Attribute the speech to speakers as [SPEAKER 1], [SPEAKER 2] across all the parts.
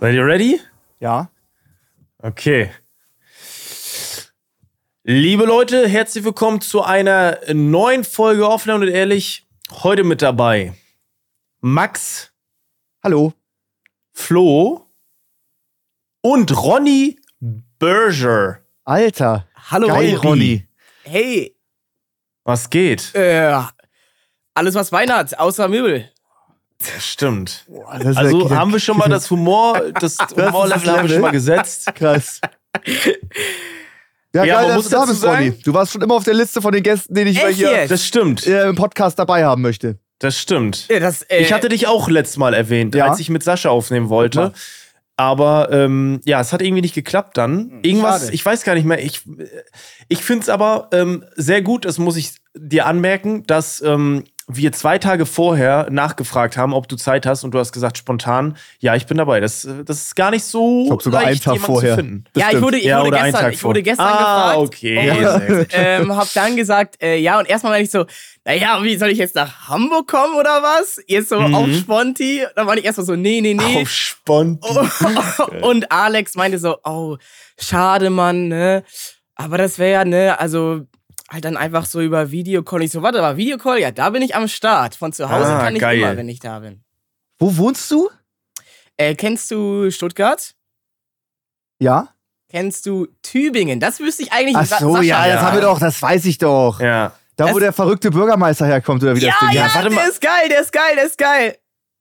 [SPEAKER 1] Seid ihr ready?
[SPEAKER 2] Ja.
[SPEAKER 1] Okay. Liebe Leute, herzlich willkommen zu einer neuen Folge Offen und Ehrlich. Heute mit dabei Max,
[SPEAKER 2] Hallo.
[SPEAKER 1] Flo und Ronny Berger.
[SPEAKER 2] Alter.
[SPEAKER 3] Hallo
[SPEAKER 2] Geil,
[SPEAKER 3] Ronny. Hey,
[SPEAKER 1] Was geht?
[SPEAKER 3] äh, alles was Weihnachts, außer Möbel.
[SPEAKER 1] Stimmt.
[SPEAKER 2] Boah, das ist
[SPEAKER 1] Also
[SPEAKER 2] ja
[SPEAKER 1] haben wir schon mal das Humor, das Humorlevel haben wir schon mal gesetzt.
[SPEAKER 2] krass.
[SPEAKER 1] Ja,
[SPEAKER 2] Ja, geil,
[SPEAKER 1] man
[SPEAKER 2] dass
[SPEAKER 1] muss
[SPEAKER 2] du da
[SPEAKER 1] dazu
[SPEAKER 2] bist, Ronny.
[SPEAKER 1] sagen-
[SPEAKER 2] Du warst schon immer auf der Liste von den Gästen, den ich mal
[SPEAKER 3] Echt
[SPEAKER 2] hier
[SPEAKER 3] jetzt?
[SPEAKER 1] Das stimmt,
[SPEAKER 2] äh, im Podcast dabei haben möchte.
[SPEAKER 1] das stimmt.
[SPEAKER 3] Ja, das, äh,
[SPEAKER 1] Ich hatte dich auch letztes Mal erwähnt,
[SPEAKER 2] Ja.
[SPEAKER 1] als ich mit Sascha aufnehmen wollte. Aber ähm, ja, es hat irgendwie nicht geklappt dann. Irgendwas,
[SPEAKER 2] Hm, schade.
[SPEAKER 1] ich weiß gar nicht mehr. Ich, ich finde es aber ähm, sehr gut, das muss ich dir anmerken, dass ähm, wir zwei Tage vorher nachgefragt haben, ob du Zeit hast und du hast gesagt spontan, ja, ich bin dabei. Das, äh, das ist gar nicht so
[SPEAKER 2] Ich glaube sogar einen
[SPEAKER 1] leicht,
[SPEAKER 2] Tag
[SPEAKER 1] jemanden
[SPEAKER 2] vorher.
[SPEAKER 1] zu finden.
[SPEAKER 2] Das
[SPEAKER 3] ja, ich
[SPEAKER 2] stimmt. Oh,
[SPEAKER 3] wurde, ich
[SPEAKER 1] ja,
[SPEAKER 3] wurde
[SPEAKER 1] oder einen
[SPEAKER 3] gestern,
[SPEAKER 1] Tag
[SPEAKER 3] ich wurde
[SPEAKER 1] vorher.
[SPEAKER 3] gestern
[SPEAKER 1] ah,
[SPEAKER 3] gefragt.
[SPEAKER 1] okay.
[SPEAKER 2] Ja.
[SPEAKER 1] Sehr gut.
[SPEAKER 3] ähm, hab dann gesagt, äh, ja, und erstmal meinte ich so, naja, wie soll ich jetzt nach Hamburg kommen oder was? Jetzt so
[SPEAKER 1] Mhm.
[SPEAKER 3] auf Sponti. Dann meinte ich erstmal so, nee, nee, nee.
[SPEAKER 1] Auf Spont.
[SPEAKER 2] Oh.
[SPEAKER 3] und Alex meinte so, oh, schade, Mann, ne? Aber das wäre ja, ne, also halt dann einfach so über Videocall. Ich so, warte mal, Videocall, ja, da bin ich am Start. Von zu Hause
[SPEAKER 1] Ah,
[SPEAKER 3] kann ich
[SPEAKER 1] geil.
[SPEAKER 3] immer, wenn ich da bin.
[SPEAKER 2] Wo wohnst du?
[SPEAKER 3] Äh, kennst du Stuttgart?
[SPEAKER 2] Ja.
[SPEAKER 3] Kennst du Tübingen? Das wüsste ich eigentlich
[SPEAKER 2] Ach
[SPEAKER 3] Sa-
[SPEAKER 2] so,
[SPEAKER 3] Sascha.
[SPEAKER 2] ja, das
[SPEAKER 1] ja.
[SPEAKER 2] haben wir doch, das weiß ich doch.
[SPEAKER 1] Ja.
[SPEAKER 2] Da, wo
[SPEAKER 3] Das-
[SPEAKER 2] der verrückte Bürgermeister herkommt oder wie
[SPEAKER 3] Ja,
[SPEAKER 2] das Ding
[SPEAKER 3] ja,
[SPEAKER 2] heißt.
[SPEAKER 1] warte mal.
[SPEAKER 3] der ist geil, der ist geil, der ist geil.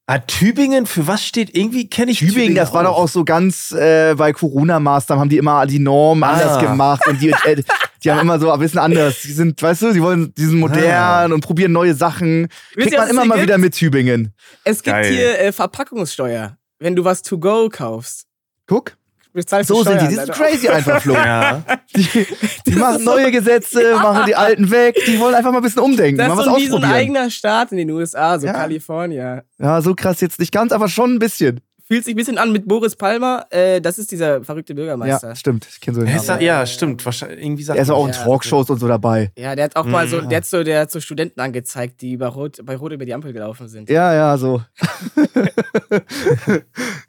[SPEAKER 1] Ah, Tübingen, für was steht? Irgendwie kenne ich Tübingen.
[SPEAKER 2] Tübingen, das war doch
[SPEAKER 1] auch.
[SPEAKER 2] auch so ganz äh, bei Corona-Maßnahmen haben die immer die Normen
[SPEAKER 1] Ah.
[SPEAKER 2] anders gemacht und die, äh, die haben immer so ein bisschen anders. Die sind, weißt du, die wollen diesen modern und probieren neue Sachen.
[SPEAKER 3] Wisst
[SPEAKER 2] Kriegt
[SPEAKER 3] ihr,
[SPEAKER 2] man
[SPEAKER 3] was
[SPEAKER 2] immer
[SPEAKER 3] es
[SPEAKER 2] mal
[SPEAKER 3] hier
[SPEAKER 2] wieder mit Tübingen.
[SPEAKER 3] Es gibt
[SPEAKER 1] Geil.
[SPEAKER 3] hier äh, Verpackungssteuer, wenn du was to go kaufst.
[SPEAKER 2] Guck,
[SPEAKER 3] Bezahlst du
[SPEAKER 2] so sind
[SPEAKER 3] Steuern,
[SPEAKER 2] die. Die sind
[SPEAKER 3] Alter.
[SPEAKER 2] crazy einfach, Flo.
[SPEAKER 1] Ja.
[SPEAKER 2] Die, die
[SPEAKER 3] Das
[SPEAKER 2] machen
[SPEAKER 3] ist so-
[SPEAKER 2] neue Gesetze, machen die alten weg. Die wollen einfach mal ein bisschen umdenken,
[SPEAKER 3] Das
[SPEAKER 2] mal
[SPEAKER 3] ist
[SPEAKER 2] was
[SPEAKER 3] so wie so ein
[SPEAKER 2] ausprobieren.
[SPEAKER 3] eigener Staat in den USA, so
[SPEAKER 2] Ja.
[SPEAKER 3] Kalifornien.
[SPEAKER 2] ja, so krass jetzt nicht ganz, aber schon ein bisschen.
[SPEAKER 3] Fühlt sich ein bisschen an mit Boris Palmer. Äh, das ist dieser verrückte
[SPEAKER 2] Ja,
[SPEAKER 3] Bürgermeister.
[SPEAKER 2] stimmt. Ich kenne so den
[SPEAKER 1] Hä, ist da-
[SPEAKER 2] Namen.
[SPEAKER 1] ja, stimmt. Wahrscheinlich, irgendwie sagt
[SPEAKER 2] Er ist
[SPEAKER 1] man-
[SPEAKER 2] auch in
[SPEAKER 3] Ja.
[SPEAKER 2] Talkshows und so dabei.
[SPEAKER 3] Ja, der hat auch mal so,
[SPEAKER 1] Mhm.
[SPEAKER 3] der hat so, der hat so Studenten angezeigt, die bei Rot, bei Rot über die Ampel gelaufen sind.
[SPEAKER 2] Ja, ja, so.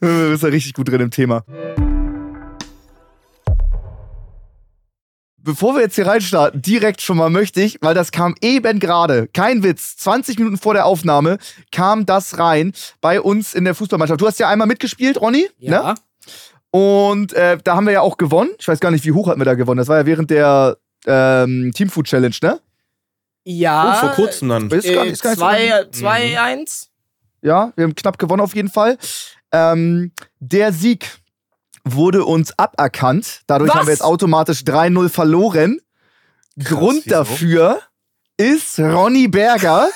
[SPEAKER 2] du bist ja richtig gut drin im Thema. Bevor wir jetzt hier reinstarten, direkt schon mal möchte ich, weil das kam eben gerade, kein Witz, 20 Minuten vor der Aufnahme kam das rein bei uns in der Fußballmannschaft. Du hast ja einmal mitgespielt, Ronny, ne?
[SPEAKER 3] Ja.
[SPEAKER 2] Und äh, da haben wir ja auch gewonnen. Ich weiß gar nicht, wie hoch hatten wir da gewonnen. Das war ja während der ähm, Teamfood Challenge, ne?
[SPEAKER 3] Ja.
[SPEAKER 1] Oh, vor kurzem dann.
[SPEAKER 2] Ist gar
[SPEAKER 3] Äh,
[SPEAKER 2] nicht- ist gar nicht so lange.
[SPEAKER 3] 2-1.
[SPEAKER 1] Mhm.
[SPEAKER 2] Ja, wir haben knapp gewonnen auf jeden Fall. Ähm, der Sieg wurde uns aberkannt. Dadurch
[SPEAKER 3] Was?
[SPEAKER 2] haben wir jetzt automatisch 3-0 verloren. Grund
[SPEAKER 1] wieso?
[SPEAKER 2] dafür ist Ronny Berger.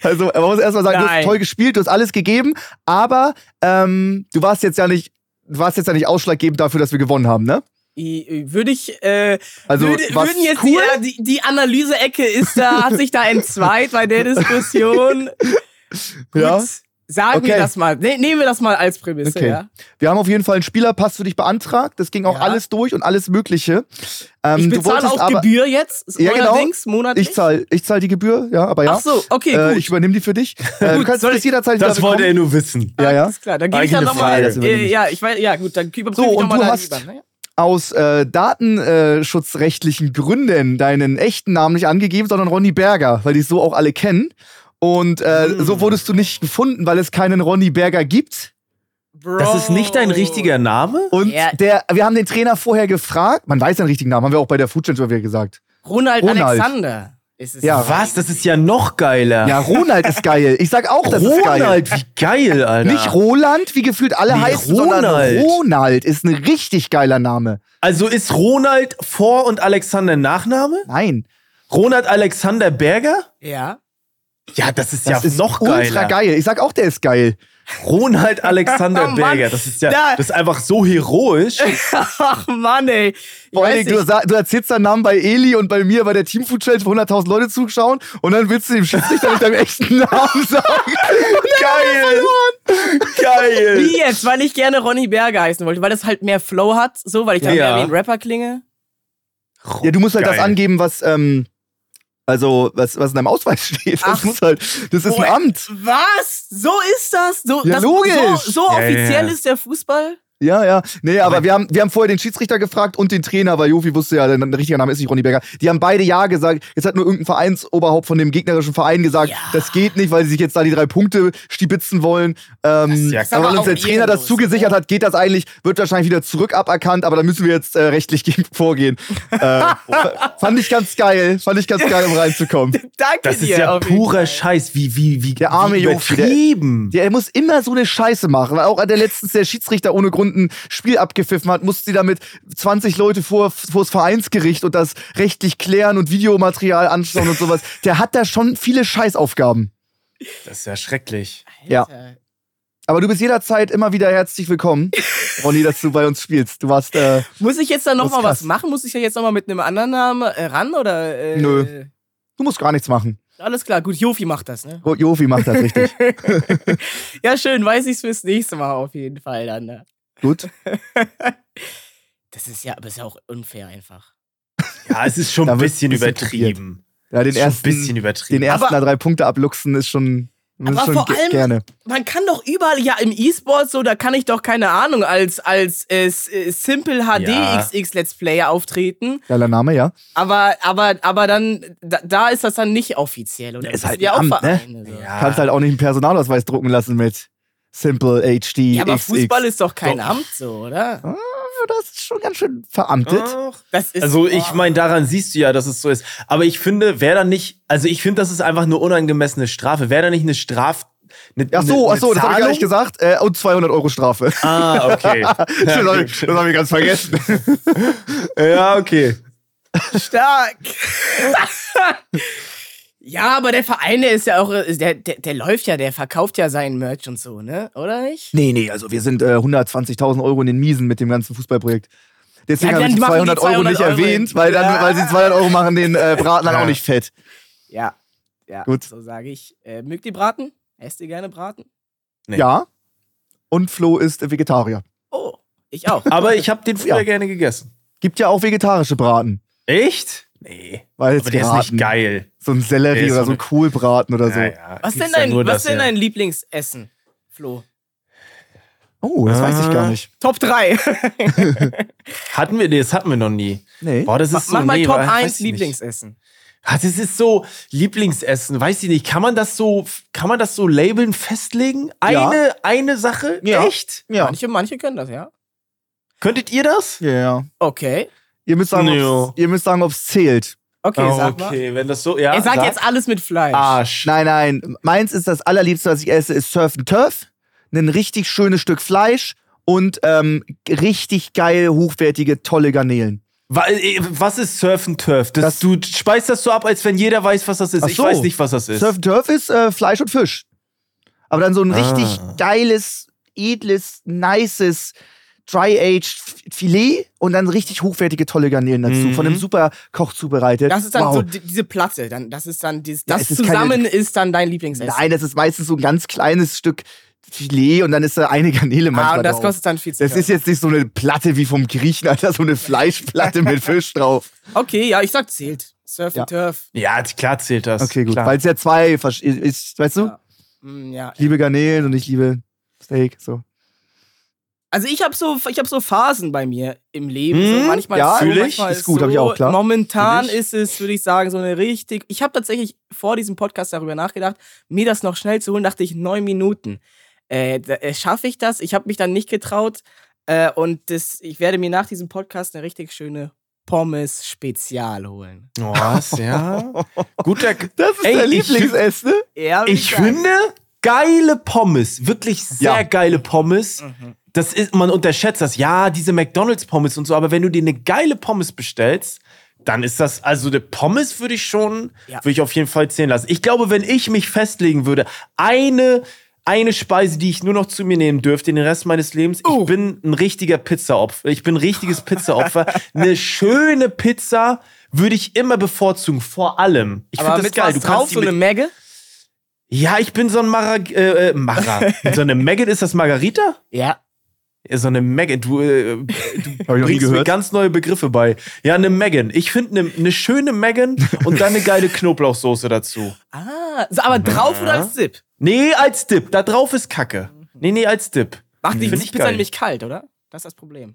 [SPEAKER 2] also, man muss erstmal sagen, du hast
[SPEAKER 3] Nein.
[SPEAKER 2] toll gespielt, du hast alles gegeben, aber ähm, du warst jetzt ja nicht, du warst jetzt ja nicht ausschlaggebend dafür, dass wir gewonnen haben, ne?
[SPEAKER 3] I- i- Würde ich, äh,
[SPEAKER 2] Also,
[SPEAKER 3] würde,
[SPEAKER 2] war's
[SPEAKER 3] würden jetzt
[SPEAKER 2] cool?
[SPEAKER 3] die, die, die Analyse-Ecke ist da, hat sich da entzweit bei der Diskussion. Gut,
[SPEAKER 2] Ja.
[SPEAKER 3] sagen wir
[SPEAKER 2] Okay.
[SPEAKER 3] das mal. Ne, nehmen wir das mal als Prämisse,
[SPEAKER 2] Okay.
[SPEAKER 3] ja.
[SPEAKER 2] Wir haben auf jeden Fall einen Spielerpass für dich beantragt. Das ging auch
[SPEAKER 3] Ja.
[SPEAKER 2] alles durch und alles Mögliche. Ähm,
[SPEAKER 3] Ich
[SPEAKER 2] du
[SPEAKER 3] bezahle
[SPEAKER 2] wolltest
[SPEAKER 3] auch
[SPEAKER 2] aber,
[SPEAKER 3] Gebühr jetzt,
[SPEAKER 2] Ja, genau.
[SPEAKER 3] allerdings monatlich.
[SPEAKER 2] Ich zahl, ich zahl die Gebühr, ja, aber ja.
[SPEAKER 3] Ach so, okay,
[SPEAKER 2] äh,
[SPEAKER 3] gut.
[SPEAKER 2] ich übernehme die für dich. Äh, du
[SPEAKER 3] Gut,
[SPEAKER 2] kannst
[SPEAKER 3] soll
[SPEAKER 2] das
[SPEAKER 3] ich-
[SPEAKER 2] jederzeit
[SPEAKER 1] Das
[SPEAKER 2] wieder
[SPEAKER 1] wollte er
[SPEAKER 2] bekommen.
[SPEAKER 1] nur wissen.
[SPEAKER 2] Ja, ja.
[SPEAKER 3] Alles klar, dann gebe ich
[SPEAKER 1] Eigene
[SPEAKER 3] dann nochmal.
[SPEAKER 1] Frage,
[SPEAKER 2] das übernehme
[SPEAKER 3] Äh,
[SPEAKER 2] ich.
[SPEAKER 3] ja, ich weiß, ja gut, dann überprüfe
[SPEAKER 2] So,
[SPEAKER 3] ich
[SPEAKER 2] und
[SPEAKER 3] nochmal
[SPEAKER 2] du
[SPEAKER 3] deinen
[SPEAKER 2] hast-
[SPEAKER 3] IBAN, ne?
[SPEAKER 2] Aus äh, datenschutzrechtlichen Gründen deinen echten Namen nicht angegeben, sondern Ronny Berger, weil die so auch alle kennen. Und äh,
[SPEAKER 1] Hm.
[SPEAKER 2] so wurdest du nicht gefunden, weil es keinen Ronny Berger gibt.
[SPEAKER 3] Bro.
[SPEAKER 1] Das ist nicht dein richtiger Name?
[SPEAKER 2] Und
[SPEAKER 3] Ja.
[SPEAKER 2] der, wir haben den Trainer vorher gefragt. Man weiß seinen richtigen Namen, haben wir auch bei der Food Challenge wieder gesagt.
[SPEAKER 3] Ronald,
[SPEAKER 2] Ronald.
[SPEAKER 3] Alexander. Ist es
[SPEAKER 2] Ja.
[SPEAKER 1] Was? Das ist ja noch geiler.
[SPEAKER 2] Ja, Ronald ist geil. Ich sag auch, das ist geil.
[SPEAKER 1] Ronald, wie geil, Alter.
[SPEAKER 2] Nicht Roland, wie gefühlt alle
[SPEAKER 1] Nee,
[SPEAKER 2] heißen,
[SPEAKER 1] Ronald.
[SPEAKER 2] sondern Ronald ist ein richtig geiler Name.
[SPEAKER 1] also ist Ronald Vor- und Alexander Nachname?
[SPEAKER 2] Nein,
[SPEAKER 1] Ronald Alexander Berger?
[SPEAKER 3] Ja.
[SPEAKER 1] Ja, das ist
[SPEAKER 2] das
[SPEAKER 1] ja
[SPEAKER 2] ist
[SPEAKER 1] noch geiler.
[SPEAKER 2] ultra geil. Ich sag auch, der ist geil.
[SPEAKER 1] Ronald Alexander
[SPEAKER 3] Oh, Mann.
[SPEAKER 1] Berger, das ist ja
[SPEAKER 3] Da-
[SPEAKER 1] das ist einfach so heroisch.
[SPEAKER 3] Ach Mann, ey. Ich
[SPEAKER 2] Vor allen
[SPEAKER 3] weiß
[SPEAKER 2] Dingen, du,
[SPEAKER 3] nicht.
[SPEAKER 2] sa- du erzählst deinen Namen bei Eli und bei mir bei der Teamfood Challenge, wo 100.000 Leute zuschauen und dann willst du dem Schiedsrichter mit deinem echten Namen sagen.
[SPEAKER 1] geil. Geil.
[SPEAKER 3] Wie jetzt? Weil ich gerne Ronny Berger heißen wollte, weil das halt mehr Flow hat, so, weil ich dann
[SPEAKER 1] Ja.
[SPEAKER 3] mehr wie ein Rapper klinge.
[SPEAKER 2] Ja, du musst halt
[SPEAKER 1] Geil.
[SPEAKER 2] das angeben, was, ähm, Also, was, was in deinem Ausweis steht. Das,
[SPEAKER 3] Ach.
[SPEAKER 2] muss halt, das ist ein
[SPEAKER 3] Boah,
[SPEAKER 2] Amt.
[SPEAKER 3] Was? So ist das? So,
[SPEAKER 2] Ja,
[SPEAKER 3] das,
[SPEAKER 2] logisch.
[SPEAKER 3] So, so
[SPEAKER 1] Ja,
[SPEAKER 3] offiziell
[SPEAKER 1] ja.
[SPEAKER 3] ist der Fußball?
[SPEAKER 2] Ja, ja. Nee, aber
[SPEAKER 1] Aber-
[SPEAKER 2] wir haben, wir haben vorher den Schiedsrichter gefragt und den Trainer, weil Jofi wusste ja, der, der richtige Name ist nicht Ronny Berger. Die haben beide Ja gesagt. Jetzt hat nur irgendein Vereinsoberhaupt von dem gegnerischen Verein gesagt,
[SPEAKER 3] Ja.
[SPEAKER 2] das geht nicht, weil sie sich jetzt da die drei Punkte stibitzen wollen. Ähm,
[SPEAKER 1] ist ja
[SPEAKER 2] aber weil
[SPEAKER 3] aber
[SPEAKER 2] uns der
[SPEAKER 3] auch
[SPEAKER 2] Trainer das
[SPEAKER 3] ehrenlos,
[SPEAKER 2] zugesichert hat, geht das eigentlich, wird wahrscheinlich wieder zurück aberkannt, aber da müssen wir jetzt äh, rechtlich gegen vorgehen. äh, fand ich ganz geil. Fand ich ganz geil, um reinzukommen.
[SPEAKER 3] Danke
[SPEAKER 1] Das
[SPEAKER 3] dir.
[SPEAKER 1] ist ja
[SPEAKER 3] auf jeden
[SPEAKER 1] purer
[SPEAKER 3] Fall.
[SPEAKER 1] Scheiß, wie, wie, wie,
[SPEAKER 2] Der arme
[SPEAKER 1] wie
[SPEAKER 2] Jofi, der-
[SPEAKER 1] übertrieben.
[SPEAKER 2] Der muss immer so eine Scheiße machen. Weil auch der letztens der Schiedsrichter ohne Grund ein Spiel abgepfiffen hat, musste sie damit 20 Leute vor vors Vereinsgericht und das rechtlich klären und Videomaterial anschauen und sowas. Der hat da schon viele Scheißaufgaben.
[SPEAKER 1] das ist ja schrecklich.
[SPEAKER 2] Ja.
[SPEAKER 3] Alter.
[SPEAKER 2] Aber du bist jederzeit immer wieder herzlich willkommen, Ronny, dass du bei uns spielst. Du warst, äh,
[SPEAKER 3] Muss ich jetzt da
[SPEAKER 2] Das ist
[SPEAKER 3] nochmal
[SPEAKER 2] krass.
[SPEAKER 3] was machen? Muss ich da jetzt nochmal mit einem anderen Namen äh, ran? Oder, äh,
[SPEAKER 2] Nö. du musst gar nichts machen.
[SPEAKER 3] Alles klar, gut, Jofi macht das, ne?
[SPEAKER 2] Jo- Jofi macht das richtig.
[SPEAKER 3] Ja, schön, weiß ich's fürs nächste Mal auf jeden Fall dann. Ne?
[SPEAKER 2] Gut.
[SPEAKER 3] Das ist ja, aber ist ja auch unfair einfach.
[SPEAKER 1] Ja, es ist schon
[SPEAKER 2] Da
[SPEAKER 1] ein
[SPEAKER 2] wird
[SPEAKER 1] bisschen
[SPEAKER 2] ein bisschen
[SPEAKER 1] übertrieben.
[SPEAKER 2] Ja, den
[SPEAKER 1] Ist schon ein
[SPEAKER 2] ersten,
[SPEAKER 1] bisschen
[SPEAKER 2] den
[SPEAKER 1] übertrieben.
[SPEAKER 2] ersten
[SPEAKER 3] Aber-
[SPEAKER 2] da drei Punkte abluchsen ist schon, ist
[SPEAKER 3] Aber
[SPEAKER 2] schon
[SPEAKER 3] vor
[SPEAKER 2] ge-
[SPEAKER 3] allem-
[SPEAKER 2] gerne.
[SPEAKER 3] Man kann doch überall, ja, im E-Sport so, da kann ich doch, keine Ahnung, als, als äh, S- äh, Simple HD
[SPEAKER 1] Ja.
[SPEAKER 3] XX Let's Player auftreten.
[SPEAKER 2] Geiler Name, ja.
[SPEAKER 3] Aber, aber, aber dann, da, da ist das dann nicht offiziell. Oder
[SPEAKER 2] Ja,
[SPEAKER 3] das
[SPEAKER 2] ist
[SPEAKER 3] sind
[SPEAKER 2] halt
[SPEAKER 3] ja auch
[SPEAKER 2] ein Amt, ne?
[SPEAKER 3] Vereine. So. Ja.
[SPEAKER 1] ja.
[SPEAKER 2] Kannst halt auch nicht einen Personalausweis drucken lassen mit Simple HD.
[SPEAKER 3] aber
[SPEAKER 2] XX.
[SPEAKER 3] Fußball ist doch kein
[SPEAKER 1] Doch.
[SPEAKER 3] Amt, so, oder?
[SPEAKER 2] Hm? Ja, das ist schon ganz schön veramtet.
[SPEAKER 1] Doch.
[SPEAKER 3] Das ist,
[SPEAKER 1] Also
[SPEAKER 3] oh.
[SPEAKER 1] ich meine, daran siehst du ja, dass es so ist. Aber ich finde, wäre da nicht, also ich finde, das ist einfach eine unangemessene Strafe. Wäre da nicht eine Straf... ne- Eine,
[SPEAKER 2] Ach so, ach so, das habe ich gar nicht
[SPEAKER 1] Zahlung?
[SPEAKER 2] gesagt. Äh, und 200 Euro Strafe.
[SPEAKER 1] Ah, okay.
[SPEAKER 2] das
[SPEAKER 1] Ja,
[SPEAKER 2] habe ich,
[SPEAKER 1] gut.
[SPEAKER 2] das hab ich ganz vergessen. ja, okay.
[SPEAKER 3] Stark. ja, aber der Verein, der ist ja auch, äh, der, der, der läuft ja, der verkauft ja seinen Merch und so, ne? Oder nicht?
[SPEAKER 2] Nee, nee, also wir sind äh, 120.000 Euro in den Miesen mit dem ganzen Fußballprojekt. Deswegen
[SPEAKER 3] Ja,
[SPEAKER 2] habe ich
[SPEAKER 3] dann
[SPEAKER 2] die
[SPEAKER 3] machen die
[SPEAKER 2] 200 Euro nicht
[SPEAKER 3] 200 Euro
[SPEAKER 2] erwähnt,
[SPEAKER 3] hin.
[SPEAKER 2] weil, dann,
[SPEAKER 3] Ja.
[SPEAKER 2] weil die 200 Euro machen den äh, Braten dann
[SPEAKER 1] Ja.
[SPEAKER 2] auch nicht fett.
[SPEAKER 3] Ja. Ja,
[SPEAKER 2] Gut.
[SPEAKER 3] so sage ich. Äh, mögt ihr Braten? Esst ihr gerne Braten?
[SPEAKER 1] Nee.
[SPEAKER 2] Ja. Und Flo ist Vegetarier.
[SPEAKER 3] Oh, ich auch.
[SPEAKER 1] Aber ich habe den früher
[SPEAKER 2] Ja.
[SPEAKER 1] gerne gegessen.
[SPEAKER 2] Gibt ja auch vegetarische Braten.
[SPEAKER 1] Echt? Nee.
[SPEAKER 2] Weil jetzt
[SPEAKER 1] Aber der ist
[SPEAKER 2] Braten,
[SPEAKER 1] nicht geil.
[SPEAKER 2] So ein Sellerie
[SPEAKER 1] Der ist
[SPEAKER 2] oder
[SPEAKER 1] so
[SPEAKER 2] so ein
[SPEAKER 1] eine-
[SPEAKER 2] Kohlbraten oder so.
[SPEAKER 1] Ja, ja.
[SPEAKER 3] Was
[SPEAKER 1] Gibt's ja
[SPEAKER 3] denn dein,
[SPEAKER 1] nur
[SPEAKER 3] was
[SPEAKER 1] das, ja.
[SPEAKER 3] denn dein Lieblingsessen, Flo?
[SPEAKER 2] Oh, das weiß ich
[SPEAKER 1] Äh,
[SPEAKER 2] gar nicht.
[SPEAKER 3] Top 3.
[SPEAKER 1] Hatten wir, nee, das hatten wir noch nie.
[SPEAKER 2] Nee.
[SPEAKER 1] Boah, das ist so,
[SPEAKER 3] Mach mal
[SPEAKER 1] nee,
[SPEAKER 3] Top
[SPEAKER 1] weiß
[SPEAKER 3] 1
[SPEAKER 1] ich nicht.
[SPEAKER 3] Lieblingsessen.
[SPEAKER 1] Ah, das ist so Lieblingsessen, weiß ich nicht. Kann man das so, kann man das so labeln, festlegen?
[SPEAKER 2] Ja.
[SPEAKER 1] Eine, eine Sache?
[SPEAKER 2] Ja.
[SPEAKER 1] Echt?
[SPEAKER 2] Ja.
[SPEAKER 3] Manche, manche können das, ja.
[SPEAKER 1] Könntet ihr das?
[SPEAKER 2] Ja, ja.
[SPEAKER 3] Okay.
[SPEAKER 2] Ihr müsst sagen,
[SPEAKER 1] Nee,
[SPEAKER 2] ob's- ihr müsst sagen, ob es zählt.
[SPEAKER 3] Okay, sag mal.
[SPEAKER 1] Ah, okay, wenn das so, ja. Ah,
[SPEAKER 3] Er sagt jetzt alles mit Fleisch.
[SPEAKER 1] Arsch.
[SPEAKER 2] Nein, nein. Meins ist das allerliebste, was ich esse, ist Surf and Turf, ein richtig schönes Stück Fleisch und ähm, richtig geil, hochwertige, tolle Garnelen.
[SPEAKER 1] Wa- äh, Was ist Surf and Turf? Das,
[SPEAKER 2] Das-
[SPEAKER 1] du speist das so ab, als wenn jeder weiß, was das ist.
[SPEAKER 2] Ach
[SPEAKER 1] Ich
[SPEAKER 2] so.
[SPEAKER 1] weiß nicht, was das ist.
[SPEAKER 2] Surf and Turf ist äh, Fleisch und Fisch. Aber dann so ein richtig
[SPEAKER 1] Ah.
[SPEAKER 2] geiles, edles, nices, dry-aged Filet und dann richtig hochwertige, tolle Garnelen dazu.
[SPEAKER 1] Mhm.
[SPEAKER 2] Von einem super Koch zubereitet.
[SPEAKER 3] Das ist dann
[SPEAKER 2] wow.
[SPEAKER 3] so di- diese Platte. Dann, das ist dann dieses,
[SPEAKER 2] Ja,
[SPEAKER 3] das
[SPEAKER 2] es ist keine-
[SPEAKER 3] zusammen ist dann dein Lieblingsessen.
[SPEAKER 2] Nein, das ist meistens so ein ganz kleines Stück Filet und dann ist da eine Garnele manchmal
[SPEAKER 3] ah, und das
[SPEAKER 2] drauf.
[SPEAKER 3] kostet dann 40
[SPEAKER 2] das ist
[SPEAKER 3] Euro.
[SPEAKER 2] jetzt nicht so eine Platte wie vom Griechen, Alter, so eine Fleischplatte mit Fisch drauf.
[SPEAKER 3] Okay, ja, ich sag zählt. Surf and Turf.
[SPEAKER 1] Ja, klar zählt das.
[SPEAKER 2] Okay, gut.
[SPEAKER 1] Klar.
[SPEAKER 2] Weil es ja zwei versch- ist, weißt du?
[SPEAKER 3] Ja. Hm, ja.
[SPEAKER 2] Ich liebe Garnelen und ich liebe Steak. So.
[SPEAKER 3] Also ich habe so, ich hab so Phasen bei mir im Leben. so
[SPEAKER 1] Hm,
[SPEAKER 3] manchmal
[SPEAKER 2] ja,
[SPEAKER 3] so,
[SPEAKER 1] fühl ich.
[SPEAKER 3] manchmal
[SPEAKER 2] Ist gut, hab ich
[SPEAKER 3] so.
[SPEAKER 2] auch, klar.
[SPEAKER 3] Momentan
[SPEAKER 1] Fühl ich.
[SPEAKER 3] ist es, würde ich sagen, so eine richtig. Ich habe tatsächlich vor diesem Podcast darüber nachgedacht, mir das noch schnell zu holen. Dachte ich neun Minuten. Äh, da- äh, Schaffe ich das? Ich habe mich dann nicht getraut. Äh, und das, ich werde mir nach diesem Podcast eine richtig schöne Pommes-Spezial holen.
[SPEAKER 1] Oh, was, ja. Guter.
[SPEAKER 2] Das ist
[SPEAKER 1] Ey,
[SPEAKER 2] dein
[SPEAKER 1] ich-
[SPEAKER 2] Lieblingsessen.
[SPEAKER 3] Ja, wie
[SPEAKER 1] Ich
[SPEAKER 3] gesagt.
[SPEAKER 1] finde geile Pommes, wirklich sehr
[SPEAKER 2] Ja.
[SPEAKER 1] geile Pommes.
[SPEAKER 3] Mhm.
[SPEAKER 1] Das ist, man unterschätzt das. Ja, diese McDonalds Pommes und so, aber wenn du dir eine geile Pommes bestellst, dann ist das, also eine Pommes würde ich schon,
[SPEAKER 3] Ja.
[SPEAKER 1] würde ich auf jeden Fall zählen lassen. Ich glaube, wenn ich mich festlegen würde, eine, eine Speise, die ich nur noch zu mir nehmen dürfte, den Rest meines Lebens,
[SPEAKER 3] Oh.
[SPEAKER 1] ich bin ein richtiger Pizzaopfer. Ich bin ein richtiges Pizzaopfer. eine schöne Pizza würde ich immer bevorzugen, vor allem. Ich
[SPEAKER 3] Aber
[SPEAKER 1] finde das
[SPEAKER 3] mit
[SPEAKER 1] geil.
[SPEAKER 3] was
[SPEAKER 1] Du
[SPEAKER 3] drauf,
[SPEAKER 1] kannst die
[SPEAKER 3] so eine
[SPEAKER 1] mit-
[SPEAKER 3] Megge?
[SPEAKER 1] ja, ich bin so ein Mara, äh, äh, Mara. so eine Maggot ist das Margarita?
[SPEAKER 3] Ja.
[SPEAKER 1] So eine Megan, du, äh, du
[SPEAKER 2] Hab ich noch nie
[SPEAKER 1] bringst mir
[SPEAKER 2] gehört.
[SPEAKER 1] ganz neue Begriffe bei. Ja, eine Megan. Ich finde eine eine schöne Megan und dann eine geile Knoblauchsoße dazu.
[SPEAKER 3] Ah, so, aber drauf oder als Zip?
[SPEAKER 1] Nee, als Dip. Da drauf ist Kacke. Nee, nee, als Dip.
[SPEAKER 3] Macht die
[SPEAKER 1] Mhm. Find ich
[SPEAKER 3] Pizza
[SPEAKER 1] geil.
[SPEAKER 3] nämlich kalt, oder? Das ist das Problem.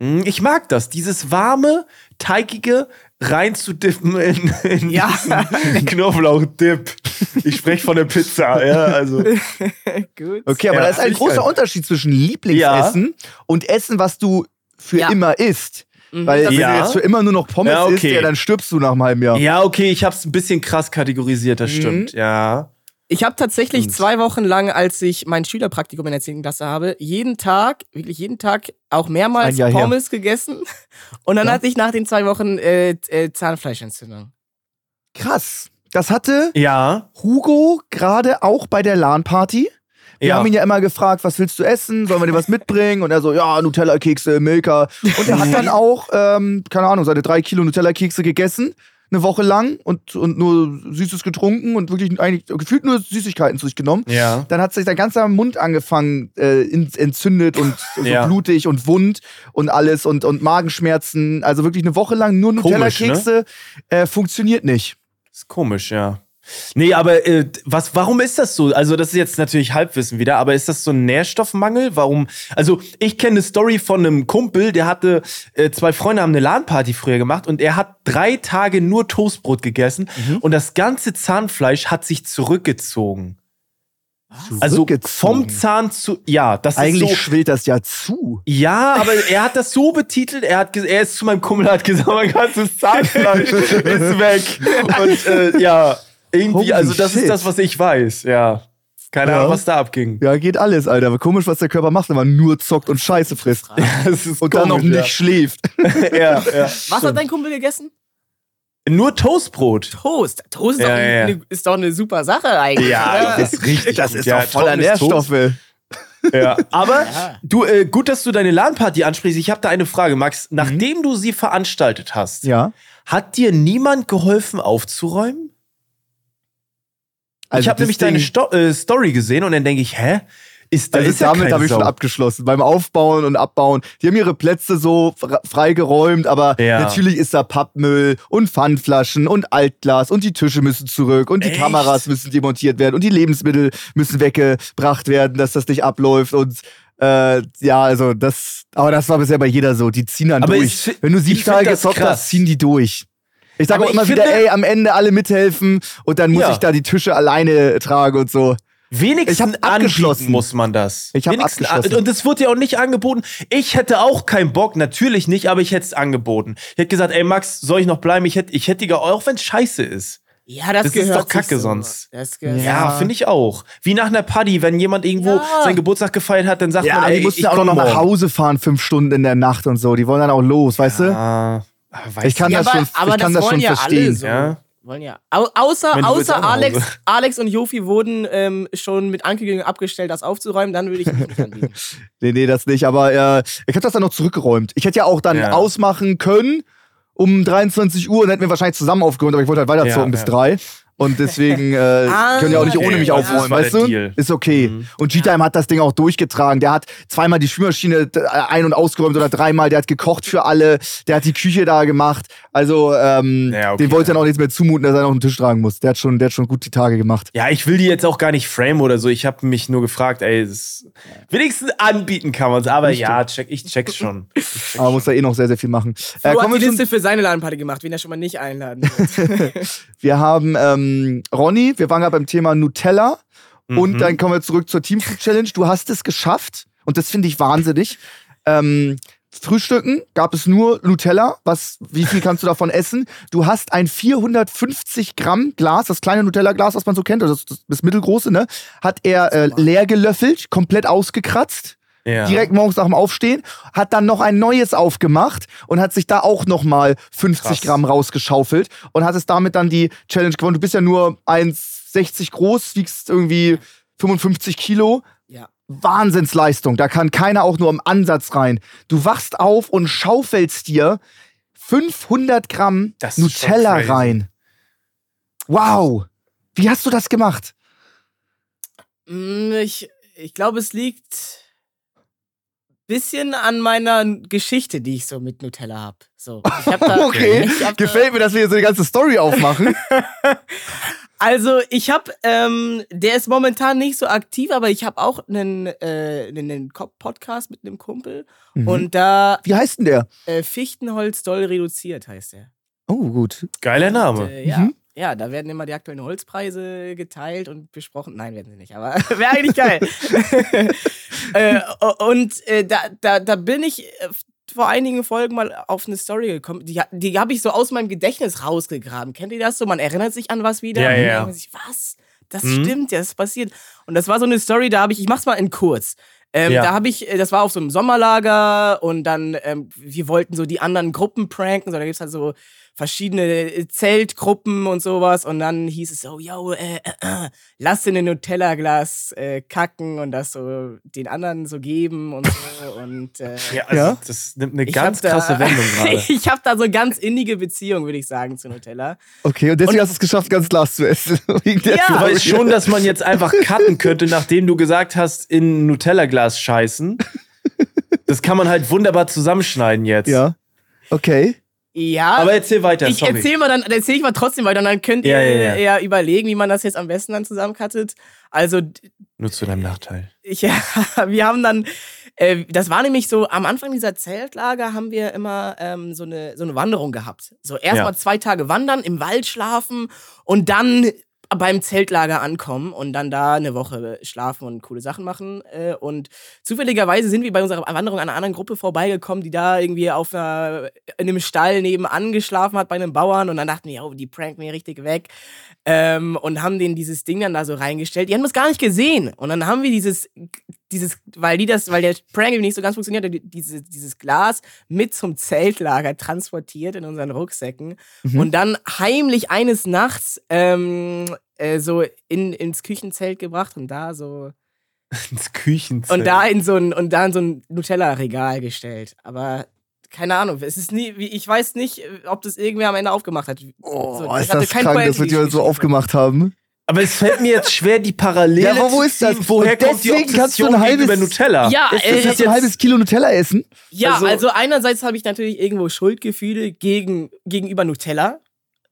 [SPEAKER 1] Hm, Ich mag das. Dieses warme, teigige reinzudippen in, in
[SPEAKER 3] Ja.
[SPEAKER 1] diesen Knoblauchdip. Ich spreche von der Pizza, ja, also.
[SPEAKER 3] Gut.
[SPEAKER 2] Okay, aber
[SPEAKER 1] Ja,
[SPEAKER 2] da ist ein
[SPEAKER 1] finde ich
[SPEAKER 2] großer
[SPEAKER 1] geil.
[SPEAKER 2] Unterschied zwischen Lieblingsessen und Essen, was du für
[SPEAKER 3] Ja.
[SPEAKER 2] immer isst.
[SPEAKER 3] Mhm,
[SPEAKER 2] Weil
[SPEAKER 3] das-
[SPEAKER 2] wenn
[SPEAKER 1] Ja.
[SPEAKER 2] du jetzt für immer nur noch Pommes
[SPEAKER 1] Ja,
[SPEAKER 2] isst,
[SPEAKER 1] okay.
[SPEAKER 2] ja, dann stirbst du nach einem halben Jahr.
[SPEAKER 1] Ja, okay, ich hab's ein bisschen krass kategorisiert, das
[SPEAKER 2] Mhm.
[SPEAKER 1] stimmt, ja.
[SPEAKER 3] Ich habe tatsächlich
[SPEAKER 1] Stimmt.
[SPEAKER 3] zwei Wochen lang, als ich mein Schülerpraktikum in der 10. Klasse habe, jeden Tag, wirklich jeden Tag, auch mehrmals
[SPEAKER 2] Ein Jahr her.
[SPEAKER 3] Pommes gegessen. Und dann
[SPEAKER 2] Ja.
[SPEAKER 3] hatte ich nach den zwei Wochen äh, äh, Zahnfleischentzündung.
[SPEAKER 2] Krass. Das hatte
[SPEAKER 1] Ja,
[SPEAKER 2] Hugo gerade auch bei der LAN-Party. Wir
[SPEAKER 1] ja.
[SPEAKER 2] haben ihn ja immer gefragt, was willst du essen? Sollen wir dir was mitbringen? Und er so, ja, Nutella-Kekse, Milka. Und er hat dann
[SPEAKER 1] Mhm.
[SPEAKER 2] auch, ähm, keine Ahnung, seine drei Kilo Nutella-Kekse gegessen, eine Woche lang und, und nur Süßes getrunken und wirklich eigentlich gefühlt nur Süßigkeiten zu sich genommen.
[SPEAKER 1] ja.
[SPEAKER 2] Dann hat sich sein ganzer Mund angefangen äh, in- entzündet und so
[SPEAKER 1] Ja.
[SPEAKER 2] blutig und wund und alles und, und Magenschmerzen. Also wirklich eine Woche lang nur
[SPEAKER 1] Komisch, ne?
[SPEAKER 2] Nutella-Kekse äh, funktioniert nicht.
[SPEAKER 1] Ist komisch, ja. Nee, aber äh, was, warum ist das so? Also, das ist jetzt natürlich Halbwissen wieder, aber ist das so ein Nährstoffmangel? Warum? Also, ich kenne eine Story von einem Kumpel, der hatte, äh, zwei Freunde haben eine LAN-Party früher gemacht und er hat drei Tage nur Toastbrot gegessen
[SPEAKER 2] Mhm.
[SPEAKER 1] und das ganze Zahnfleisch hat sich zurückgezogen. Also vom
[SPEAKER 2] Zurückgezogen.
[SPEAKER 1] Zahn zu. Ja, das
[SPEAKER 2] Eigentlich
[SPEAKER 1] ist so.
[SPEAKER 2] schwillt das ja zu.
[SPEAKER 1] Ja, aber er hat das so betitelt, er, hat, ge- er ist zu meinem Kumpel und hat gesagt, mein ganzes Zahnfleisch ist weg. Und äh, ja, irgendwie,
[SPEAKER 2] Holy
[SPEAKER 1] also das
[SPEAKER 2] shit.
[SPEAKER 1] ist das, was ich weiß, ja. Keine
[SPEAKER 2] Ja.
[SPEAKER 1] Ahnung, was da abging.
[SPEAKER 2] Ja, geht alles, Alter. Aber komisch, was der Körper macht, wenn man nur zockt und Scheiße frisst.
[SPEAKER 1] Das ist
[SPEAKER 2] Und dann noch
[SPEAKER 1] komisch,
[SPEAKER 2] nicht schläft.
[SPEAKER 1] Ja. ja, ja.
[SPEAKER 3] Was hat dein Kumpel gegessen?
[SPEAKER 1] Nur Toastbrot.
[SPEAKER 3] Toast. Toast ist,
[SPEAKER 1] Ja,
[SPEAKER 3] doch eine,
[SPEAKER 1] ja, ja.
[SPEAKER 3] Eine, ist doch eine super Sache eigentlich. oder?
[SPEAKER 1] ist richtig.
[SPEAKER 2] Das ist doch voller
[SPEAKER 1] volles
[SPEAKER 2] Nährstoffe.
[SPEAKER 1] Ja. Aber
[SPEAKER 3] Ja.
[SPEAKER 1] du, äh, gut, dass du deine LAN-Party ansprichst. Ich habe da eine Frage, Max. Nachdem du sie veranstaltet hast,
[SPEAKER 2] Mhm. Ja.
[SPEAKER 1] hat dir niemand geholfen aufzuräumen? ich habe
[SPEAKER 2] Also das
[SPEAKER 1] nämlich deine
[SPEAKER 2] Ding-
[SPEAKER 1] Sto äh, Story gesehen und dann denke ich, hä? Ist, da
[SPEAKER 2] Also
[SPEAKER 1] ist ja
[SPEAKER 2] damit
[SPEAKER 1] keine
[SPEAKER 2] habe ich schon
[SPEAKER 1] Sau.
[SPEAKER 2] abgeschlossen. Beim Aufbauen und Abbauen. Die haben ihre Plätze so fre- freigeräumt, aber
[SPEAKER 1] Ja.
[SPEAKER 2] natürlich ist da Pappmüll und Pfandflaschen und Altglas und die Tische müssen zurück und die
[SPEAKER 1] Echt?
[SPEAKER 2] Kameras müssen demontiert werden und die Lebensmittel müssen weggebracht werden, dass das nicht abläuft und äh, ja, also das, aber das war bisher bei jeder so. Die ziehen dann
[SPEAKER 1] Aber
[SPEAKER 2] durch.
[SPEAKER 1] ich fi-
[SPEAKER 2] Wenn du sieben
[SPEAKER 1] ich find
[SPEAKER 2] Tage
[SPEAKER 1] das
[SPEAKER 2] gezockt
[SPEAKER 1] krass.
[SPEAKER 2] hast, ziehen die durch. Ich sage
[SPEAKER 1] Aber
[SPEAKER 2] auch immer
[SPEAKER 1] ich
[SPEAKER 2] wieder,
[SPEAKER 1] finde-
[SPEAKER 2] ey, am Ende alle mithelfen und dann muss
[SPEAKER 1] Ja.
[SPEAKER 2] ich da die Tische alleine tragen und so. Ich hab
[SPEAKER 1] Wenigstens
[SPEAKER 2] abgeschlossen.
[SPEAKER 1] anbieten muss man das.
[SPEAKER 2] Ich hab
[SPEAKER 1] Wenigstens
[SPEAKER 2] abgeschlossen.
[SPEAKER 1] an- Und es wurde ja auch nicht angeboten. Ich hätte auch keinen Bock, natürlich nicht, aber ich hätte es angeboten. Ich hätte gesagt, ey Max, soll ich noch bleiben? Ich hätte, ich hätte die- auch wenn es scheiße ist.
[SPEAKER 3] Ja, das,
[SPEAKER 1] Das ist
[SPEAKER 3] gehört
[SPEAKER 1] doch
[SPEAKER 3] sich
[SPEAKER 1] Kacke
[SPEAKER 3] so.
[SPEAKER 1] sonst.
[SPEAKER 3] Das
[SPEAKER 1] Ja,
[SPEAKER 3] gehört
[SPEAKER 1] finde ich auch. Wie nach einer Party, wenn jemand irgendwo
[SPEAKER 3] Ja.
[SPEAKER 1] seinen Geburtstag gefeiert hat, dann sagt
[SPEAKER 2] Ja,
[SPEAKER 1] man,
[SPEAKER 2] aber
[SPEAKER 1] ey,
[SPEAKER 2] die mussten
[SPEAKER 1] ich
[SPEAKER 2] auch
[SPEAKER 1] komm
[SPEAKER 2] noch nach
[SPEAKER 1] morgen.
[SPEAKER 2] Hause fahren, fünf Stunden in der Nacht und so. Die wollen dann auch los, weißt du?
[SPEAKER 1] Ah, weiß
[SPEAKER 2] Ich kann
[SPEAKER 3] Ja,
[SPEAKER 2] das
[SPEAKER 3] aber-
[SPEAKER 2] schon,
[SPEAKER 3] aber
[SPEAKER 2] ich kann
[SPEAKER 3] das
[SPEAKER 2] das schon
[SPEAKER 3] wollen ja alle
[SPEAKER 2] verstehen.
[SPEAKER 3] so.
[SPEAKER 1] ja.
[SPEAKER 3] Wollen ja. Au außer
[SPEAKER 1] Wenn du willst, auch
[SPEAKER 3] außer
[SPEAKER 1] nach Hause.
[SPEAKER 3] Alex, Alex und Jofi wurden ähm, schon mit Ankündigung abgestellt, das aufzuräumen, dann würde ich mich nicht anbieten.
[SPEAKER 2] Nee, nee, das nicht. Aber äh, ich hab das dann noch zurückgeräumt. Ich hätte ja auch dann
[SPEAKER 1] Ja.
[SPEAKER 2] ausmachen können um 23 Uhr und hätten wir wahrscheinlich zusammen aufgeräumt, aber ich wollte halt weiterzocken
[SPEAKER 1] Ja,
[SPEAKER 2] bis
[SPEAKER 1] ja.
[SPEAKER 2] drei. Und deswegen äh,
[SPEAKER 3] Ah,
[SPEAKER 2] können ja auch nicht ohne
[SPEAKER 1] okay.
[SPEAKER 2] mich
[SPEAKER 1] Ja,
[SPEAKER 2] aufräumen,
[SPEAKER 1] das war
[SPEAKER 2] weißt
[SPEAKER 1] der
[SPEAKER 2] du?
[SPEAKER 1] Deal. Mhm.
[SPEAKER 2] Ist okay. Und G-Time hat das Ding auch durchgetragen. Der hat zweimal die Spülmaschine d- ein- und ausgeräumt oder dreimal. Der hat gekocht für alle. Der hat die Küche da gemacht. Also, ähm,
[SPEAKER 1] Ja, okay,
[SPEAKER 2] den wollte
[SPEAKER 1] ja.
[SPEAKER 2] dann auch nichts mehr zumuten, dass er noch einen Tisch tragen muss. Der hat schon, der hat schon gut die Tage gemacht.
[SPEAKER 1] Ja, ich will die jetzt auch gar nicht frame oder so. Ich habe mich nur gefragt, ey, das wenigstens anbieten kann man es. Aber ja, check, ich check's schon.
[SPEAKER 2] Aber muss da eh noch sehr, sehr viel machen. Äh,
[SPEAKER 3] Flo hat
[SPEAKER 2] kommen
[SPEAKER 3] die
[SPEAKER 2] wir, zum,
[SPEAKER 3] Liste für seine Ladenparty gemacht, wen er schon mal nicht einladen wird.
[SPEAKER 2] wir haben ähm, Ronny, wir waren gerade beim Thema Nutella.
[SPEAKER 3] Mhm.
[SPEAKER 2] Und dann kommen wir zurück zur Team Food Challenge. Du hast es geschafft und das finde ich wahnsinnig. Ähm, Frühstücken gab es nur Nutella. Was, wie viel kannst du davon essen? Du hast ein 450 Gramm Glas, das kleine Nutella-Glas, was man so kennt, also das, das, das mittelgroße, ne? Hat er äh, leer gelöffelt, komplett ausgekratzt.
[SPEAKER 1] Ja.
[SPEAKER 2] direkt morgens nach dem Aufstehen, hat dann noch ein neues aufgemacht und hat sich da auch nochmal 50
[SPEAKER 1] Krass.
[SPEAKER 2] Gramm rausgeschaufelt und hat es damit dann die Challenge gewonnen. Du bist ja nur 1,60 groß, wiegst irgendwie 55 Kilo.
[SPEAKER 3] ja.
[SPEAKER 2] Wahnsinnsleistung, da kann keiner auch nur im Ansatz rein. Du wachst auf und schaufelst dir 500 Gramm
[SPEAKER 1] Das ist schon
[SPEAKER 2] Nutella
[SPEAKER 1] crazy.
[SPEAKER 2] rein. Wow, wie hast du das gemacht?
[SPEAKER 3] Mm, Ich, ich glaube, es liegt bisschen an meiner Geschichte, die ich so mit Nutella habe. So, ich hab da, äh,
[SPEAKER 2] Okay,
[SPEAKER 3] ich hab da-
[SPEAKER 2] gefällt mir, dass wir jetzt so eine ganze Story aufmachen.
[SPEAKER 3] Also ich habe, ähm, der ist momentan nicht so aktiv, aber ich habe auch einen, äh, einen einen Co- Podcast mit einem Kumpel
[SPEAKER 2] Mhm.
[SPEAKER 3] und da
[SPEAKER 2] Wie heißt denn der?
[SPEAKER 3] äh, Fichtenholz doll reduziert heißt er.
[SPEAKER 2] Oh, gut.
[SPEAKER 1] Geiler
[SPEAKER 3] Und,
[SPEAKER 1] Name.
[SPEAKER 3] äh, ja.
[SPEAKER 2] Mhm.
[SPEAKER 3] ja, da werden immer die aktuellen Holzpreise geteilt und besprochen. Nein, werden sie nicht, aber wäre eigentlich geil. äh, o- und äh, da, da, da bin ich äh, vor einigen Folgen mal auf eine Story gekommen. Die, ha- die habe ich so aus meinem Gedächtnis rausgegraben. Kennt ihr das so? Man erinnert sich an was wieder.
[SPEAKER 1] Ja,
[SPEAKER 3] und dann
[SPEAKER 1] ja.
[SPEAKER 3] denkt man Sich, was? Das
[SPEAKER 1] Mhm.
[SPEAKER 3] stimmt, ja, das ist passiert. Und das war so eine Story, da habe ich, ich mach's mal in kurz. Ähm,
[SPEAKER 1] Ja.
[SPEAKER 3] Da habe ich, äh, das war auf so einem Sommerlager und dann, ähm, wir wollten so die anderen Gruppen pranken, so da gibt's halt so verschiedene äh, Zeltgruppen und sowas und dann hieß es so, yo, äh, äh, äh, lass in ein Nutella-Glas äh, kacken und das so den anderen so geben und so und äh,
[SPEAKER 1] Ja, also,
[SPEAKER 2] Ja.
[SPEAKER 1] das nimmt eine
[SPEAKER 3] ich
[SPEAKER 1] ganz
[SPEAKER 3] hab da-
[SPEAKER 1] krasse Wendung gerade.
[SPEAKER 3] ich habe da so ganz innige Beziehung, würde ich sagen, zu Nutella.
[SPEAKER 2] Okay, und deswegen
[SPEAKER 3] Und-
[SPEAKER 2] hast du es geschafft, ganz Glas zu essen. Wegen der
[SPEAKER 3] Ja.
[SPEAKER 1] Du
[SPEAKER 2] Story.
[SPEAKER 1] weißt schon, dass man jetzt einfach cutten könnte, nachdem du gesagt hast, in ein Nutella-Glas scheißen. Das kann man halt wunderbar zusammenschneiden jetzt.
[SPEAKER 2] Ja. Okay.
[SPEAKER 3] Ja,
[SPEAKER 1] Aber erzähl weiter,
[SPEAKER 3] ich
[SPEAKER 1] sorry.
[SPEAKER 3] erzähle mal dann, erzähle ich mal trotzdem weiter und dann könnt ihr
[SPEAKER 1] Ja,
[SPEAKER 3] ja,
[SPEAKER 1] ja, ja.
[SPEAKER 3] überlegen, wie man das jetzt am besten dann zusammenkattet. Also d-
[SPEAKER 1] Nur zu deinem Nachteil.
[SPEAKER 3] ich, wir haben dann, äh, das war nämlich so, am Anfang dieser Zeltlager haben wir immer ähm, so, eine, so eine Wanderung gehabt. So
[SPEAKER 1] Ja.
[SPEAKER 3] erstmal zwei Tage wandern, im Wald schlafen und dann beim Zeltlager ankommen und dann da eine Woche schlafen und coole Sachen machen. Äh, und zufälligerweise sind wir bei unserer Wanderung an einer anderen Gruppe vorbeigekommen, die da irgendwie auf einer, in einem Stall nebenan geschlafen hat bei einem Bauern und dann dachten wir, oh, die pranken mir richtig weg. Ähm, und haben denen dieses Ding dann da so reingestellt. Die haben das gar nicht gesehen. Und dann haben wir dieses, dieses, weil die das, weil der Prank nicht so ganz funktioniert hat, die- diese, dieses Glas mit zum Zeltlager transportiert in unseren Rucksäcken
[SPEAKER 2] Mhm.
[SPEAKER 3] und dann heimlich eines Nachts ähm, äh, so in, ins Küchenzelt gebracht und da so
[SPEAKER 1] Ins Küchenzelt.
[SPEAKER 3] und da in so ein und da in so ein Nutella Regal gestellt. Aber keine Ahnung, es ist nie, wie- ich weiß nicht, ob das irgendwer am Ende aufgemacht hat.
[SPEAKER 2] Oh,
[SPEAKER 3] So, ich
[SPEAKER 2] ist
[SPEAKER 3] hatte
[SPEAKER 2] das
[SPEAKER 3] kein
[SPEAKER 2] krank,
[SPEAKER 3] Poesie
[SPEAKER 2] dass wir die heute so
[SPEAKER 3] geschrieben.
[SPEAKER 2] aufgemacht haben.
[SPEAKER 1] Aber es fällt mir jetzt schwer, die Parallele
[SPEAKER 2] Ja, aber wo
[SPEAKER 1] zu
[SPEAKER 2] ist das?
[SPEAKER 1] ziehen, Woher
[SPEAKER 2] Und
[SPEAKER 1] kommt die
[SPEAKER 2] deswegen kannst du ein
[SPEAKER 1] Obsession
[SPEAKER 2] halbes-
[SPEAKER 1] gegenüber Nutella?
[SPEAKER 3] Ja,
[SPEAKER 2] Ist
[SPEAKER 3] äh,
[SPEAKER 2] das jetzt ein halbes Kilo Nutella essen?
[SPEAKER 3] Ja,
[SPEAKER 1] Also-
[SPEAKER 3] also, einerseits habe ich natürlich irgendwo Schuldgefühle gegen, gegenüber Nutella,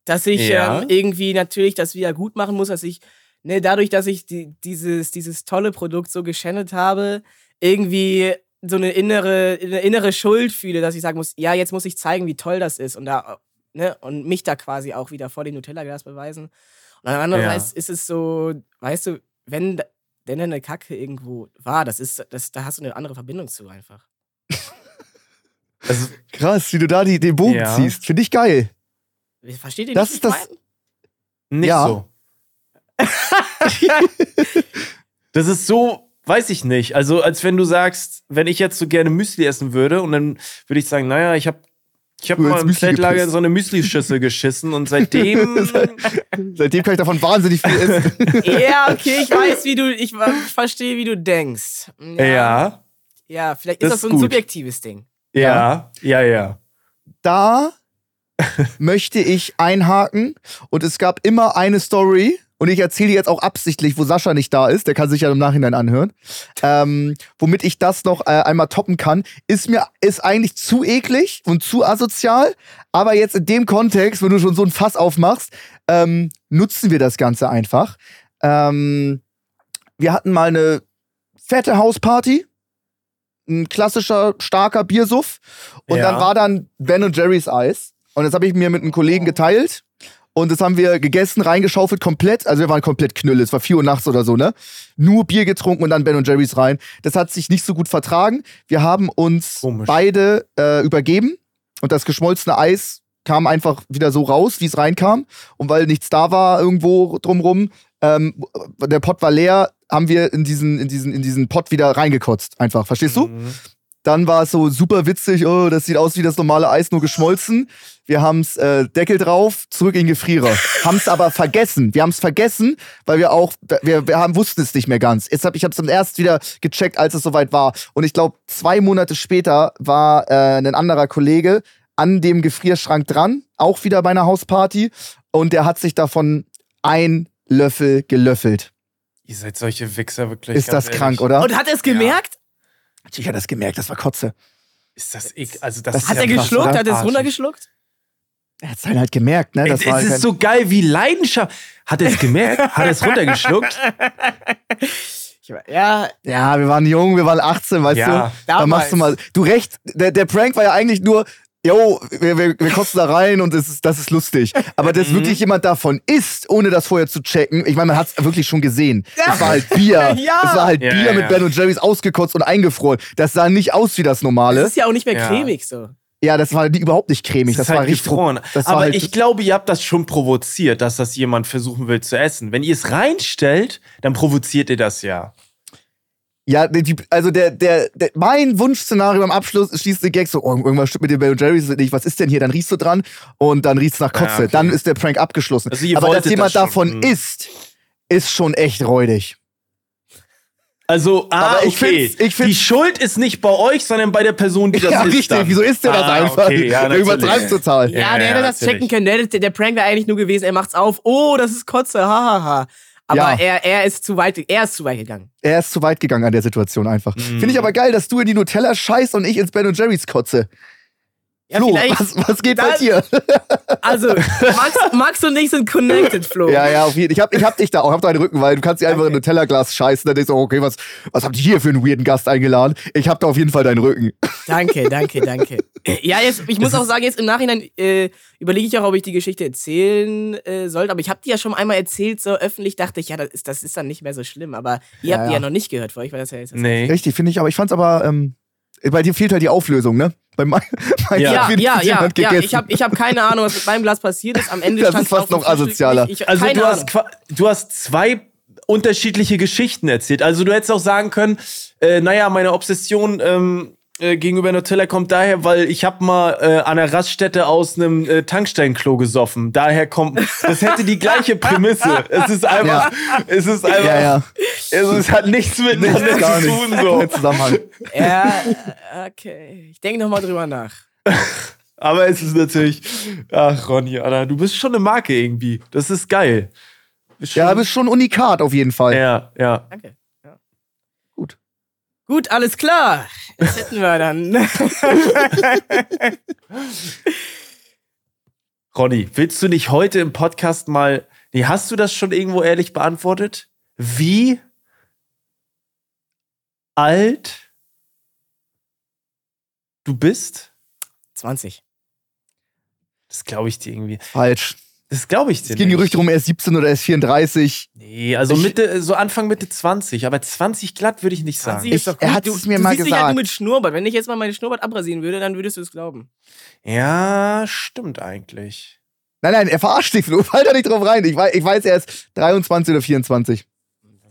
[SPEAKER 3] dass ich
[SPEAKER 1] Ja.
[SPEAKER 3] ähm, irgendwie natürlich das wieder gut machen muss, dass ich, ne, dadurch, dass ich die, dieses, dieses tolle Produkt so geschändet habe, irgendwie so eine innere, eine innere Schuld fühle, dass ich sagen muss, ja, jetzt muss ich zeigen, wie toll das ist und da, ne, und mich da quasi auch wieder vor dem Nutella-Glas beweisen. Und andererseits ist es so, weißt du, wenn denn eine Kacke irgendwo war, das ist, das, da hast du eine andere Verbindung zu einfach.
[SPEAKER 1] Also,
[SPEAKER 2] Krass, wie du da die, den Bogen
[SPEAKER 1] Ja.
[SPEAKER 2] ziehst. Finde ich geil.
[SPEAKER 3] Versteht ihr
[SPEAKER 2] Das ist
[SPEAKER 3] nicht?
[SPEAKER 2] das-
[SPEAKER 1] nicht
[SPEAKER 2] Ja.
[SPEAKER 1] so. das ist so, weiß ich nicht. Also, als wenn du sagst, wenn ich jetzt so gerne Müsli essen würde und dann würde ich sagen, naja, ich habe ich hab
[SPEAKER 2] Du hast
[SPEAKER 1] mal im
[SPEAKER 2] Müsli
[SPEAKER 1] Zeltlager
[SPEAKER 2] gepisst.
[SPEAKER 1] so eine Müslischüssel geschissen und seitdem.
[SPEAKER 2] Seitdem kann ich davon wahnsinnig viel essen.
[SPEAKER 3] ja, okay, ich weiß, wie du, ich wa- verstehe, wie du denkst.
[SPEAKER 1] ja, ja,
[SPEAKER 3] Ja, vielleicht
[SPEAKER 1] Das
[SPEAKER 3] ist das so
[SPEAKER 1] ist
[SPEAKER 3] ein
[SPEAKER 1] gut.
[SPEAKER 3] subjektives Ding.
[SPEAKER 1] ja, ja, ja.
[SPEAKER 2] da möchte ich einhaken. Und es gab immer eine Story. Und ich erzähle die jetzt auch absichtlich, wo Sascha nicht da ist. Der kann sich ja im Nachhinein anhören. Ähm, womit ich das noch äh, einmal toppen kann, ist mir ist eigentlich zu eklig und zu asozial. Aber jetzt in dem Kontext, wenn du schon so ein Fass aufmachst, ähm, nutzen wir das Ganze einfach. Ähm, wir hatten mal eine fette Hausparty. Ein klassischer, starker Biersuff. Und
[SPEAKER 1] Ja.
[SPEAKER 2] dann war dann Ben und Jerry's Eis. Und das habe ich mir mit einem Kollegen geteilt. Und das haben wir gegessen, reingeschaufelt, komplett. Also wir waren komplett Knülle. Es war 4 Uhr nachts oder so, ne? Nur Bier getrunken und dann Ben und Jerry's rein. Das hat sich nicht so gut vertragen. Wir haben uns
[SPEAKER 1] Komisch.
[SPEAKER 2] beide äh, übergeben. Und das geschmolzene Eis kam einfach wieder so raus, wie es reinkam. Und weil nichts da war irgendwo drumrum, ähm, der Pott war leer, haben wir in diesen, in diesen, in diesen Pott wieder reingekotzt. Einfach, verstehst du?
[SPEAKER 1] Mhm.
[SPEAKER 2] Dann war es so super witzig, oh, das sieht aus wie das normale Eis, nur geschmolzen. Wir haben's äh, Deckel drauf, zurück in den Gefrierer. haben's aber vergessen. Wir haben's vergessen, weil wir auch, wir, wir haben, wussten es nicht mehr ganz. Jetzt hab, ich hab's dann erst wieder gecheckt, als es soweit war. Und ich glaube, zwei Monate später war äh, ein anderer Kollege an dem Gefrierschrank dran, auch wieder bei einer Hausparty. Und der hat sich davon ein Löffel gelöffelt.
[SPEAKER 1] Ihr seid solche Wichser wirklich.
[SPEAKER 2] Ist
[SPEAKER 1] ganz
[SPEAKER 2] das
[SPEAKER 1] ehrlich.
[SPEAKER 2] krank, oder?
[SPEAKER 3] Und hat er es gemerkt?
[SPEAKER 2] Natürlich hat er das gemerkt, das war Kotze.
[SPEAKER 1] Ist das ich, also das,
[SPEAKER 2] Das
[SPEAKER 1] ist
[SPEAKER 3] Hat
[SPEAKER 1] ja
[SPEAKER 3] er
[SPEAKER 2] krass,
[SPEAKER 3] geschluckt?
[SPEAKER 2] oder? Ah,
[SPEAKER 3] Hat er es
[SPEAKER 1] Arschig.
[SPEAKER 3] runtergeschluckt?
[SPEAKER 2] Er hat es halt gemerkt, ne? Das
[SPEAKER 1] es,
[SPEAKER 2] war halt
[SPEAKER 1] es
[SPEAKER 2] kein-
[SPEAKER 1] ist so geil, wie Leidenschaft. Hat er es gemerkt? Hat er es runtergeschluckt?
[SPEAKER 3] Ich, war- ja,
[SPEAKER 2] Ja, wir waren jung, wir waren 18, weißt
[SPEAKER 1] Ja,
[SPEAKER 2] du? Da
[SPEAKER 3] damals.
[SPEAKER 2] machst du mal. Du recht, der, der Prank war ja eigentlich nur, yo, wir, wir, wir kotzen da rein und es ist, das ist lustig. Aber
[SPEAKER 1] Mhm.
[SPEAKER 2] dass wirklich jemand davon isst, ohne das vorher zu checken, ich meine, man hat es wirklich schon gesehen.
[SPEAKER 3] Ja.
[SPEAKER 2] Es war halt Bier.
[SPEAKER 3] Ja.
[SPEAKER 2] Es war halt
[SPEAKER 1] Ja,
[SPEAKER 2] Bier
[SPEAKER 1] ja,
[SPEAKER 2] mit
[SPEAKER 1] ja.
[SPEAKER 2] Ben und Jerry's ausgekotzt und eingefroren. Das sah nicht aus wie das normale.
[SPEAKER 3] das ist ja auch nicht mehr
[SPEAKER 1] Ja.
[SPEAKER 3] cremig so.
[SPEAKER 2] Ja, das war die überhaupt nicht cremig.
[SPEAKER 1] Das
[SPEAKER 2] Das,
[SPEAKER 1] ist halt
[SPEAKER 2] war richtig.
[SPEAKER 1] gefroren.
[SPEAKER 2] Das war
[SPEAKER 1] Aber
[SPEAKER 2] halt,
[SPEAKER 1] ich glaube, ihr habt das schon provoziert, dass das jemand versuchen will zu essen. Wenn ihr es reinstellt, dann provoziert ihr das ja.
[SPEAKER 2] Ja, der Typ, also der, der, der, mein Wunschszenario am Abschluss ist, schließt der Gag so, oh, irgendwas stimmt mit dem Ben Jerry's nicht, was ist denn hier? Dann riechst du dran und dann riechst du nach Kotze.
[SPEAKER 1] Ja, okay.
[SPEAKER 2] Dann ist der Prank abgeschlossen.
[SPEAKER 1] Also ihr
[SPEAKER 2] Aber dass
[SPEAKER 1] wolltet
[SPEAKER 2] jemand
[SPEAKER 1] das schon,
[SPEAKER 2] davon
[SPEAKER 1] hm.
[SPEAKER 2] isst, ist schon echt räudig.
[SPEAKER 1] Also, ah,
[SPEAKER 2] Aber ich
[SPEAKER 1] okay.
[SPEAKER 2] find's- ich find's-
[SPEAKER 1] die Schuld ist nicht bei euch, sondern bei der Person, die das
[SPEAKER 2] ja,
[SPEAKER 1] isst.
[SPEAKER 2] richtig.
[SPEAKER 1] Dann.
[SPEAKER 2] Wieso isst der das
[SPEAKER 1] Ah,
[SPEAKER 2] einfach?
[SPEAKER 1] Okay, ja,
[SPEAKER 2] du
[SPEAKER 1] natürlich.
[SPEAKER 2] übertreibst total.
[SPEAKER 3] Ja,
[SPEAKER 1] Ja,
[SPEAKER 3] der
[SPEAKER 1] ja,
[SPEAKER 3] hätte das
[SPEAKER 1] natürlich.
[SPEAKER 3] checken können. Der, hätte- der Prank wäre eigentlich nur gewesen, er macht's auf. Oh, das ist Kotze, hahaha. Ha, ha. Aber
[SPEAKER 2] Ja.
[SPEAKER 3] er, er ist zu weit, er ist zu weit gegangen.
[SPEAKER 2] Er ist zu weit gegangen an der Situation einfach. Finde
[SPEAKER 1] Mhm.
[SPEAKER 2] ich aber geil, dass du in die Nutella scheißt und ich ins Ben Jerry's kotze.
[SPEAKER 3] Ja,
[SPEAKER 2] Flo,
[SPEAKER 3] vielleicht-
[SPEAKER 2] was, was geht bei
[SPEAKER 3] Dann-
[SPEAKER 2] dir?
[SPEAKER 3] Also, Max, Max und ich sind connected, Flo.
[SPEAKER 2] Ja, ja, auf jeden Fall. Ich hab, ich hab dich da auch, hab deinen Rücken, weil du kannst dich einfach in ein Nutella-Glas scheißen. Dann denkst du, okay, was, was habt ihr hier für einen weirden Gast eingeladen? Ich hab da auf jeden Fall deinen Rücken.
[SPEAKER 3] Danke, danke, danke. Ja, jetzt, ich muss auch sagen, jetzt im Nachhinein äh, überlege ich auch, ob ich die Geschichte erzählen äh, sollte. Aber ich habe die ja schon einmal erzählt, so öffentlich dachte ich, ja, das ist, das ist dann nicht mehr so schlimm. Aber ihr
[SPEAKER 2] Ja,
[SPEAKER 3] habt die
[SPEAKER 2] ja.
[SPEAKER 3] ja noch nicht gehört vor euch, weil das ja jetzt.
[SPEAKER 1] Nee.
[SPEAKER 2] Richtig, finde ich. Aber ich fand's aber, ähm, bei dir fehlt halt die Auflösung, ne? Bei mein,
[SPEAKER 1] Ja,
[SPEAKER 2] mein hat
[SPEAKER 3] Ja, ja,
[SPEAKER 2] wenigstens
[SPEAKER 3] ja,
[SPEAKER 2] jemand
[SPEAKER 3] ja.
[SPEAKER 2] gegessen.
[SPEAKER 3] Ich habe ich hab keine Ahnung, was mit meinem Glas passiert ist. Am Ende
[SPEAKER 2] Das
[SPEAKER 3] stand
[SPEAKER 2] ist fast noch asozialer.
[SPEAKER 3] Ich,
[SPEAKER 1] Also
[SPEAKER 3] keine
[SPEAKER 1] du
[SPEAKER 3] Ahnung.
[SPEAKER 1] hast, qua- du hast zwei unterschiedliche Geschichten erzählt. Also du hättest auch sagen können, äh, naja, meine Obsession ähm, äh, gegenüber Nutella kommt daher, weil ich habe mal äh, an einer Raststätte aus einem äh, Tankstellenklo gesoffen. Daher kommt, das hätte die gleiche Prämisse. Es ist einfach, es ist einfach,
[SPEAKER 2] ja, ja.
[SPEAKER 1] Also, es hat nichts miteinander
[SPEAKER 2] Nichts, gar
[SPEAKER 1] zu
[SPEAKER 2] nichts.
[SPEAKER 1] tun. So.
[SPEAKER 2] Kein Zusammenhang.
[SPEAKER 3] Ja, okay. Ich denke nochmal drüber nach.
[SPEAKER 1] Aber es ist natürlich, ach Ronny, Alter, du bist schon eine Marke irgendwie. Das ist geil. Bist
[SPEAKER 2] Ja,
[SPEAKER 1] schon-
[SPEAKER 2] bist schon unikat auf jeden Fall.
[SPEAKER 1] ja, ja.
[SPEAKER 3] Danke. Ja.
[SPEAKER 2] Gut.
[SPEAKER 3] Gut, alles klar. Das hätten wir dann.
[SPEAKER 1] Ronny, willst du nicht heute im Podcast mal. Nee, hast du das schon irgendwo ehrlich beantwortet? Wie alt du bist?
[SPEAKER 3] 20.
[SPEAKER 1] Das glaube ich dir irgendwie.
[SPEAKER 2] Falsch.
[SPEAKER 1] Das glaube ich dir.
[SPEAKER 2] Es gehen
[SPEAKER 1] nicht.
[SPEAKER 2] Gerüchte rum, er ist 17 oder er ist 34.
[SPEAKER 1] Nee, also
[SPEAKER 2] Ich-
[SPEAKER 1] Mitte, so Anfang Mitte 20, aber 20 glatt würde ich nicht sagen.
[SPEAKER 3] Sie ist doch
[SPEAKER 2] er
[SPEAKER 3] gut.
[SPEAKER 2] hat
[SPEAKER 3] Du-
[SPEAKER 2] es mir
[SPEAKER 3] du
[SPEAKER 2] mal
[SPEAKER 3] siehst dich halt
[SPEAKER 2] gesagt.
[SPEAKER 3] nur mit Schnurrbart. Wenn ich jetzt mal meine Schnurrbart abrasieren würde, dann würdest du es glauben.
[SPEAKER 1] Ja, stimmt eigentlich.
[SPEAKER 2] Nein, nein, er verarscht dich, Flo. Fall da nicht drauf rein. Ich weiß, ich weiß, er ist 23 oder 24.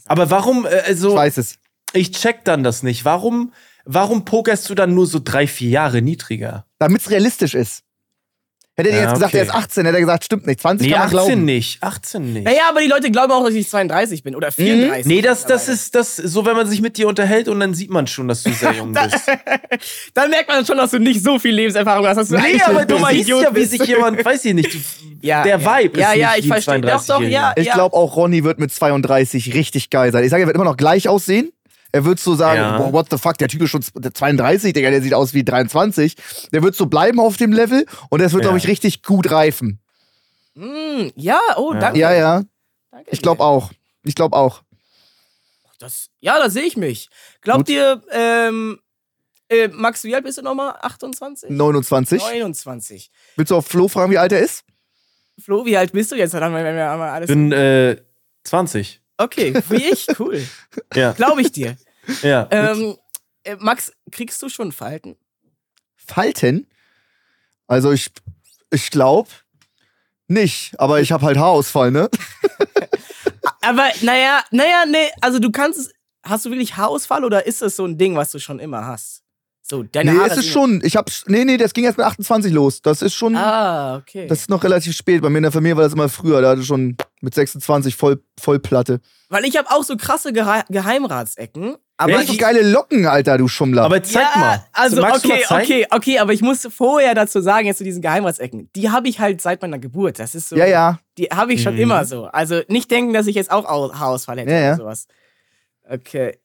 [SPEAKER 1] Aber warum, äh,
[SPEAKER 2] Ich
[SPEAKER 1] also, ich,
[SPEAKER 2] weiß es.
[SPEAKER 1] check dann das nicht. Warum, warum pokerst du dann nur so drei, vier Jahre niedriger?
[SPEAKER 2] Damit es realistisch ist. Hätte er dir
[SPEAKER 1] Ja,
[SPEAKER 2] jetzt gesagt, er
[SPEAKER 1] okay.
[SPEAKER 2] ist 18, hätte er gesagt, stimmt nicht. 20
[SPEAKER 1] Nee,
[SPEAKER 2] kann man
[SPEAKER 1] 18
[SPEAKER 2] glauben.
[SPEAKER 1] nicht. 18 nicht.
[SPEAKER 3] Naja, aber die Leute glauben auch, dass ich 32 bin oder 34.
[SPEAKER 1] Mhm. Nee, das, das ist das, so wenn man sich mit dir unterhält und dann sieht man schon, dass du sehr jung bist.
[SPEAKER 3] Dann merkt man schon, dass du nicht so viel Lebenserfahrung hast. Dass du
[SPEAKER 1] nee,
[SPEAKER 3] eigentlich
[SPEAKER 1] aber
[SPEAKER 3] ein
[SPEAKER 1] du
[SPEAKER 3] dummer
[SPEAKER 1] siehst
[SPEAKER 3] Idiot
[SPEAKER 1] ja, wie
[SPEAKER 3] bist.
[SPEAKER 1] sich jemand, weiß ich nicht, du-
[SPEAKER 3] Ja,
[SPEAKER 1] der
[SPEAKER 3] ja.
[SPEAKER 1] Vibe
[SPEAKER 3] Ja,
[SPEAKER 1] ist
[SPEAKER 3] ja,
[SPEAKER 1] nicht
[SPEAKER 3] ich
[SPEAKER 1] wie
[SPEAKER 3] verstehe. Doch, doch,
[SPEAKER 1] 32-Jähriger.
[SPEAKER 3] ja.
[SPEAKER 2] Ich glaube auch, Ronny wird mit 32 richtig geil sein. Ich sage, er wird immer noch gleich aussehen. Er wird so sagen,
[SPEAKER 1] Ja.
[SPEAKER 2] boah, what the fuck, der Typ ist schon 32, Digga, der sieht aus wie 23. Der wird so bleiben auf dem Level und das wird,
[SPEAKER 1] Ja.
[SPEAKER 2] glaube ich, richtig gut reifen.
[SPEAKER 3] Hm, ja, oh,
[SPEAKER 1] Ja.
[SPEAKER 3] danke.
[SPEAKER 2] Ja, ja,
[SPEAKER 3] danke
[SPEAKER 2] ich glaube auch. Ich glaube auch.
[SPEAKER 3] Das, ja, da sehe ich mich. Glaubt
[SPEAKER 2] Gut.
[SPEAKER 3] ihr, ähm, äh, Max, wie alt bist du nochmal? 28?
[SPEAKER 2] 29.
[SPEAKER 3] 29.
[SPEAKER 2] Willst du auf Flo fragen, wie alt er ist?
[SPEAKER 3] Flo, wie alt bist du jetzt? Dann haben wir, wenn wir einmal
[SPEAKER 1] Ich
[SPEAKER 3] alles.
[SPEAKER 1] bin äh, 20.
[SPEAKER 3] Okay, wie ich, cool.
[SPEAKER 1] Ja,
[SPEAKER 3] Glaube ich dir.
[SPEAKER 1] ja.
[SPEAKER 3] Ähm, äh, Max, kriegst du schon Falten?
[SPEAKER 2] Falten? Also ich, ich glaube nicht, aber ich habe halt Haarausfall, ne?
[SPEAKER 3] Aber naja, naja, nee, also du kannst es. Hast du wirklich Haarausfall oder ist das so ein Ding, was du schon immer hast? So, deine
[SPEAKER 2] nee,
[SPEAKER 3] Haare.
[SPEAKER 2] ist es
[SPEAKER 3] sind-
[SPEAKER 2] schon. Ich hab's, nee, nee, das ging erst mit 28 los. Das ist schon,
[SPEAKER 3] Ah, okay.
[SPEAKER 2] das ist noch relativ spät. Bei mir in der Familie war das immer früher. Da hatte ich schon mit 26 voll, voll Platte.
[SPEAKER 3] Weil ich habe auch so krasse Gehe Geheimratsecken.
[SPEAKER 2] Du
[SPEAKER 3] Aber
[SPEAKER 2] hast so
[SPEAKER 3] ich,
[SPEAKER 2] geile Locken, Alter, du Schummler.
[SPEAKER 1] aber zeig
[SPEAKER 3] ja,
[SPEAKER 1] mal.
[SPEAKER 3] Also,
[SPEAKER 1] Magst du
[SPEAKER 3] okay,
[SPEAKER 1] mal zeigen?
[SPEAKER 3] okay, okay, aber ich muss vorher dazu sagen, jetzt zu diesen Geheimratsecken. Die habe ich halt seit meiner Geburt. Das ist so.
[SPEAKER 2] ja, ja.
[SPEAKER 3] Die habe ich schon
[SPEAKER 1] Mhm.
[SPEAKER 3] immer so. Also nicht denken, dass ich jetzt auch Au- Haarausfall hätte
[SPEAKER 2] Ja, ja.
[SPEAKER 3] oder sowas. Okay.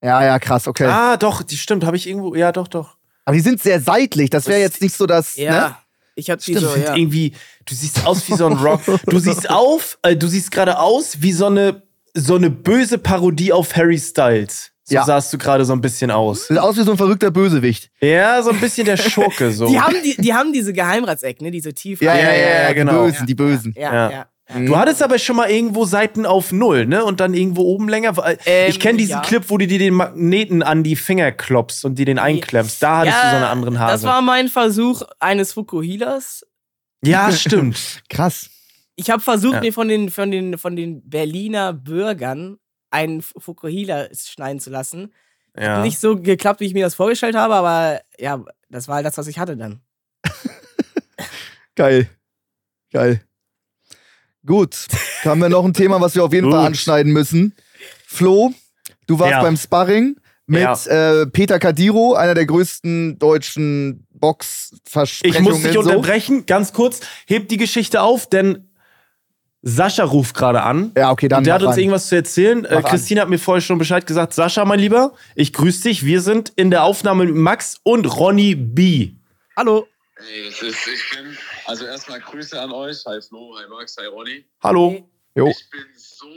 [SPEAKER 2] Ja, ja, krass, okay.
[SPEAKER 1] Ah, doch, die stimmt, habe ich irgendwo. Ja, doch, doch.
[SPEAKER 2] Aber die sind sehr seitlich. Das wäre jetzt nicht so das.
[SPEAKER 3] Ja.
[SPEAKER 2] Ne?
[SPEAKER 3] Ich hab die
[SPEAKER 1] Stimmt,
[SPEAKER 3] so, ja.
[SPEAKER 1] irgendwie, du siehst aus wie so ein Rock. Du siehst auf, äh, du siehst gerade aus wie so eine, so eine böse Parodie auf Harry Styles. So
[SPEAKER 2] Ja.
[SPEAKER 1] sahst du gerade so ein bisschen aus.
[SPEAKER 2] Sieht aus wie so ein verrückter Bösewicht.
[SPEAKER 1] Ja, so ein bisschen der Schurke so.
[SPEAKER 3] Die haben, die, die haben diese Geheimratsecken, ne? Die so tief.
[SPEAKER 1] Ja, ja, ja,
[SPEAKER 2] die
[SPEAKER 1] genau.
[SPEAKER 2] Bösen, die Bösen.
[SPEAKER 3] ja.
[SPEAKER 1] ja.
[SPEAKER 3] ja.
[SPEAKER 1] du hattest aber schon mal irgendwo Seiten auf Null, ne? Und dann irgendwo oben länger. weil-
[SPEAKER 3] Ähm,
[SPEAKER 1] ich kenne diesen
[SPEAKER 3] ja.
[SPEAKER 1] Clip, wo du dir den Magneten an die Finger klopfst und dir den einklemmst. Da hattest du Ah, so einen anderen Hase.
[SPEAKER 3] Das war mein Versuch eines Fukuhilas.
[SPEAKER 1] ja, stimmt.
[SPEAKER 2] Krass.
[SPEAKER 3] Ich habe versucht,
[SPEAKER 1] Ja.
[SPEAKER 3] mir von den, von, den, von den Berliner Bürgern einen F- Fukuhila schneiden zu lassen.
[SPEAKER 1] Ja.
[SPEAKER 3] Nicht so geklappt, wie ich mir das vorgestellt habe, aber ja, das war halt das, was ich hatte dann.
[SPEAKER 2] Geil. Geil. Gut. Da haben wir noch ein Thema, was wir auf jeden Fall
[SPEAKER 1] Gut.
[SPEAKER 2] anschneiden müssen. Flo, du warst
[SPEAKER 1] Ja.
[SPEAKER 2] beim Sparring mit äh, Peter Kadiro, einer der größten deutschen
[SPEAKER 1] Ich
[SPEAKER 2] Boxversprechungen.
[SPEAKER 1] muss dich
[SPEAKER 2] so.
[SPEAKER 1] unterbrechen, ganz kurz. Heb die Geschichte auf, denn Sascha ruft gerade an.
[SPEAKER 2] Ja, okay, dann.
[SPEAKER 1] Und der hat
[SPEAKER 2] mach
[SPEAKER 1] uns
[SPEAKER 2] rein.
[SPEAKER 1] irgendwas zu erzählen. Äh,
[SPEAKER 2] Mach an.
[SPEAKER 1] Christine hat mir vorher schon Bescheid gesagt. Sascha, mein Lieber, ich grüße dich. Wir sind in der Aufnahme mit Max und Ronny B.
[SPEAKER 3] Hallo.
[SPEAKER 4] Ey, das ist, ich bin, also erstmal Grüße an euch. Hi Flo, hi Max, hi Ronny.
[SPEAKER 1] Hallo.
[SPEAKER 2] Jo.
[SPEAKER 4] Ich bin so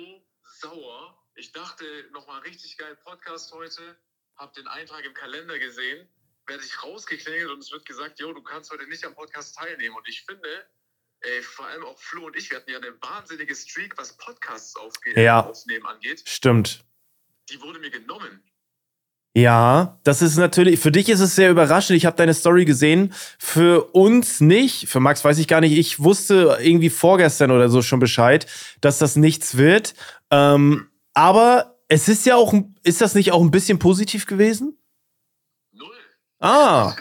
[SPEAKER 4] sauer. Ich dachte, nochmal richtig geil Podcast heute. Hab den Eintrag im Kalender gesehen. Werde ich rausgeklingelt und es wird gesagt, jo, du kannst heute nicht am Podcast teilnehmen. Und ich finde, ey, vor allem auch Flo und ich, wir hatten ja eine wahnsinnige Streak, was Podcasts aufge
[SPEAKER 1] Ja.
[SPEAKER 4] aufnehmen angeht.
[SPEAKER 1] Stimmt.
[SPEAKER 4] Die wurde mir genommen.
[SPEAKER 1] Ja, das ist natürlich, für dich ist es sehr überraschend. Ich habe deine Story gesehen. Für uns nicht, für Max weiß ich gar nicht. Ich wusste irgendwie vorgestern oder so schon Bescheid, dass das nichts wird. Ähm, aber es ist ja auch, ein- ist das nicht auch ein bisschen positiv gewesen?
[SPEAKER 4] Null.
[SPEAKER 1] Ah,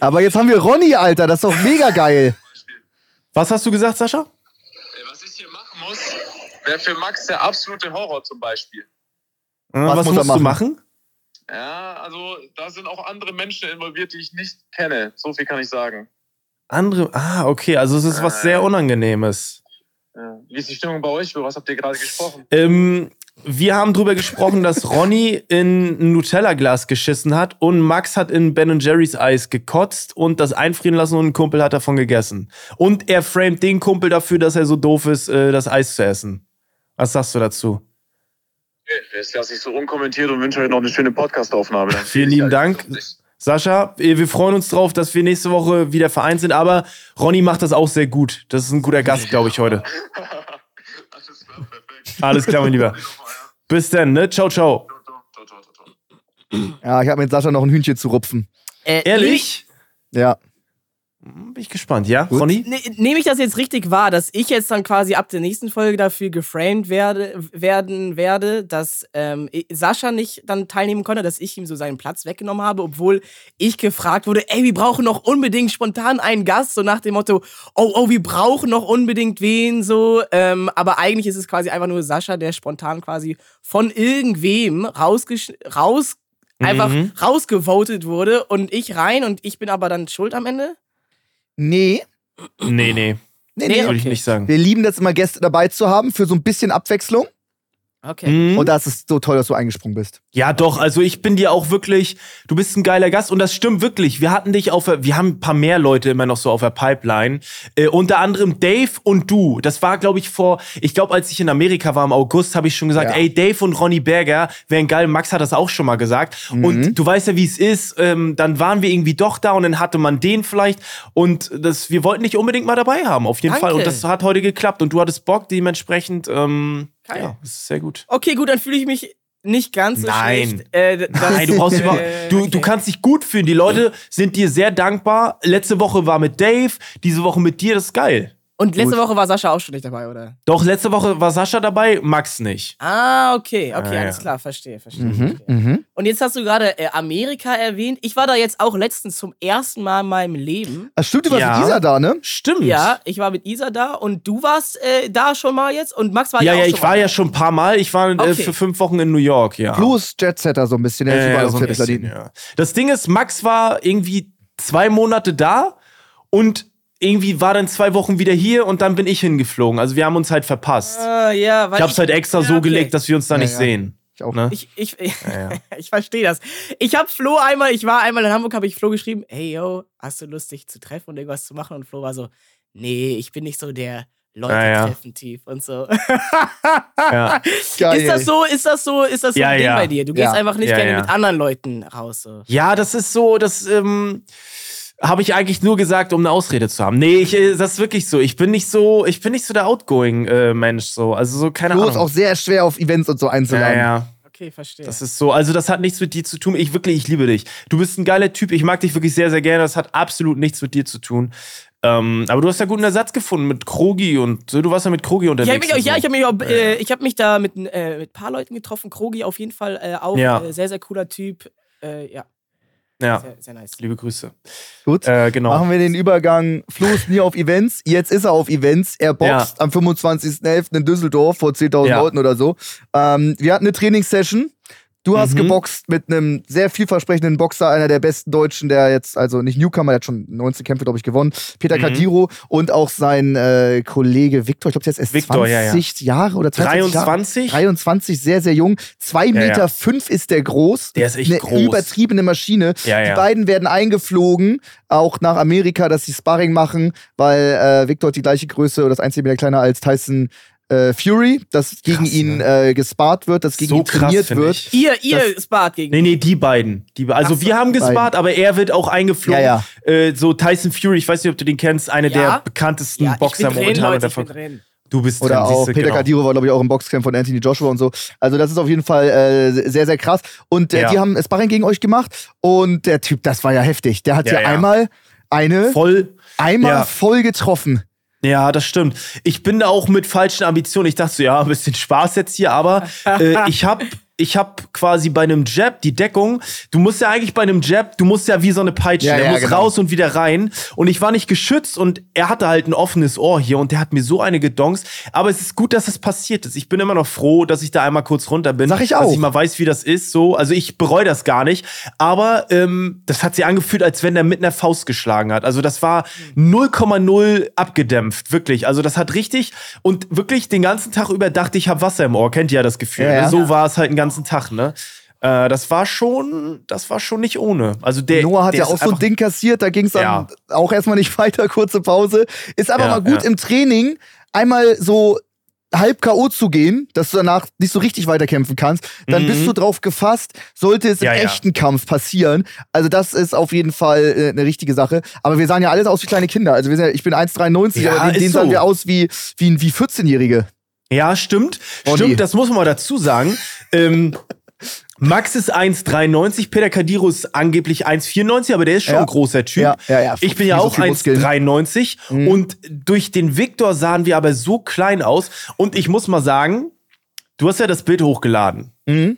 [SPEAKER 2] Aber jetzt haben wir Ronny, Alter. Das ist doch mega geil.
[SPEAKER 4] Zum Beispiel.
[SPEAKER 1] was hast du gesagt, Sascha?
[SPEAKER 4] Ey, was ich hier machen muss, wäre für Max der absolute Horror zum Beispiel.
[SPEAKER 1] Äh,
[SPEAKER 2] Was
[SPEAKER 1] was
[SPEAKER 2] muss er
[SPEAKER 1] musst du machen?
[SPEAKER 4] Ja, also da sind auch andere Menschen involviert, die ich nicht kenne. So viel kann ich sagen.
[SPEAKER 1] Andere, ah, okay, also es ist was
[SPEAKER 2] Äh.
[SPEAKER 1] sehr Unangenehmes.
[SPEAKER 4] Ja. Wie ist die Stimmung bei euch? Über was habt ihr gerade gesprochen?
[SPEAKER 1] Ähm, wir haben drüber gesprochen, dass Ronny in ein Nutella-Glas geschissen hat und Max hat in Ben Jerry's Eis gekotzt und das einfrieren lassen und ein Kumpel hat davon gegessen. Und er framet den Kumpel dafür, dass er so doof ist, äh, das Eis zu essen. Was sagst du dazu?
[SPEAKER 4] Das lasse ich so unkommentiert und wünsche euch noch eine schöne Podcastaufnahme.
[SPEAKER 1] Vielen lieben Dank. Sascha, äh, wir freuen uns drauf, dass wir nächste Woche wieder vereint sind, aber Ronny macht das auch sehr gut. Das ist ein guter Gast, glaube ich, heute.
[SPEAKER 4] Alles klar, perfekt.
[SPEAKER 1] Alles klar, mein Lieber. Bis dann, ne? Ciao, ciao.
[SPEAKER 2] Ja, ich habe mit Sascha noch ein Hühnchen zu rupfen.
[SPEAKER 3] Äh,
[SPEAKER 1] Ehrlich?
[SPEAKER 2] Ja.
[SPEAKER 1] Bin ich gespannt, ja?
[SPEAKER 2] Gut.
[SPEAKER 1] Ronny?
[SPEAKER 3] Ne- Nehme ich das jetzt richtig wahr, dass ich jetzt dann quasi ab der nächsten Folge dafür geframed werde, werden werde, dass ähm, i- Sascha nicht dann teilnehmen konnte, dass ich ihm so seinen Platz weggenommen habe, obwohl ich gefragt wurde, ey, wir brauchen noch unbedingt spontan einen Gast, so nach dem Motto, oh, oh, wir brauchen noch unbedingt wen, so. Ähm, aber eigentlich ist es quasi einfach nur Sascha, der spontan quasi von irgendwem rausgesch raus einfach
[SPEAKER 1] Mhm.
[SPEAKER 3] rausgevotet wurde und ich rein und ich bin aber dann schuld am Ende?
[SPEAKER 2] Nee.
[SPEAKER 1] Nee, nee,
[SPEAKER 2] Nee,
[SPEAKER 3] Nee,
[SPEAKER 2] nee.
[SPEAKER 1] würde ich
[SPEAKER 3] Okay.
[SPEAKER 1] nicht sagen.
[SPEAKER 2] Wir lieben das immer, Gäste dabei zu haben für so ein bisschen Abwechslung.
[SPEAKER 3] Okay.
[SPEAKER 1] Mhm.
[SPEAKER 2] Und das ist so toll, dass du eingesprungen bist.
[SPEAKER 1] Ja, doch, also ich bin dir auch wirklich, du bist ein geiler Gast und das stimmt wirklich. Wir hatten dich auf, der- wir haben ein paar mehr Leute immer noch so auf der Pipeline. Äh, unter anderem Dave und du. Das war, glaube ich, vor, ich glaube, als ich in Amerika war im August, habe ich schon gesagt,
[SPEAKER 2] Ja.
[SPEAKER 1] ey, Dave und Ronny Berger wären geil. Max hat das auch schon mal gesagt.
[SPEAKER 3] Mhm.
[SPEAKER 1] Und du weißt ja, wie es ist. Ähm, dann waren wir irgendwie doch da und dann hatte man den vielleicht. Und das, wir wollten dich unbedingt mal dabei haben, auf jeden
[SPEAKER 3] Danke.
[SPEAKER 1] Fall. Und das hat heute geklappt und du hattest Bock, dementsprechend, ähm,
[SPEAKER 3] Geil.
[SPEAKER 1] ja, das ist sehr gut.
[SPEAKER 3] Okay, gut, dann fühle ich mich nicht ganz so
[SPEAKER 1] Nein.
[SPEAKER 3] schlecht. Äh, d- das-
[SPEAKER 1] Nein, du brauchst
[SPEAKER 3] äh,
[SPEAKER 1] überhaupt. Du, du
[SPEAKER 3] okay.
[SPEAKER 1] kannst dich gut fühlen. Die Leute sind dir sehr dankbar. Letzte Woche war mit Dave, diese Woche mit dir, das ist geil.
[SPEAKER 3] Und letzte Woche war Sascha auch schon nicht dabei, oder?
[SPEAKER 1] Doch, letzte Woche war Sascha dabei, Max nicht.
[SPEAKER 3] Ah, okay, okay,
[SPEAKER 1] Ah, ja.
[SPEAKER 3] alles klar, verstehe, verstehe.
[SPEAKER 2] Mhm.
[SPEAKER 3] verstehe.
[SPEAKER 2] Mhm.
[SPEAKER 3] Und jetzt hast du gerade äh, Amerika erwähnt. Ich war da jetzt auch letztens zum ersten Mal in meinem Leben.
[SPEAKER 2] Ach, stimmt, du warst
[SPEAKER 1] Ja.
[SPEAKER 2] mit dieser da, ne?
[SPEAKER 1] Stimmt.
[SPEAKER 3] Ja, ich war mit Isa da und du warst äh, da schon mal jetzt und Max war
[SPEAKER 1] ja,
[SPEAKER 3] ja,
[SPEAKER 1] ja,
[SPEAKER 3] auch
[SPEAKER 1] ich
[SPEAKER 3] schon
[SPEAKER 1] war
[SPEAKER 3] mal.
[SPEAKER 1] ja schon ein paar Mal. Ich war äh,
[SPEAKER 3] Okay.
[SPEAKER 1] für fünf Wochen in New York, ja.
[SPEAKER 2] Plus Jetsetter so ein bisschen. Der
[SPEAKER 1] Äh,
[SPEAKER 2] ist überall
[SPEAKER 1] so
[SPEAKER 2] auf
[SPEAKER 1] ein
[SPEAKER 2] der
[SPEAKER 1] bisschen,
[SPEAKER 2] Platin.
[SPEAKER 1] ja. Das Ding ist, Max war irgendwie zwei Monate da und irgendwie war dann zwei Wochen wieder hier und dann bin ich hingeflogen. Also wir haben uns halt verpasst.
[SPEAKER 3] Ah, ja, weil
[SPEAKER 1] Ich hab's halt extra
[SPEAKER 3] Ja,
[SPEAKER 1] so
[SPEAKER 3] okay.
[SPEAKER 1] gelegt, dass wir uns da
[SPEAKER 2] Ja,
[SPEAKER 1] nicht
[SPEAKER 2] ja.
[SPEAKER 1] sehen.
[SPEAKER 2] Ich auch.
[SPEAKER 1] Ne?
[SPEAKER 3] Ich, ich,
[SPEAKER 1] Ja, ja.
[SPEAKER 3] ich verstehe das. Ich habe Flo einmal, ich war einmal in Hamburg, habe ich Flo geschrieben, hey yo, hast du Lust, dich zu treffen und irgendwas zu machen? Und Flo war so, nee, ich bin nicht so der Leute
[SPEAKER 1] Ah, Ja, ja.
[SPEAKER 3] treffen tief und so.
[SPEAKER 1] Ja.
[SPEAKER 2] Geil.
[SPEAKER 3] Ist das so, ist das so, ist das so
[SPEAKER 1] Ja,
[SPEAKER 3] ein Ding
[SPEAKER 1] ja.
[SPEAKER 3] bei dir? Du
[SPEAKER 2] Ja.
[SPEAKER 3] gehst einfach nicht
[SPEAKER 1] Ja,
[SPEAKER 3] gerne
[SPEAKER 1] ja.
[SPEAKER 3] mit anderen Leuten raus. So.
[SPEAKER 1] Ja, das ist so, das ähm, habe ich eigentlich nur gesagt, um eine Ausrede zu haben. Nee, ich, äh, das ist wirklich so. Ich bin nicht so, ich bin nicht so der Outgoing äh, Mensch so. Also so keine
[SPEAKER 2] Flo ist
[SPEAKER 1] Ahnung.
[SPEAKER 2] auch sehr schwer auf Events und so
[SPEAKER 1] ja,
[SPEAKER 2] einzuladen.
[SPEAKER 1] ja,
[SPEAKER 3] Okay, verstehe.
[SPEAKER 1] das ist so. Also das hat nichts mit dir zu tun. Ich wirklich, ich liebe dich. Du bist ein geiler Typ. Ich mag dich wirklich sehr, sehr gerne. Das hat absolut nichts mit dir zu tun. Ähm, aber du hast ja guten Ersatz gefunden mit Krogi und so. Du warst ja mit Krogi
[SPEAKER 3] ich
[SPEAKER 1] unterwegs.
[SPEAKER 3] habe mich, auch-
[SPEAKER 1] und so.
[SPEAKER 3] ja, ich habe mich, auch, äh, ich hab mich da mit ein äh, mit paar Leuten getroffen. Krogi auf jeden Fall äh, auch.
[SPEAKER 1] Ja.
[SPEAKER 3] Äh, sehr, sehr cooler Typ. Äh, ja,
[SPEAKER 1] ja.
[SPEAKER 3] sehr, sehr nice.
[SPEAKER 1] Liebe Grüße.
[SPEAKER 2] Gut.
[SPEAKER 1] Äh, genau.
[SPEAKER 2] Machen wir den Übergang. Flo ist nie auf Events. Jetzt ist er auf Events. Er boxt am 25.11. in Düsseldorf vor 10.000
[SPEAKER 1] Ja.
[SPEAKER 2] Leuten oder so. Ähm, wir hatten eine Trainingssession. Du hast
[SPEAKER 1] Mhm.
[SPEAKER 2] geboxt mit einem sehr vielversprechenden Boxer, einer der besten Deutschen, der jetzt, also nicht Newcomer, der hat schon 19 Kämpfe, glaube ich, gewonnen. Peter
[SPEAKER 1] Mhm.
[SPEAKER 2] Kadiro und auch sein äh, Kollege Viktor, ich glaube, der ist erst
[SPEAKER 1] Viktor, ja, ja.
[SPEAKER 2] 20 Jahre oder 20 Jahre.
[SPEAKER 1] 23?
[SPEAKER 2] 23, sehr, sehr jung. 2,5
[SPEAKER 1] Ja, ja.
[SPEAKER 2] Meter fünf ist der groß.
[SPEAKER 1] Der ist echt
[SPEAKER 2] Eine
[SPEAKER 1] groß.
[SPEAKER 2] übertriebene Maschine.
[SPEAKER 1] Ja,
[SPEAKER 2] Die
[SPEAKER 1] ja.
[SPEAKER 2] beiden werden eingeflogen, auch nach Amerika, dass sie Sparring machen, weil äh, Victor hat die gleiche Größe oder das einzige Meter kleiner als Tyson äh, Fury, dass gegen
[SPEAKER 1] Krass, ne?
[SPEAKER 2] ihn äh, gespart wird, dass gegen
[SPEAKER 1] so
[SPEAKER 2] ihn trainiert
[SPEAKER 1] krass, finde
[SPEAKER 2] wird.
[SPEAKER 1] ich.
[SPEAKER 3] Ihr, ihr Spart gegen
[SPEAKER 1] Nee, nee, die beiden. Die, be- also
[SPEAKER 3] Ach so,
[SPEAKER 1] wir haben
[SPEAKER 2] die
[SPEAKER 1] gespart, aber er wird auch eingeflogen.
[SPEAKER 2] Ja,
[SPEAKER 1] Äh, so Tyson Fury, ich weiß nicht, ob du den kennst, einer
[SPEAKER 3] Ja.
[SPEAKER 1] der bekanntesten
[SPEAKER 3] ja, ich
[SPEAKER 1] Boxer
[SPEAKER 3] bin drin,
[SPEAKER 1] momentan. und
[SPEAKER 3] Leute, ich
[SPEAKER 1] davon-
[SPEAKER 3] bin drin.
[SPEAKER 1] du bist
[SPEAKER 2] Oder
[SPEAKER 1] drin,
[SPEAKER 2] auch
[SPEAKER 1] siehst du,
[SPEAKER 2] Peter
[SPEAKER 1] genau.
[SPEAKER 2] Kadyrov war, glaube ich, auch im Boxcamp von Anthony Joshua und so. Also das ist auf jeden Fall äh, sehr, sehr krass. Und äh,
[SPEAKER 1] Ja.
[SPEAKER 2] die haben Sparring gegen euch gemacht und der Typ, das war ja heftig. Der hat ja,
[SPEAKER 1] Ja, ja.
[SPEAKER 2] einmal eine,
[SPEAKER 1] Voll.
[SPEAKER 2] einmal
[SPEAKER 1] Ja.
[SPEAKER 2] voll getroffen.
[SPEAKER 1] Ja, das stimmt. Ich bin da auch mit falschen Ambitionen. Ich dachte so, ja, ein bisschen Spaß jetzt hier, aber äh, ich hab, ich hab quasi bei einem Jab die Deckung. Du musst ja eigentlich bei einem Jab, du musst ja wie so eine Peitsche,
[SPEAKER 2] Ja,
[SPEAKER 1] der
[SPEAKER 2] ja,
[SPEAKER 1] muss
[SPEAKER 2] genau.
[SPEAKER 1] raus und wieder rein. Und ich war nicht geschützt und er hatte halt ein offenes Ohr hier und der hat mir so eine gedonst. Aber es ist gut, dass es passiert ist. Ich bin immer noch froh, dass ich da einmal kurz runter bin.
[SPEAKER 2] Sag ich
[SPEAKER 1] Dass
[SPEAKER 2] auch.
[SPEAKER 1] ich mal weiß, wie das ist. So, also ich bereue das gar nicht. Aber ähm, das hat sich angefühlt, als wenn er mit einer Faust geschlagen hat. Also das war 0,0 abgedämpft, wirklich. Also das hat richtig und wirklich den ganzen Tag über dachte ich, habe Wasser im Ohr. Kennt ihr ja das Gefühl.
[SPEAKER 2] Ja, ja.
[SPEAKER 1] Ne? So war es halt den ganzen Tag. Ne, äh, das war schon, das war schon nicht ohne. Also der
[SPEAKER 2] Noah hat
[SPEAKER 1] der
[SPEAKER 2] ja
[SPEAKER 1] ist
[SPEAKER 2] auch so ein
[SPEAKER 1] einfach-
[SPEAKER 2] Ding kassiert, da ging es dann
[SPEAKER 1] Ja.
[SPEAKER 2] auch erstmal nicht weiter, kurze Pause. Ist aber
[SPEAKER 1] Ja,
[SPEAKER 2] mal gut
[SPEAKER 1] ja.
[SPEAKER 2] im Training, einmal so halb K.O. zu gehen, dass du danach nicht so richtig weiterkämpfen kannst, dann
[SPEAKER 1] Mhm.
[SPEAKER 2] bist du drauf gefasst, sollte es
[SPEAKER 1] Ja,
[SPEAKER 2] im
[SPEAKER 1] ja.
[SPEAKER 2] echten Kampf passieren. Also das ist auf jeden Fall äh, eine richtige Sache. Aber wir sahen ja alles aus wie kleine Kinder. Also wir sind ja, ich bin 1,93,
[SPEAKER 1] Ja,
[SPEAKER 2] aber den,
[SPEAKER 1] ist
[SPEAKER 2] den sahen
[SPEAKER 1] so.
[SPEAKER 2] wir aus wie, wie, wie 14-Jährige.
[SPEAKER 1] Ja, stimmt.
[SPEAKER 2] Bonnie.
[SPEAKER 1] Stimmt, das muss man mal dazu sagen. ähm, Max ist 1,93, Peter Kadiro ist angeblich 1,94, aber der ist schon
[SPEAKER 2] Ja.
[SPEAKER 1] ein großer Typ.
[SPEAKER 2] Ja, ja, ja.
[SPEAKER 1] Ich bin ja
[SPEAKER 2] Viel so
[SPEAKER 1] auch
[SPEAKER 2] viel Muskeln.
[SPEAKER 1] 1,93
[SPEAKER 2] Mhm.
[SPEAKER 1] und durch den Viktor sahen wir aber so klein aus. Und ich muss mal sagen, du hast ja das Bild hochgeladen.
[SPEAKER 2] Mhm.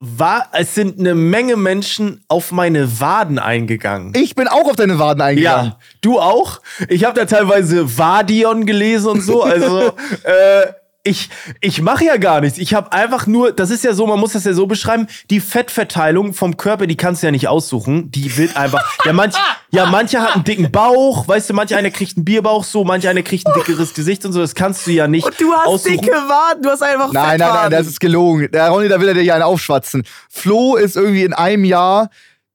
[SPEAKER 1] War, es sind eine Menge Menschen auf meine Waden eingegangen.
[SPEAKER 2] Ich bin auch auf deine Waden eingegangen.
[SPEAKER 1] Ja, du auch. Ich habe da teilweise Vadion gelesen und so. Also äh, ich, ich mache ja gar nichts. Ich habe einfach nur, das ist ja so, man muss das ja so beschreiben, die Fettverteilung vom Körper, die kannst du ja nicht aussuchen. Die wird einfach. Ja, manch, ja, manche hat einen dicken Bauch, weißt du, manche eine kriegt einen Bierbauch so, manche eine kriegt ein dickeres Gesicht und so. Das kannst du ja nicht
[SPEAKER 3] Und du hast
[SPEAKER 1] aussuchen.
[SPEAKER 3] dicke Waden, du hast einfach
[SPEAKER 2] Nein, nein, nein,
[SPEAKER 3] Fettwaden.
[SPEAKER 2] das ist gelogen. Der Ronny, da will er dir ja einen aufschwatzen. Flo ist irgendwie in einem Jahr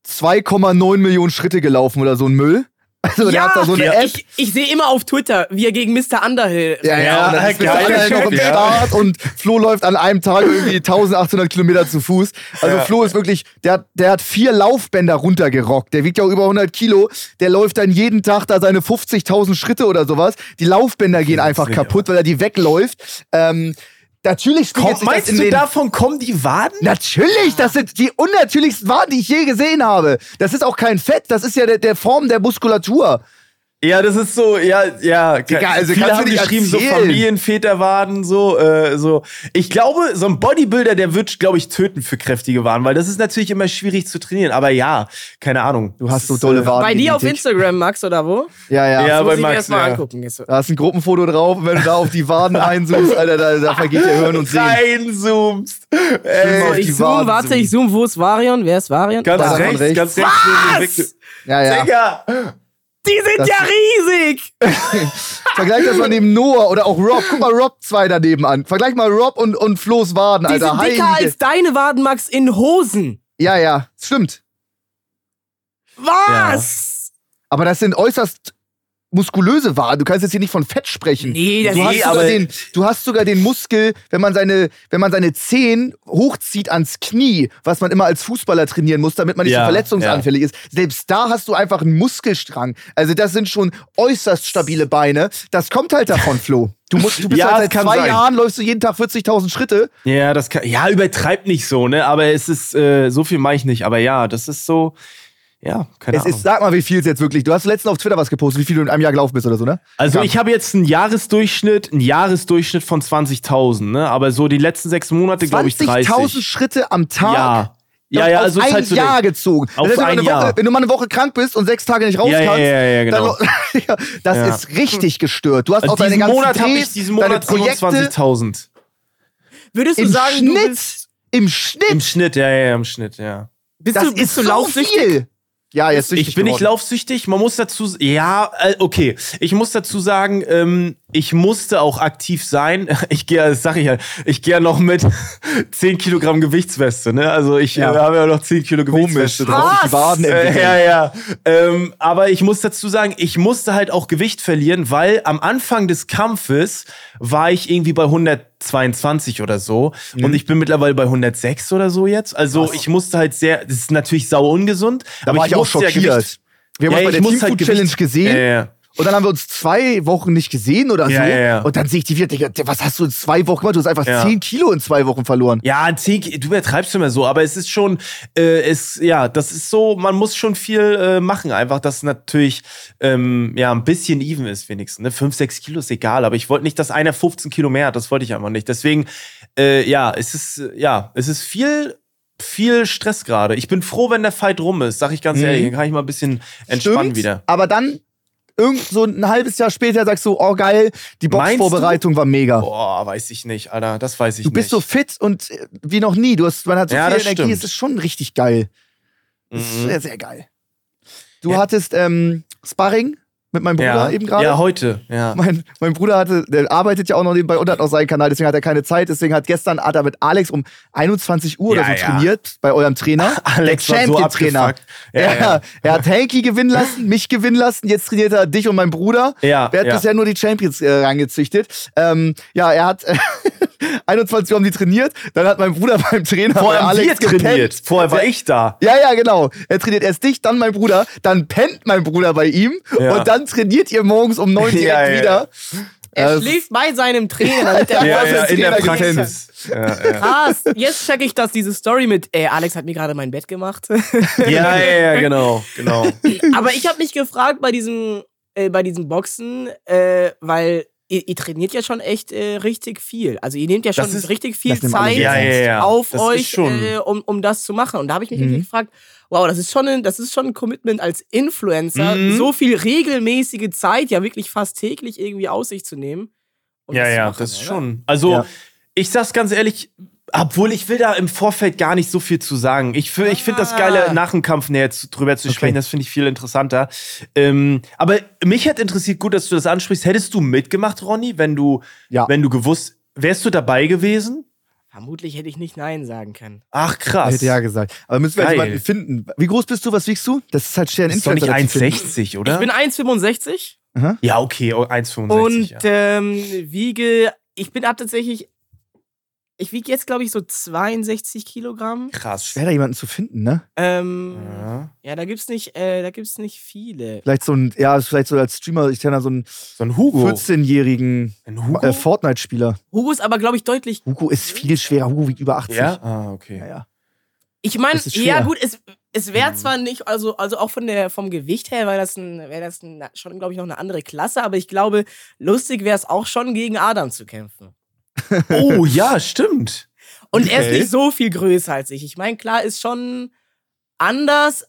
[SPEAKER 2] 2,9 Millionen Schritte gelaufen oder so ein Müll. Also der hat da so eine
[SPEAKER 1] ja,
[SPEAKER 2] App.
[SPEAKER 3] Ich, ich sehe immer auf Twitter, wie er gegen Mr. Underhill.
[SPEAKER 2] ja, ja,
[SPEAKER 1] Ja,
[SPEAKER 2] und dann ist mit
[SPEAKER 1] geil,
[SPEAKER 2] einer noch im
[SPEAKER 1] ja.
[SPEAKER 2] Start und Flo läuft an einem Tag irgendwie 1800 Kilometer zu Fuß. Also Flo ist wirklich, der hat, der hat vier Laufbänder runtergerockt. Der wiegt ja auch über 100 Kilo. Der läuft dann jeden Tag da seine 50.000 Schritte oder sowas. Die Laufbänder gehen einfach
[SPEAKER 1] nicht,
[SPEAKER 2] kaputt, weil er die wegläuft. Ähm, natürlich
[SPEAKER 1] Komm,
[SPEAKER 2] spiegelt sich das
[SPEAKER 1] meinst
[SPEAKER 2] in
[SPEAKER 1] du,
[SPEAKER 2] den
[SPEAKER 1] davon kommen die Waden?
[SPEAKER 2] Natürlich, das sind die unnatürlichsten Waden, die ich je gesehen habe. Das ist auch kein Fett, das ist ja der, der Form der Muskulatur.
[SPEAKER 1] Ja, das ist so, ja, ja.
[SPEAKER 2] Digga, also
[SPEAKER 1] viele
[SPEAKER 2] kannst du
[SPEAKER 1] haben
[SPEAKER 2] nicht
[SPEAKER 1] geschrieben, so
[SPEAKER 2] erzählen.
[SPEAKER 1] Familienväter waden, so, äh, so. Ich glaube, so ein Bodybuilder, der wird, glaube ich, töten für kräftige Waden, weil das ist natürlich immer schwierig zu trainieren. Aber ja, keine Ahnung.
[SPEAKER 2] Du hast so
[SPEAKER 1] Das ist,
[SPEAKER 2] tolle
[SPEAKER 1] äh,
[SPEAKER 2] Waden.
[SPEAKER 3] Bei dir auf
[SPEAKER 2] Edith.
[SPEAKER 3] Instagram, Max, oder wo?
[SPEAKER 2] Ja, ja.
[SPEAKER 1] Ja,
[SPEAKER 3] Das muss
[SPEAKER 1] bei
[SPEAKER 3] ich mir
[SPEAKER 1] Max,
[SPEAKER 3] erstmal
[SPEAKER 1] ja.
[SPEAKER 3] angucken. Ist so-
[SPEAKER 2] Da ist ein Gruppenfoto drauf und wenn du da auf die Waden einzoomst, Alter, da, da vergeht dir Hören und Sehen.
[SPEAKER 1] Reinzoomst.
[SPEAKER 2] Schön auf
[SPEAKER 1] Ey,
[SPEAKER 2] die
[SPEAKER 3] Oh, Ich zoome,
[SPEAKER 2] Waden
[SPEAKER 3] warte, ich zoome, wo ist Varian? Wer ist Varian?
[SPEAKER 1] ganz
[SPEAKER 2] Da, davon
[SPEAKER 1] rechts,
[SPEAKER 2] rechts.
[SPEAKER 1] ganz rechts. neben dem Victor.
[SPEAKER 2] Ja, ja.
[SPEAKER 1] Digga,
[SPEAKER 3] Die sind
[SPEAKER 2] Das-
[SPEAKER 3] ja riesig!
[SPEAKER 2] Vergleich das mal neben Noah oder auch Rob. Guck mal Rob zwei daneben an. Vergleich mal Rob und, und Flo's Waden,
[SPEAKER 3] Die
[SPEAKER 2] Alter.
[SPEAKER 3] sind dicker
[SPEAKER 2] Heilige-
[SPEAKER 3] als deine Waden, Max, in Hosen.
[SPEAKER 2] ja, ja, stimmt.
[SPEAKER 3] Was?
[SPEAKER 2] Aber das sind äußerst muskulöse Waden. Du kannst jetzt hier nicht von Fett sprechen.
[SPEAKER 3] Nee, das
[SPEAKER 2] Du hast,
[SPEAKER 1] Nee,
[SPEAKER 2] sogar
[SPEAKER 1] eh aber-
[SPEAKER 2] den, du hast sogar den Muskel, wenn man seine, wenn man seine Zehen hochzieht ans Knie, was man immer als Fußballer trainieren muss, damit man nicht
[SPEAKER 1] Ja,
[SPEAKER 2] so verletzungsanfällig ist. Selbst da hast du einfach einen Muskelstrang. Also das sind schon äußerst stabile Beine. Das kommt halt davon, Flo. Du, musst, du bist
[SPEAKER 1] Ja,
[SPEAKER 2] halt
[SPEAKER 1] das
[SPEAKER 2] seit
[SPEAKER 1] kann
[SPEAKER 2] zwei
[SPEAKER 1] sein.
[SPEAKER 2] Jahren läufst du jeden Tag 40.000 Schritte.
[SPEAKER 1] Ja, das kann, ja, übertreibt nicht so, ne? Aber es ist, äh, so viel mache ich nicht. Aber ja, das ist so, ja, keine
[SPEAKER 2] Es
[SPEAKER 1] Ahnung.
[SPEAKER 2] ist, sag mal, wie viel es jetzt wirklich. Du hast letztens auf Twitter was gepostet, wie viel du in einem Jahr gelaufen bist oder so, ne?
[SPEAKER 1] also
[SPEAKER 2] Ja.
[SPEAKER 1] ich habe jetzt einen Jahresdurchschnitt, einen Jahresdurchschnitt von 20.000, ne? Aber so die letzten sechs Monate, glaube ich,
[SPEAKER 2] 20.000
[SPEAKER 1] 30.
[SPEAKER 2] Schritte am Tag.
[SPEAKER 1] Ja. Ja, ja,
[SPEAKER 2] auf
[SPEAKER 1] also
[SPEAKER 2] ein
[SPEAKER 1] ist halt so
[SPEAKER 2] Jahr
[SPEAKER 1] der-
[SPEAKER 2] gezogen.
[SPEAKER 1] Auf
[SPEAKER 2] wenn, du mal
[SPEAKER 1] ein
[SPEAKER 2] eine Woche,
[SPEAKER 1] Jahr.
[SPEAKER 2] wenn du mal eine Woche krank bist und sechs Tage nicht raus
[SPEAKER 1] Ja, ja,
[SPEAKER 2] kannst,
[SPEAKER 1] ja, ja, genau.
[SPEAKER 2] dann, Ja, das
[SPEAKER 1] Ja.
[SPEAKER 2] ist richtig gestört. Du hast
[SPEAKER 1] Also
[SPEAKER 2] auch deine
[SPEAKER 1] diesen
[SPEAKER 2] ganzen
[SPEAKER 1] Monat habe
[SPEAKER 2] Drehs,
[SPEAKER 1] ich diesen
[SPEAKER 2] deine
[SPEAKER 1] Monat
[SPEAKER 2] Projekte
[SPEAKER 1] 27.000.
[SPEAKER 3] Würdest du
[SPEAKER 2] im
[SPEAKER 3] sagen, du bist,
[SPEAKER 2] Schnitt, im
[SPEAKER 1] Im
[SPEAKER 2] Schnitt,
[SPEAKER 1] Schnitt, ja, ja, ja, im Schnitt, ja.
[SPEAKER 3] bist
[SPEAKER 2] das
[SPEAKER 3] du, bist
[SPEAKER 2] ist
[SPEAKER 3] du
[SPEAKER 2] so
[SPEAKER 3] laufsüchtig?
[SPEAKER 2] viel. Ja, jetzt süchtig
[SPEAKER 1] Ich bin nicht
[SPEAKER 2] geworden.
[SPEAKER 1] laufsüchtig, man muss dazu, s- ja, äh, okay. Ich muss dazu sagen, ähm, ich musste auch aktiv sein. Ich gehe, das sag ich ja, ich gehe ja noch mit 10 Kilogramm Gewichtsweste, ne? Also ich
[SPEAKER 2] Ja.
[SPEAKER 1] äh, habe ja noch 10 Kilo Gewichtsweste drauf.
[SPEAKER 2] Traurig, die Waden
[SPEAKER 1] Äh,
[SPEAKER 2] entwickeln.
[SPEAKER 1] ja, ja. Ähm, aber ich muss dazu sagen, ich musste halt auch Gewicht verlieren, weil am Anfang des Kampfes war ich irgendwie bei 122 oder so.
[SPEAKER 2] Mhm.
[SPEAKER 1] Und ich bin mittlerweile bei 106 oder so jetzt. Also ich musste halt sehr, das ist natürlich sau ungesund.
[SPEAKER 2] Da
[SPEAKER 1] aber
[SPEAKER 2] war ich auch
[SPEAKER 1] musste ja
[SPEAKER 2] schockiert.
[SPEAKER 1] Gewicht-
[SPEAKER 2] wir haben
[SPEAKER 1] Ja,
[SPEAKER 2] uns bei
[SPEAKER 1] ich
[SPEAKER 2] der Team
[SPEAKER 1] muss halt
[SPEAKER 2] Food
[SPEAKER 1] Gewicht-
[SPEAKER 2] Challenge gesehen
[SPEAKER 1] Ja, ja.
[SPEAKER 2] und dann haben wir uns zwei Wochen nicht gesehen oder so.
[SPEAKER 1] Ja, ja, ja.
[SPEAKER 2] Und dann sehe ich die wieder, Digga, was hast du in zwei Wochen gemacht? Du hast einfach
[SPEAKER 1] Ja.
[SPEAKER 2] zehn Kilo in zwei Wochen verloren.
[SPEAKER 1] Ja, zehn Ki- du übertreibst immer so, aber es ist schon, äh, es, ja, das ist so, man muss schon viel äh, machen, einfach, dass natürlich ähm, ja ein bisschen even ist wenigstens. Ne? Fünf, sechs Kilo ist egal, aber ich wollte nicht, dass einer 15 Kilo mehr hat, das wollte ich einfach nicht. Deswegen, äh, ja, es ist, äh, ja, es ist viel, viel Stress gerade. Ich bin froh, wenn der Fight rum ist, sag ich ganz
[SPEAKER 2] Mhm.
[SPEAKER 1] ehrlich, dann kann ich mal ein bisschen entspannen
[SPEAKER 2] Stimmt,
[SPEAKER 1] wieder.
[SPEAKER 2] Aber dann, irgend so ein halbes Jahr später, sagst du, oh geil, die
[SPEAKER 1] Meinst
[SPEAKER 2] Boxvorbereitung war mega.
[SPEAKER 1] Boah, weiß ich nicht, Alter, das weiß ich
[SPEAKER 2] du
[SPEAKER 1] nicht.
[SPEAKER 2] bist so fit und äh, wie noch nie. Du hast, man hat so
[SPEAKER 1] Ja,
[SPEAKER 2] viel
[SPEAKER 1] das
[SPEAKER 2] Energie,
[SPEAKER 1] stimmt.
[SPEAKER 2] es ist schon richtig geil. Es ist
[SPEAKER 1] Mhm.
[SPEAKER 2] sehr, sehr geil. Du
[SPEAKER 1] Ja.
[SPEAKER 2] hattest ähm, Sparring mit meinem Bruder
[SPEAKER 1] ja.
[SPEAKER 2] eben gerade.
[SPEAKER 1] Ja, heute, ja.
[SPEAKER 2] Mein, mein Bruder hatte, der arbeitet ja auch noch nebenbei und hat auch seinen Kanal, deswegen hat er keine Zeit. Deswegen hat gestern hat er mit Alex um 21 Uhr oder
[SPEAKER 1] Ja,
[SPEAKER 2] so
[SPEAKER 1] ja.
[SPEAKER 2] trainiert bei eurem Trainer.
[SPEAKER 1] Alex
[SPEAKER 2] der
[SPEAKER 1] war so
[SPEAKER 2] Champion-Trainer.
[SPEAKER 1] abgefuckt. Ja, ja.
[SPEAKER 2] Er hat Hanky gewinnen lassen, mich gewinnen lassen. Jetzt trainiert er dich und meinen Bruder.
[SPEAKER 1] Ja,
[SPEAKER 2] Wer hat
[SPEAKER 1] Ah, ja.
[SPEAKER 2] bisher nur die Champions äh, rangezüchtet? Ähm, ja, er hat 21 Uhr haben die trainiert. Dann hat mein Bruder beim Trainer
[SPEAKER 1] Vorher
[SPEAKER 2] bei
[SPEAKER 1] haben
[SPEAKER 2] Alex
[SPEAKER 1] wir trainiert.
[SPEAKER 2] gepennt.
[SPEAKER 1] Vorher war ich da.
[SPEAKER 2] Ja, ja, genau. Er trainiert erst dich, dann mein Bruder, dann pennt mein Bruder bei ihm
[SPEAKER 1] Ja.
[SPEAKER 2] und dann trainiert ihr morgens um neun direkt
[SPEAKER 1] Ja, ja.
[SPEAKER 2] wieder.
[SPEAKER 3] Er
[SPEAKER 2] Äh,
[SPEAKER 3] schläft bei seinem Trainer. damit er
[SPEAKER 1] Ja,
[SPEAKER 2] Das
[SPEAKER 1] ja,
[SPEAKER 2] ist
[SPEAKER 1] in der
[SPEAKER 2] Trainer gewesen.
[SPEAKER 1] Praxis. Ja, ja.
[SPEAKER 3] Krass. Jetzt check ich das, diese Story mit, ey, Alex hat mir gerade mein Bett gemacht.
[SPEAKER 1] ja, ja, ja, genau, genau.
[SPEAKER 3] Aber ich habe mich gefragt bei diesem, äh, bei diesen Boxen, äh, weil ihr, ihr trainiert ja schon echt äh, richtig viel. Also ihr nehmt ja schon
[SPEAKER 1] Das ist-
[SPEAKER 3] richtig viel
[SPEAKER 2] das nehmen alle
[SPEAKER 3] Zeit
[SPEAKER 2] Ja, ja,
[SPEAKER 1] ja.
[SPEAKER 3] auf
[SPEAKER 1] Das ist
[SPEAKER 3] euch,
[SPEAKER 1] schon-
[SPEAKER 3] äh, um, um das zu machen. Und da habe ich mich
[SPEAKER 2] Mhm.
[SPEAKER 3] wirklich gefragt, wow, das ist schon ein, das ist schon ein Commitment als Influencer,
[SPEAKER 1] Mhm.
[SPEAKER 3] so viel regelmäßige Zeit ja wirklich fast täglich irgendwie aus sich zu nehmen. um
[SPEAKER 1] ja,
[SPEAKER 3] zu
[SPEAKER 1] ja,
[SPEAKER 3] machen,
[SPEAKER 1] das
[SPEAKER 3] oder?
[SPEAKER 1] schon. Also,
[SPEAKER 2] Ja.
[SPEAKER 1] ich sag's ganz ehrlich, obwohl ich will da im Vorfeld gar nicht so viel zu sagen. Ich, fi- ich finde das geile, nach dem Kampf näher zu, drüber zu sprechen, das finde ich viel interessanter. Ähm, aber mich hätte interessiert, gut, dass du das ansprichst. Hättest du mitgemacht, Ronny, wenn du,
[SPEAKER 2] Ja.
[SPEAKER 1] wenn du gewusst, wärst du dabei gewesen?
[SPEAKER 3] Vermutlich hätte ich nicht Nein sagen können.
[SPEAKER 1] Ach, krass.
[SPEAKER 2] Hätte ja gesagt. Aber müssen wir jetzt
[SPEAKER 1] Geil.
[SPEAKER 2] jemanden finden. Wie groß bist du? Was wiegst du? Das ist halt schwer, einen
[SPEAKER 1] ist doch nicht
[SPEAKER 2] Influencer zu finden.
[SPEAKER 1] 1,60, oder?
[SPEAKER 3] Ich bin 1,65
[SPEAKER 1] ja, okay, oh, 1,65.
[SPEAKER 3] und
[SPEAKER 1] ja.
[SPEAKER 3] ähm, wiege, ich bin ab tatsächlich, ich wiege jetzt glaube ich so 62 Kilogramm.
[SPEAKER 1] Krass.
[SPEAKER 2] Schwer, da jemanden zu finden, ne?
[SPEAKER 3] Ähm, ja.
[SPEAKER 1] Ja.
[SPEAKER 3] da gibt's nicht, äh, da gibt's nicht viele.
[SPEAKER 2] Vielleicht so ein, ja, vielleicht so als Streamer, ich kenne da so einen
[SPEAKER 1] So ein Hugo.
[SPEAKER 2] 14-jährigen
[SPEAKER 1] Ein Hugo?
[SPEAKER 2] äh, Fortnite-Spieler.
[SPEAKER 3] Hugo ist aber glaube ich deutlich.
[SPEAKER 2] Hugo ist viel schwerer. Hugo wiegt über 80.
[SPEAKER 1] ja? Ah, okay.
[SPEAKER 2] Ja, ja.
[SPEAKER 3] Ich meine,
[SPEAKER 2] Das ist schwer.
[SPEAKER 3] ja gut, es, es wäre
[SPEAKER 1] Mhm.
[SPEAKER 3] zwar nicht, also also auch von der vom Gewicht her, weil das ein, wäre das ein, schon glaube ich noch eine andere Klasse, aber ich glaube, lustig wäre es auch schon gegen Adam zu kämpfen.
[SPEAKER 1] Oh ja, stimmt.
[SPEAKER 3] Und er ist
[SPEAKER 1] Okay.
[SPEAKER 3] nicht so viel größer als ich. Ich meine, klar ist schon anders,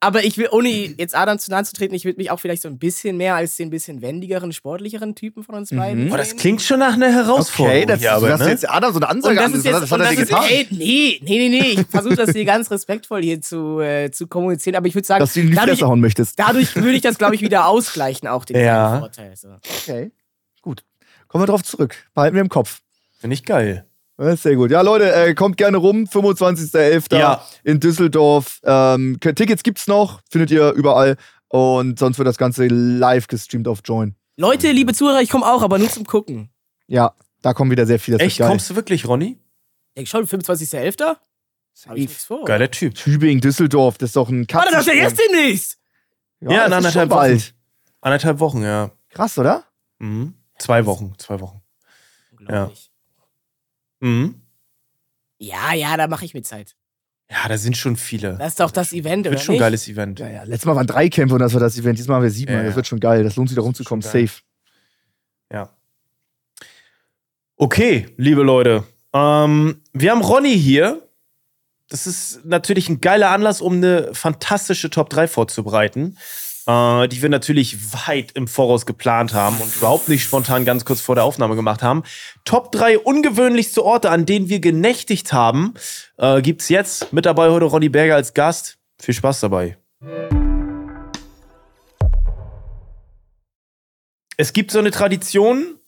[SPEAKER 3] Aber ich will, ohne jetzt Adam zu nahe zu treten, ich würde mich auch vielleicht so ein bisschen mehr als den bisschen wendigeren, sportlicheren Typen von uns beiden.
[SPEAKER 1] Boah, Oh, das
[SPEAKER 3] sehen.
[SPEAKER 1] klingt schon nach einer Herausforderung.
[SPEAKER 2] Okay, das,
[SPEAKER 1] hier,
[SPEAKER 2] du
[SPEAKER 1] aber,
[SPEAKER 2] hast
[SPEAKER 1] ne?
[SPEAKER 2] jetzt Adam so eine
[SPEAKER 3] Und
[SPEAKER 2] Ansage
[SPEAKER 3] das ist jetzt,
[SPEAKER 2] was hat
[SPEAKER 3] und
[SPEAKER 2] er
[SPEAKER 3] das
[SPEAKER 2] dir
[SPEAKER 3] ist,
[SPEAKER 2] getan?
[SPEAKER 3] ey, nee, nee, nee, nee. Ich versuche das hier ganz respektvoll hier zu, äh, zu kommunizieren, aber ich würde sagen,
[SPEAKER 2] Dass du ihn in die
[SPEAKER 3] dadurch,
[SPEAKER 2] Fresse hauen möchtest.
[SPEAKER 3] dadurch würde ich das, glaube ich, wieder ausgleichen, auch den
[SPEAKER 1] Ja.
[SPEAKER 3] kleinen Vorteil. So.
[SPEAKER 2] Okay, gut. Kommen wir drauf zurück. Behalten wir im Kopf.
[SPEAKER 1] Finde ich geil.
[SPEAKER 2] Ja, Sehr gut. Ja, Leute, äh, kommt gerne rum. 25.11.
[SPEAKER 1] Ja.
[SPEAKER 2] in Düsseldorf. Ähm, K- Tickets gibt's noch, findet ihr überall. Und sonst wird das Ganze live gestreamt auf Join.
[SPEAKER 3] Leute, liebe Zuhörer, ich komme auch, aber nur zum Gucken.
[SPEAKER 2] Ja, da kommen wieder sehr viele. Das wird
[SPEAKER 1] Echt,
[SPEAKER 2] geil.
[SPEAKER 1] kommst du wirklich, Ronny?
[SPEAKER 3] Ja, schon, 25.11.? Hab ich nichts vor.
[SPEAKER 1] Geiler Typ.
[SPEAKER 2] Tübingen, Düsseldorf, das ist doch ein
[SPEAKER 3] Warte, das ist ja
[SPEAKER 2] Katzensprung.
[SPEAKER 3] jetzt demnächst!
[SPEAKER 1] Ja, in
[SPEAKER 2] das ist schon
[SPEAKER 1] anderthalb
[SPEAKER 2] bald.
[SPEAKER 1] Anderthalb Wochen, ja.
[SPEAKER 2] Krass, oder?
[SPEAKER 1] Mhm. Zwei Wochen, zwei Wochen.
[SPEAKER 3] Unglaublich.
[SPEAKER 1] Mhm.
[SPEAKER 3] Ja, ja, da mache ich mir Zeit.
[SPEAKER 1] Ja, da sind schon viele.
[SPEAKER 3] Das ist doch das Event, oder
[SPEAKER 1] Wird schon ein
[SPEAKER 3] nicht?
[SPEAKER 1] geiles Event.
[SPEAKER 2] Ja, ja. Letztes Mal waren drei Kämpfe und das war das Event. Diesmal haben wir sieben.
[SPEAKER 1] Ja,
[SPEAKER 2] Mann.
[SPEAKER 1] ja.
[SPEAKER 2] Das wird schon geil. Das lohnt sich da rumzukommen.
[SPEAKER 1] Schon geil.
[SPEAKER 2] Safe.
[SPEAKER 1] Ja. Okay, liebe Leute. Ähm, wir haben Ronny hier. Das ist natürlich ein geiler Anlass, um eine fantastische Top 3 vorzubereiten, äh, die wir natürlich weit im Voraus geplant haben und überhaupt nicht spontan ganz kurz vor der Aufnahme gemacht haben. Top 3 ungewöhnlichste Orte, an denen wir genächtigt haben, äh, gibt's jetzt. Mit dabei heute Ronny Berger als Gast. Viel Spaß dabei. Es gibt so eine Tradition,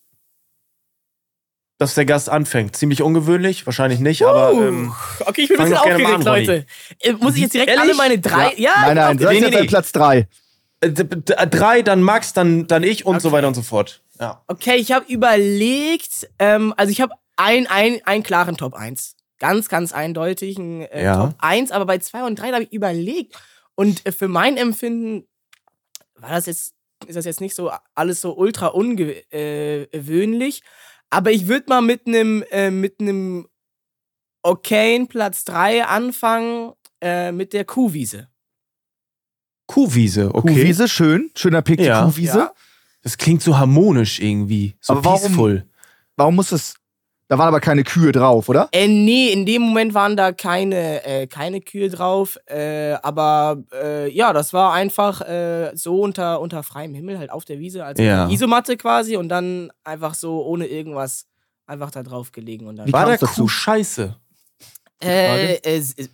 [SPEAKER 1] dass der Gast anfängt. Ziemlich ungewöhnlich, wahrscheinlich nicht, aber.
[SPEAKER 3] Uh,
[SPEAKER 1] Ähm,
[SPEAKER 3] okay, ich bin
[SPEAKER 1] fang
[SPEAKER 3] ein bisschen
[SPEAKER 1] doch gerne mal
[SPEAKER 3] aufgeregt,
[SPEAKER 1] an,
[SPEAKER 3] Leute. Äh, Muss ich jetzt direkt
[SPEAKER 1] Ehrlich?
[SPEAKER 3] alle meine drei. Äh, Ja, genau,
[SPEAKER 2] nein, nein,
[SPEAKER 3] ich bin
[SPEAKER 2] das ist
[SPEAKER 1] nee,
[SPEAKER 2] jetzt
[SPEAKER 1] nee,
[SPEAKER 2] ein
[SPEAKER 1] nee.
[SPEAKER 2] Platz drei.
[SPEAKER 1] Äh, d- d- drei, dann Max, dann, dann ich und so
[SPEAKER 3] Okay.
[SPEAKER 1] weiter und so fort. Ja.
[SPEAKER 3] Okay, ich habe überlegt, ähm, also ich habe ein, ein, einen klaren Top 1. Ganz, ganz eindeutigen äh,
[SPEAKER 1] Ja.
[SPEAKER 3] Top 1, aber bei 2 und 3 habe ich überlegt. Und äh, für mein Empfinden war das jetzt, ist das jetzt nicht so alles so ultra ungewöhnlich. Äh, gewöhnlich. aber ich würde mal mit einem äh, mit einem okayen Platz 3 anfangen äh, mit der Kuhwiese.
[SPEAKER 1] Kuhwiese, okay.
[SPEAKER 2] Kuhwiese, schön. Schöner Pick,
[SPEAKER 1] Ja.
[SPEAKER 2] die Kuhwiese.
[SPEAKER 3] Ja.
[SPEAKER 1] Das klingt so harmonisch irgendwie. So
[SPEAKER 2] Aber warum-
[SPEAKER 1] peaceful.
[SPEAKER 2] Warum muss es. Da waren aber keine Kühe drauf, oder?
[SPEAKER 3] Äh, nee, in dem Moment waren da keine, äh, keine Kühe drauf. Äh, aber äh, ja, das war einfach äh, so unter, unter freiem Himmel, halt auf der Wiese, also
[SPEAKER 1] Ja.
[SPEAKER 3] Isomatte quasi und dann einfach so ohne irgendwas einfach da drauf gelegen und dann.
[SPEAKER 2] Wie
[SPEAKER 1] War der
[SPEAKER 2] kam's dazu?
[SPEAKER 1] Kuh scheiße?
[SPEAKER 3] Äh, äh, s- äh,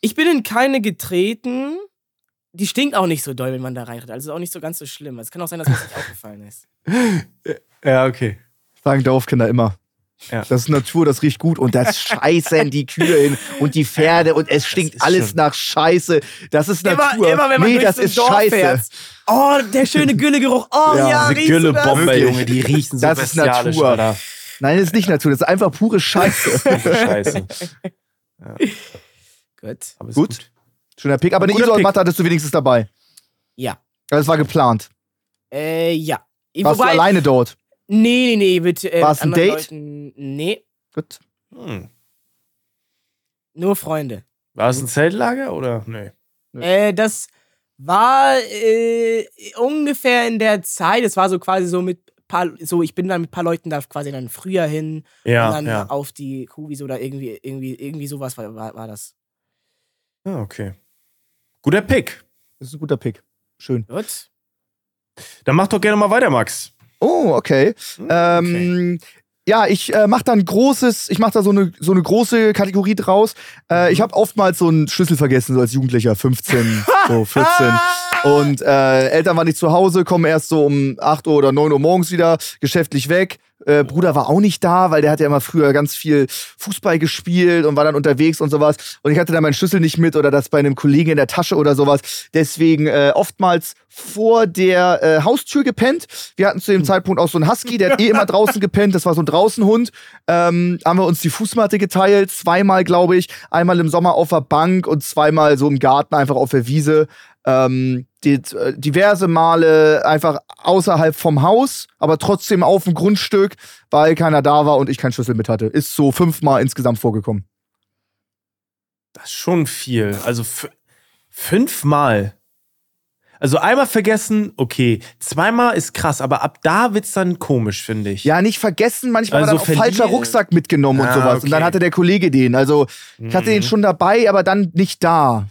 [SPEAKER 3] ich bin in keine getreten. Die stinkt auch nicht so doll, wenn man da reintritt. Also ist auch nicht so ganz so schlimm. Es kann auch sein, dass mir das nicht aufgefallen ist.
[SPEAKER 1] Ja, okay.
[SPEAKER 2] Sagen Dorfkinder immer.
[SPEAKER 1] Ja.
[SPEAKER 2] Das ist Natur, das riecht gut und das scheißen die Kühe hin und die Pferde und es stinkt
[SPEAKER 1] ist
[SPEAKER 2] alles
[SPEAKER 1] schon-
[SPEAKER 2] nach Scheiße. Das ist
[SPEAKER 3] Immer,
[SPEAKER 2] Natur.
[SPEAKER 3] immer wenn man
[SPEAKER 2] nee,
[SPEAKER 3] durch
[SPEAKER 2] das
[SPEAKER 3] so ein
[SPEAKER 2] ist
[SPEAKER 3] Dorf
[SPEAKER 2] Scheiße.
[SPEAKER 3] fährt. Oh, der schöne Güllegeruch. Oh
[SPEAKER 2] Ja.
[SPEAKER 3] ja,
[SPEAKER 2] Diese
[SPEAKER 3] riechst du das?
[SPEAKER 1] Güllebomber,
[SPEAKER 2] Wirklich?
[SPEAKER 1] Junge, die riechen so
[SPEAKER 2] Das ist
[SPEAKER 1] bestialisch,
[SPEAKER 2] Natur.
[SPEAKER 1] Alter.
[SPEAKER 2] Nein, das ist nicht Natur, das ist einfach pure Scheiße.
[SPEAKER 1] scheiße.
[SPEAKER 3] Gut.
[SPEAKER 1] Aber ist
[SPEAKER 2] Gut.
[SPEAKER 1] gut.
[SPEAKER 2] Schöner Pick, aber eine
[SPEAKER 1] Guter
[SPEAKER 2] Isolmatte hattest du wenigstens dabei.
[SPEAKER 3] Ja.
[SPEAKER 2] Das war geplant.
[SPEAKER 3] Äh, ja.
[SPEAKER 2] Warst du alleine dort?
[SPEAKER 3] Nee, nee, nee. Mit, äh,
[SPEAKER 2] War's
[SPEAKER 3] mit
[SPEAKER 2] ein
[SPEAKER 3] anderen
[SPEAKER 2] Date?
[SPEAKER 3] Leuten, nee,
[SPEAKER 2] Gut.
[SPEAKER 1] Hm.
[SPEAKER 3] nur Freunde.
[SPEAKER 1] War es ein Zeltlager oder? Nee.
[SPEAKER 3] Äh, das war äh, ungefähr in der Zeit, es war so quasi so mit paar, so ich bin dann mit paar Leuten da quasi dann früher hin und
[SPEAKER 1] Ja,
[SPEAKER 3] dann
[SPEAKER 1] ja.
[SPEAKER 3] auf die Kuhwiese oder irgendwie, irgendwie, irgendwie sowas war, war, war das.
[SPEAKER 1] Ah, okay. Guter Pick.
[SPEAKER 2] Das ist ein guter Pick. Schön.
[SPEAKER 3] Gut.
[SPEAKER 1] Dann mach doch gerne mal weiter, Max.
[SPEAKER 2] Oh, okay.
[SPEAKER 1] Hm,
[SPEAKER 2] Ähm, Ja, ich äh, mache da ein großes, ich mache da so eine, so eine große Kategorie draus. Äh, ich habe oftmals so einen Schlüssel vergessen, so als Jugendlicher, 15, so 14. Und äh, Eltern waren nicht zu Hause, kommen erst so um 8 Uhr oder 9 Uhr morgens wieder, geschäftlich weg. Äh, Bruder war auch nicht da, weil der hat ja immer früher ganz viel Fußball gespielt und war dann unterwegs und sowas. Und ich hatte dann meinen Schlüssel nicht mit oder das bei einem Kollegen in der Tasche oder sowas. Deswegen äh, oftmals vor der äh, Haustür gepennt. Wir hatten zu dem Zeitpunkt auch so einen Husky, der hat eh immer draußen gepennt. Das war so ein Draußenhund. Ähm, haben wir uns die Fußmatte geteilt, zweimal, glaube ich. Einmal im Sommer auf der Bank und zweimal so im Garten, einfach auf der Wiese ähm, die, äh, diverse Male einfach außerhalb vom Haus, aber trotzdem auf dem Grundstück, weil keiner da war und ich keinen Schlüssel mit hatte. Ist so fünfmal insgesamt vorgekommen.
[SPEAKER 1] Das ist schon viel. Also f- fünfmal. Also einmal vergessen, okay. Zweimal ist krass, aber ab da wird's dann komisch, finde ich.
[SPEAKER 2] Ja, nicht vergessen, manchmal
[SPEAKER 1] Also
[SPEAKER 2] war dann auch falscher
[SPEAKER 1] verliehen.
[SPEAKER 2] Rucksack mitgenommen und
[SPEAKER 1] Ah,
[SPEAKER 2] sowas.
[SPEAKER 1] okay. Mhm.
[SPEAKER 2] Und dann hatte der Kollege den. Also ich hatte den schon dabei, aber dann nicht da.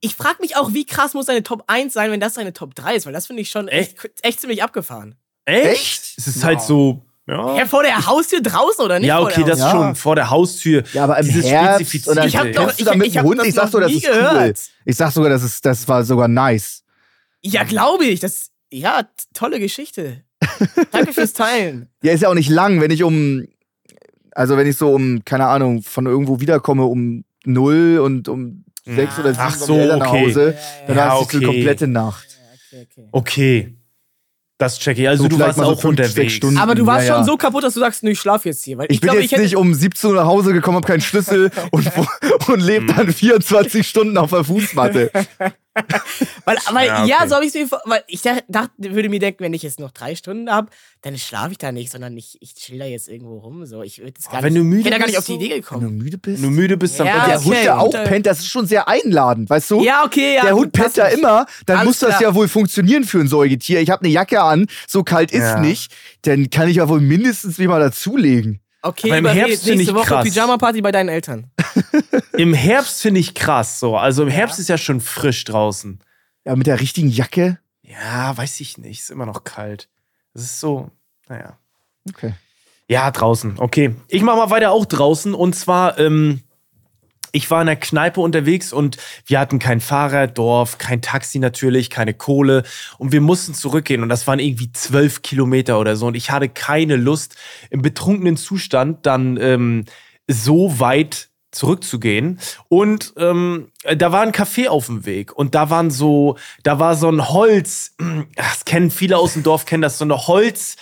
[SPEAKER 3] Ich frage mich auch, wie krass muss deine Top 1 sein, wenn das deine Top 3 ist, weil das finde ich schon echt, echt ziemlich abgefahren.
[SPEAKER 1] Echt? Es ist halt so. Ja,
[SPEAKER 3] Ja, vor der Haustür draußen oder nicht?
[SPEAKER 1] ja
[SPEAKER 3] vor
[SPEAKER 1] okay,
[SPEAKER 3] der
[SPEAKER 1] das
[SPEAKER 2] Ja.
[SPEAKER 1] schon. Vor der Haustür.
[SPEAKER 2] Ja, aber im
[SPEAKER 1] Dieses
[SPEAKER 2] Herbst
[SPEAKER 1] Spezifizierte.
[SPEAKER 2] oder
[SPEAKER 1] Ich hab
[SPEAKER 2] kämpfst
[SPEAKER 1] doch-
[SPEAKER 2] du da
[SPEAKER 3] ich-
[SPEAKER 2] mit
[SPEAKER 3] ich
[SPEAKER 2] dem
[SPEAKER 3] hab
[SPEAKER 2] Hund?
[SPEAKER 3] das
[SPEAKER 2] Ich sag
[SPEAKER 3] noch
[SPEAKER 2] sogar, das
[SPEAKER 3] nie
[SPEAKER 2] ist cool.
[SPEAKER 3] gehört.
[SPEAKER 2] Ich sag sogar, das, ist, das war sogar nice.
[SPEAKER 1] Mhm.
[SPEAKER 3] Ja, glaube ich. Das, ja, t- tolle Geschichte. Danke fürs Teilen.
[SPEAKER 2] Ja, ist ja auch nicht lang, wenn ich um, also wenn ich so um, keine Ahnung, von irgendwo wiederkomme um null und um sechs oder sieben
[SPEAKER 1] Ach
[SPEAKER 2] kommen
[SPEAKER 1] so,
[SPEAKER 2] die Eltern nach
[SPEAKER 1] okay.
[SPEAKER 2] Hause,
[SPEAKER 3] Ja,
[SPEAKER 2] dann
[SPEAKER 1] ja,
[SPEAKER 2] hast du die
[SPEAKER 1] okay.
[SPEAKER 2] komplette Nacht.
[SPEAKER 3] Okay, okay.
[SPEAKER 1] Okay. Das checke ich. Also,
[SPEAKER 2] So
[SPEAKER 1] du
[SPEAKER 2] vielleicht
[SPEAKER 1] warst
[SPEAKER 2] mal so
[SPEAKER 1] auch
[SPEAKER 2] fünf, sechs
[SPEAKER 1] unterwegs.
[SPEAKER 2] Stunden.
[SPEAKER 3] Aber du
[SPEAKER 2] Ja,
[SPEAKER 3] warst
[SPEAKER 2] ja.
[SPEAKER 3] schon so kaputt, dass du sagst, nö, ich schlaf jetzt hier. Weil
[SPEAKER 2] Ich,
[SPEAKER 3] ich,
[SPEAKER 2] bin
[SPEAKER 3] glaube,
[SPEAKER 2] jetzt
[SPEAKER 3] ich hätte,
[SPEAKER 2] nicht um 17 Uhr nach Hause gekommen, hab keinen Schlüssel und, und lebe dann 24 Stunden auf der Fußmatte.
[SPEAKER 3] Weil, weil
[SPEAKER 1] Ja,
[SPEAKER 3] ja,
[SPEAKER 1] okay.
[SPEAKER 3] so habe ich es mir vor, weil ich dach- dachte, würde mir denken, wenn ich jetzt noch drei Stunden habe, dann schlafe ich da nicht, sondern ich, ich chill da jetzt irgendwo rum. So, ich würde jetzt gar
[SPEAKER 1] Aber Oh, wenn
[SPEAKER 3] nicht,
[SPEAKER 1] du müde
[SPEAKER 3] ich bin da gar
[SPEAKER 1] bist,
[SPEAKER 3] nicht auf die
[SPEAKER 1] so-
[SPEAKER 3] Idee
[SPEAKER 2] Wenn du
[SPEAKER 3] gekommen.
[SPEAKER 2] müde bist,
[SPEAKER 1] Wenn du müde bist, dann
[SPEAKER 3] Ja,
[SPEAKER 1] vergiss es.
[SPEAKER 2] der Hund,
[SPEAKER 3] okay,
[SPEAKER 2] der auch
[SPEAKER 3] und, äh,
[SPEAKER 2] pennt, das ist schon sehr einladend, weißt du?
[SPEAKER 3] Ja, okay, ja.
[SPEAKER 2] der Hund
[SPEAKER 3] gut,
[SPEAKER 2] pennt ja
[SPEAKER 3] passt nicht.
[SPEAKER 2] immer, dann
[SPEAKER 3] Alles
[SPEAKER 2] muss das
[SPEAKER 3] klar.
[SPEAKER 2] ja wohl funktionieren für ein Säugetier. Ich habe eine Jacke an, so kalt ist
[SPEAKER 1] Ja.
[SPEAKER 2] nicht, dann kann ich ja wohl mindestens wie mal dazulegen.
[SPEAKER 3] Okay,
[SPEAKER 1] Aber im
[SPEAKER 3] überredet,
[SPEAKER 1] Herbst find
[SPEAKER 3] nächste
[SPEAKER 1] ich
[SPEAKER 3] Woche
[SPEAKER 1] krass.
[SPEAKER 3] Pyjama-Party bei deinen Eltern.
[SPEAKER 1] Im Herbst finde ich krass so. Also im Herbst ist ja schon frisch draußen.
[SPEAKER 2] Ja, mit der richtigen Jacke.
[SPEAKER 1] Ja, weiß ich nicht. Ist immer noch kalt. Es ist so, naja.
[SPEAKER 2] Okay.
[SPEAKER 1] Ja, draußen. Okay. Ich mache mal weiter auch draußen. Und zwar, ähm, ich war in der Kneipe unterwegs und wir hatten kein Fahrraddorf, kein Taxi natürlich, keine Kohle. Und wir mussten zurückgehen. Und das waren irgendwie zwölf Kilometer oder so. Und ich hatte keine Lust, im betrunkenen Zustand dann ähm, so weit zurückzugehen. Und ähm, da war ein Café auf dem Weg. Und da waren so, da war so ein Holz, das kennen viele aus dem Dorf, kennen das, so eine Holz,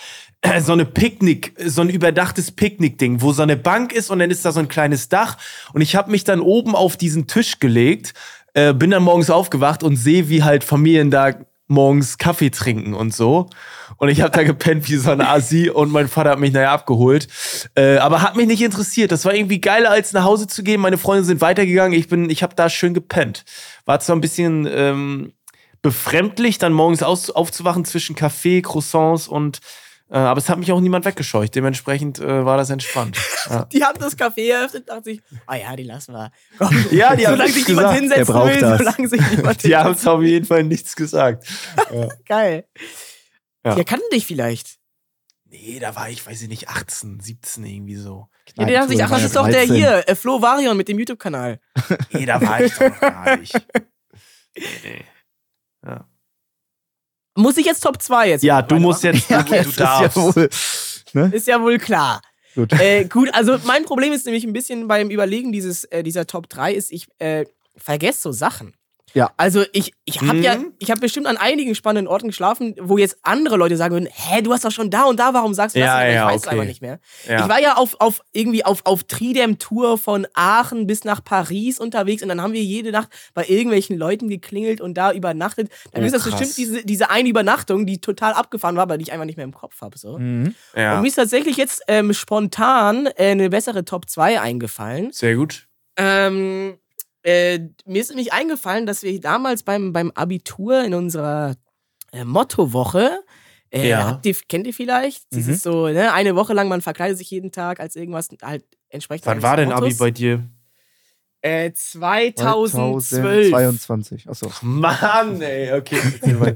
[SPEAKER 1] so eine Picknick, so ein überdachtes Picknickding, wo so eine Bank ist und dann ist da so ein kleines Dach. Und ich habe mich dann oben auf diesen Tisch gelegt, äh, bin dann morgens aufgewacht und sehe, wie halt Familien da morgens Kaffee trinken und so. Und ich habe da gepennt wie so ein Asi und mein Vater hat mich naja abgeholt. Äh, aber hat mich nicht interessiert. Das war irgendwie geiler, als nach Hause zu gehen. Meine Freunde sind weitergegangen. Ich bin, ich habe da schön gepennt. War zwar ein bisschen ähm, befremdlich, dann morgens aus, aufzuwachen zwischen Kaffee, Croissants und äh, aber es hat mich auch niemand weggescheucht. Dementsprechend äh, war das entspannt. Ja,
[SPEAKER 3] Die haben das Café eröffnet, dachte ich, ah ja, die lassen wir. Komm,
[SPEAKER 1] Ja, die haben
[SPEAKER 3] solange
[SPEAKER 1] nichts
[SPEAKER 3] sich
[SPEAKER 1] gesagt.
[SPEAKER 3] niemand
[SPEAKER 2] Der
[SPEAKER 3] hinsetzen
[SPEAKER 2] braucht
[SPEAKER 3] will,
[SPEAKER 2] das.
[SPEAKER 3] solange sich niemand
[SPEAKER 1] die haben
[SPEAKER 3] hinsetzt.
[SPEAKER 1] es auf jeden Fall nichts gesagt.
[SPEAKER 3] Geil.
[SPEAKER 1] Ja.
[SPEAKER 3] Ja. Die kannten dich vielleicht.
[SPEAKER 1] Nee, da war ich, weiß ich nicht, 18, 17 irgendwie so.
[SPEAKER 3] Ja, die dachten sich, ach, das ist doch der hier, äh, Flo Varion mit dem YouTube-Kanal.
[SPEAKER 1] Nee, da war ich doch noch gar nicht. Nee, nee.
[SPEAKER 3] Muss ich jetzt Top 2 jetzt?
[SPEAKER 1] Ja, du
[SPEAKER 3] weitermachen?
[SPEAKER 1] musst jetzt, du, du
[SPEAKER 2] Ja, das ist ja
[SPEAKER 1] darfst.
[SPEAKER 2] wohl. Ne?
[SPEAKER 3] Ist ja wohl klar.
[SPEAKER 2] Gut.
[SPEAKER 3] Äh, gut, also mein Problem ist nämlich ein bisschen beim Überlegen dieses, äh, dieser Top 3 ist, ich äh, vergesse so Sachen.
[SPEAKER 2] Ja.
[SPEAKER 3] Also ich, ich habe
[SPEAKER 1] Mhm.
[SPEAKER 3] ja, ich habe bestimmt an einigen spannenden Orten geschlafen, wo jetzt andere Leute sagen würden, hä, du hast doch schon da und da, warum sagst du das?
[SPEAKER 1] Ja,
[SPEAKER 3] nicht?
[SPEAKER 1] ja,
[SPEAKER 3] ich weiß es
[SPEAKER 1] okay.
[SPEAKER 3] aber nicht mehr.
[SPEAKER 1] Ja.
[SPEAKER 3] Ich war ja auf, auf irgendwie auf, auf Tridem-Tour von Aachen bis nach Paris unterwegs und dann haben wir jede Nacht bei irgendwelchen Leuten geklingelt und da übernachtet. Dann
[SPEAKER 1] Oh,
[SPEAKER 3] ist das
[SPEAKER 1] krass.
[SPEAKER 3] bestimmt diese, diese eine Übernachtung, die total abgefahren war, weil die ich einfach nicht mehr im Kopf habe. So.
[SPEAKER 2] Mhm.
[SPEAKER 1] ja.
[SPEAKER 3] Und mir ist tatsächlich jetzt ähm, spontan äh, eine bessere Top 2 eingefallen.
[SPEAKER 1] Sehr gut.
[SPEAKER 3] Ähm, äh, mir ist nämlich eingefallen, dass wir damals beim, beim Abitur in unserer äh, Mottowoche, äh,
[SPEAKER 1] Ja. Mhm.
[SPEAKER 3] habt ihr, kennt ihr vielleicht? Dieses so, ne, eine Woche lang, man verkleidet sich jeden Tag als irgendwas halt entsprechend.
[SPEAKER 1] Wann
[SPEAKER 3] eines
[SPEAKER 1] war denn Abi
[SPEAKER 3] Mottos.
[SPEAKER 1] bei dir?
[SPEAKER 3] Äh, 2012.
[SPEAKER 2] 22. Achso.
[SPEAKER 1] Mann, ey, okay. erzähl mal.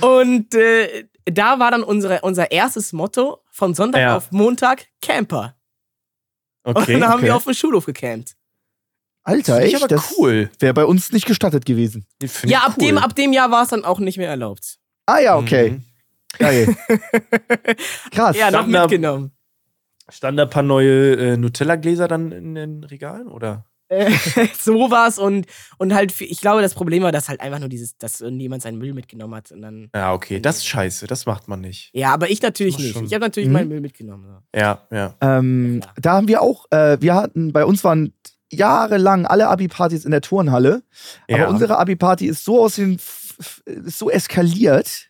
[SPEAKER 3] Und äh, da war dann unsere, unser erstes Motto von Sonntag
[SPEAKER 1] Ja.
[SPEAKER 3] auf Montag Camper. Und
[SPEAKER 1] Okay.
[SPEAKER 3] dann haben
[SPEAKER 2] okay.
[SPEAKER 3] wir auf dem Schulhof gecampt.
[SPEAKER 2] Alter,
[SPEAKER 1] Finde
[SPEAKER 2] echt?
[SPEAKER 1] ich aber
[SPEAKER 2] das
[SPEAKER 1] cool.
[SPEAKER 2] wäre bei uns nicht gestattet gewesen.
[SPEAKER 1] Finde
[SPEAKER 3] Ja,
[SPEAKER 1] ich
[SPEAKER 3] ab,
[SPEAKER 1] cool.
[SPEAKER 3] dem, ab dem Jahr war es dann auch nicht mehr erlaubt.
[SPEAKER 2] Ah ja, okay.
[SPEAKER 1] Mhm.
[SPEAKER 2] Geil. Krass.
[SPEAKER 3] Ja, noch
[SPEAKER 1] Standard-
[SPEAKER 3] mitgenommen.
[SPEAKER 1] Standen da ein paar neue äh, Nutella-Gläser dann in den Regalen, oder?
[SPEAKER 3] Äh, so war's und, und halt, viel- ich glaube, das Problem war, dass halt einfach nur dieses, dass irgendjemand seinen Müll mitgenommen hat und dann.
[SPEAKER 1] Ja, okay. Das ist scheiße. Das macht man nicht.
[SPEAKER 3] Ja, aber ich natürlich
[SPEAKER 1] Ach,
[SPEAKER 3] nicht.
[SPEAKER 1] schon.
[SPEAKER 3] Ich habe natürlich
[SPEAKER 2] Mhm.
[SPEAKER 3] meinen Müll mitgenommen. so.
[SPEAKER 1] Ja, ja.
[SPEAKER 2] Ähm,
[SPEAKER 3] Ja, klar.
[SPEAKER 2] da haben wir auch, äh, wir hatten, bei uns waren jahrelang alle Abi-Partys in der Turnhalle.
[SPEAKER 1] ja.
[SPEAKER 2] Aber unsere Abi-Party ist so aus den, F- F- ist so eskaliert,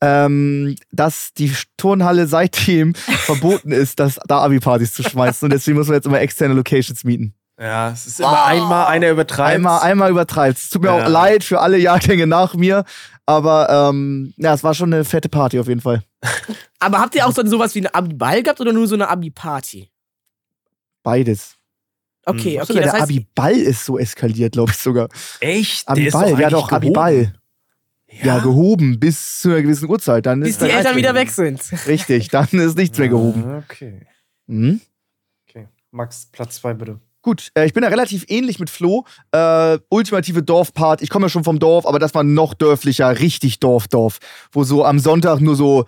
[SPEAKER 2] ähm, dass die Turnhalle seitdem verboten ist, dass da Abi-Partys zu schmeißen. Und deswegen müssen wir jetzt immer externe Locations mieten.
[SPEAKER 1] ja, es ist immer einmal, einer übertreibt.
[SPEAKER 2] Einmal, einmal übertreibt's. Es tut mir
[SPEAKER 1] Ja.
[SPEAKER 2] auch leid für alle Jahrgänge nach mir. Aber ähm, ja, es war schon eine fette Party auf jeden Fall.
[SPEAKER 3] Aber
[SPEAKER 2] Mhm.
[SPEAKER 3] habt ihr auch so sowas wie einen Abi-Ball gehabt oder nur so eine Abi-Party?
[SPEAKER 2] Beides.
[SPEAKER 3] Okay,
[SPEAKER 1] Mhm.
[SPEAKER 2] Weißt du,
[SPEAKER 3] okay. Das
[SPEAKER 2] der
[SPEAKER 3] heißt,
[SPEAKER 2] Abiball ist so eskaliert, glaube ich sogar.
[SPEAKER 1] Echt? Der ist
[SPEAKER 2] Abiball, ja
[SPEAKER 1] eigentlich
[SPEAKER 2] doch,
[SPEAKER 1] gehoben.
[SPEAKER 2] Abiball. Ja.
[SPEAKER 1] Ja,
[SPEAKER 2] gehoben bis zu einer gewissen Uhrzeit. Dann
[SPEAKER 3] bis
[SPEAKER 2] ist halt
[SPEAKER 3] die
[SPEAKER 2] dann
[SPEAKER 3] Eltern wieder weg
[SPEAKER 2] eigentlich-
[SPEAKER 3] sind.
[SPEAKER 2] Richtig, dann ist nichts mehr gehoben.
[SPEAKER 1] Ah, Okay.
[SPEAKER 2] Mhm.
[SPEAKER 1] okay. Max, Platz zwei bitte.
[SPEAKER 2] Gut, äh, ich bin da relativ ähnlich mit Flo. Äh, ultimative Dorfpart. Ich komme ja schon vom Dorf, aber das war noch dörflicher, richtig Dorf-Dorf, wo so am Sonntag nur so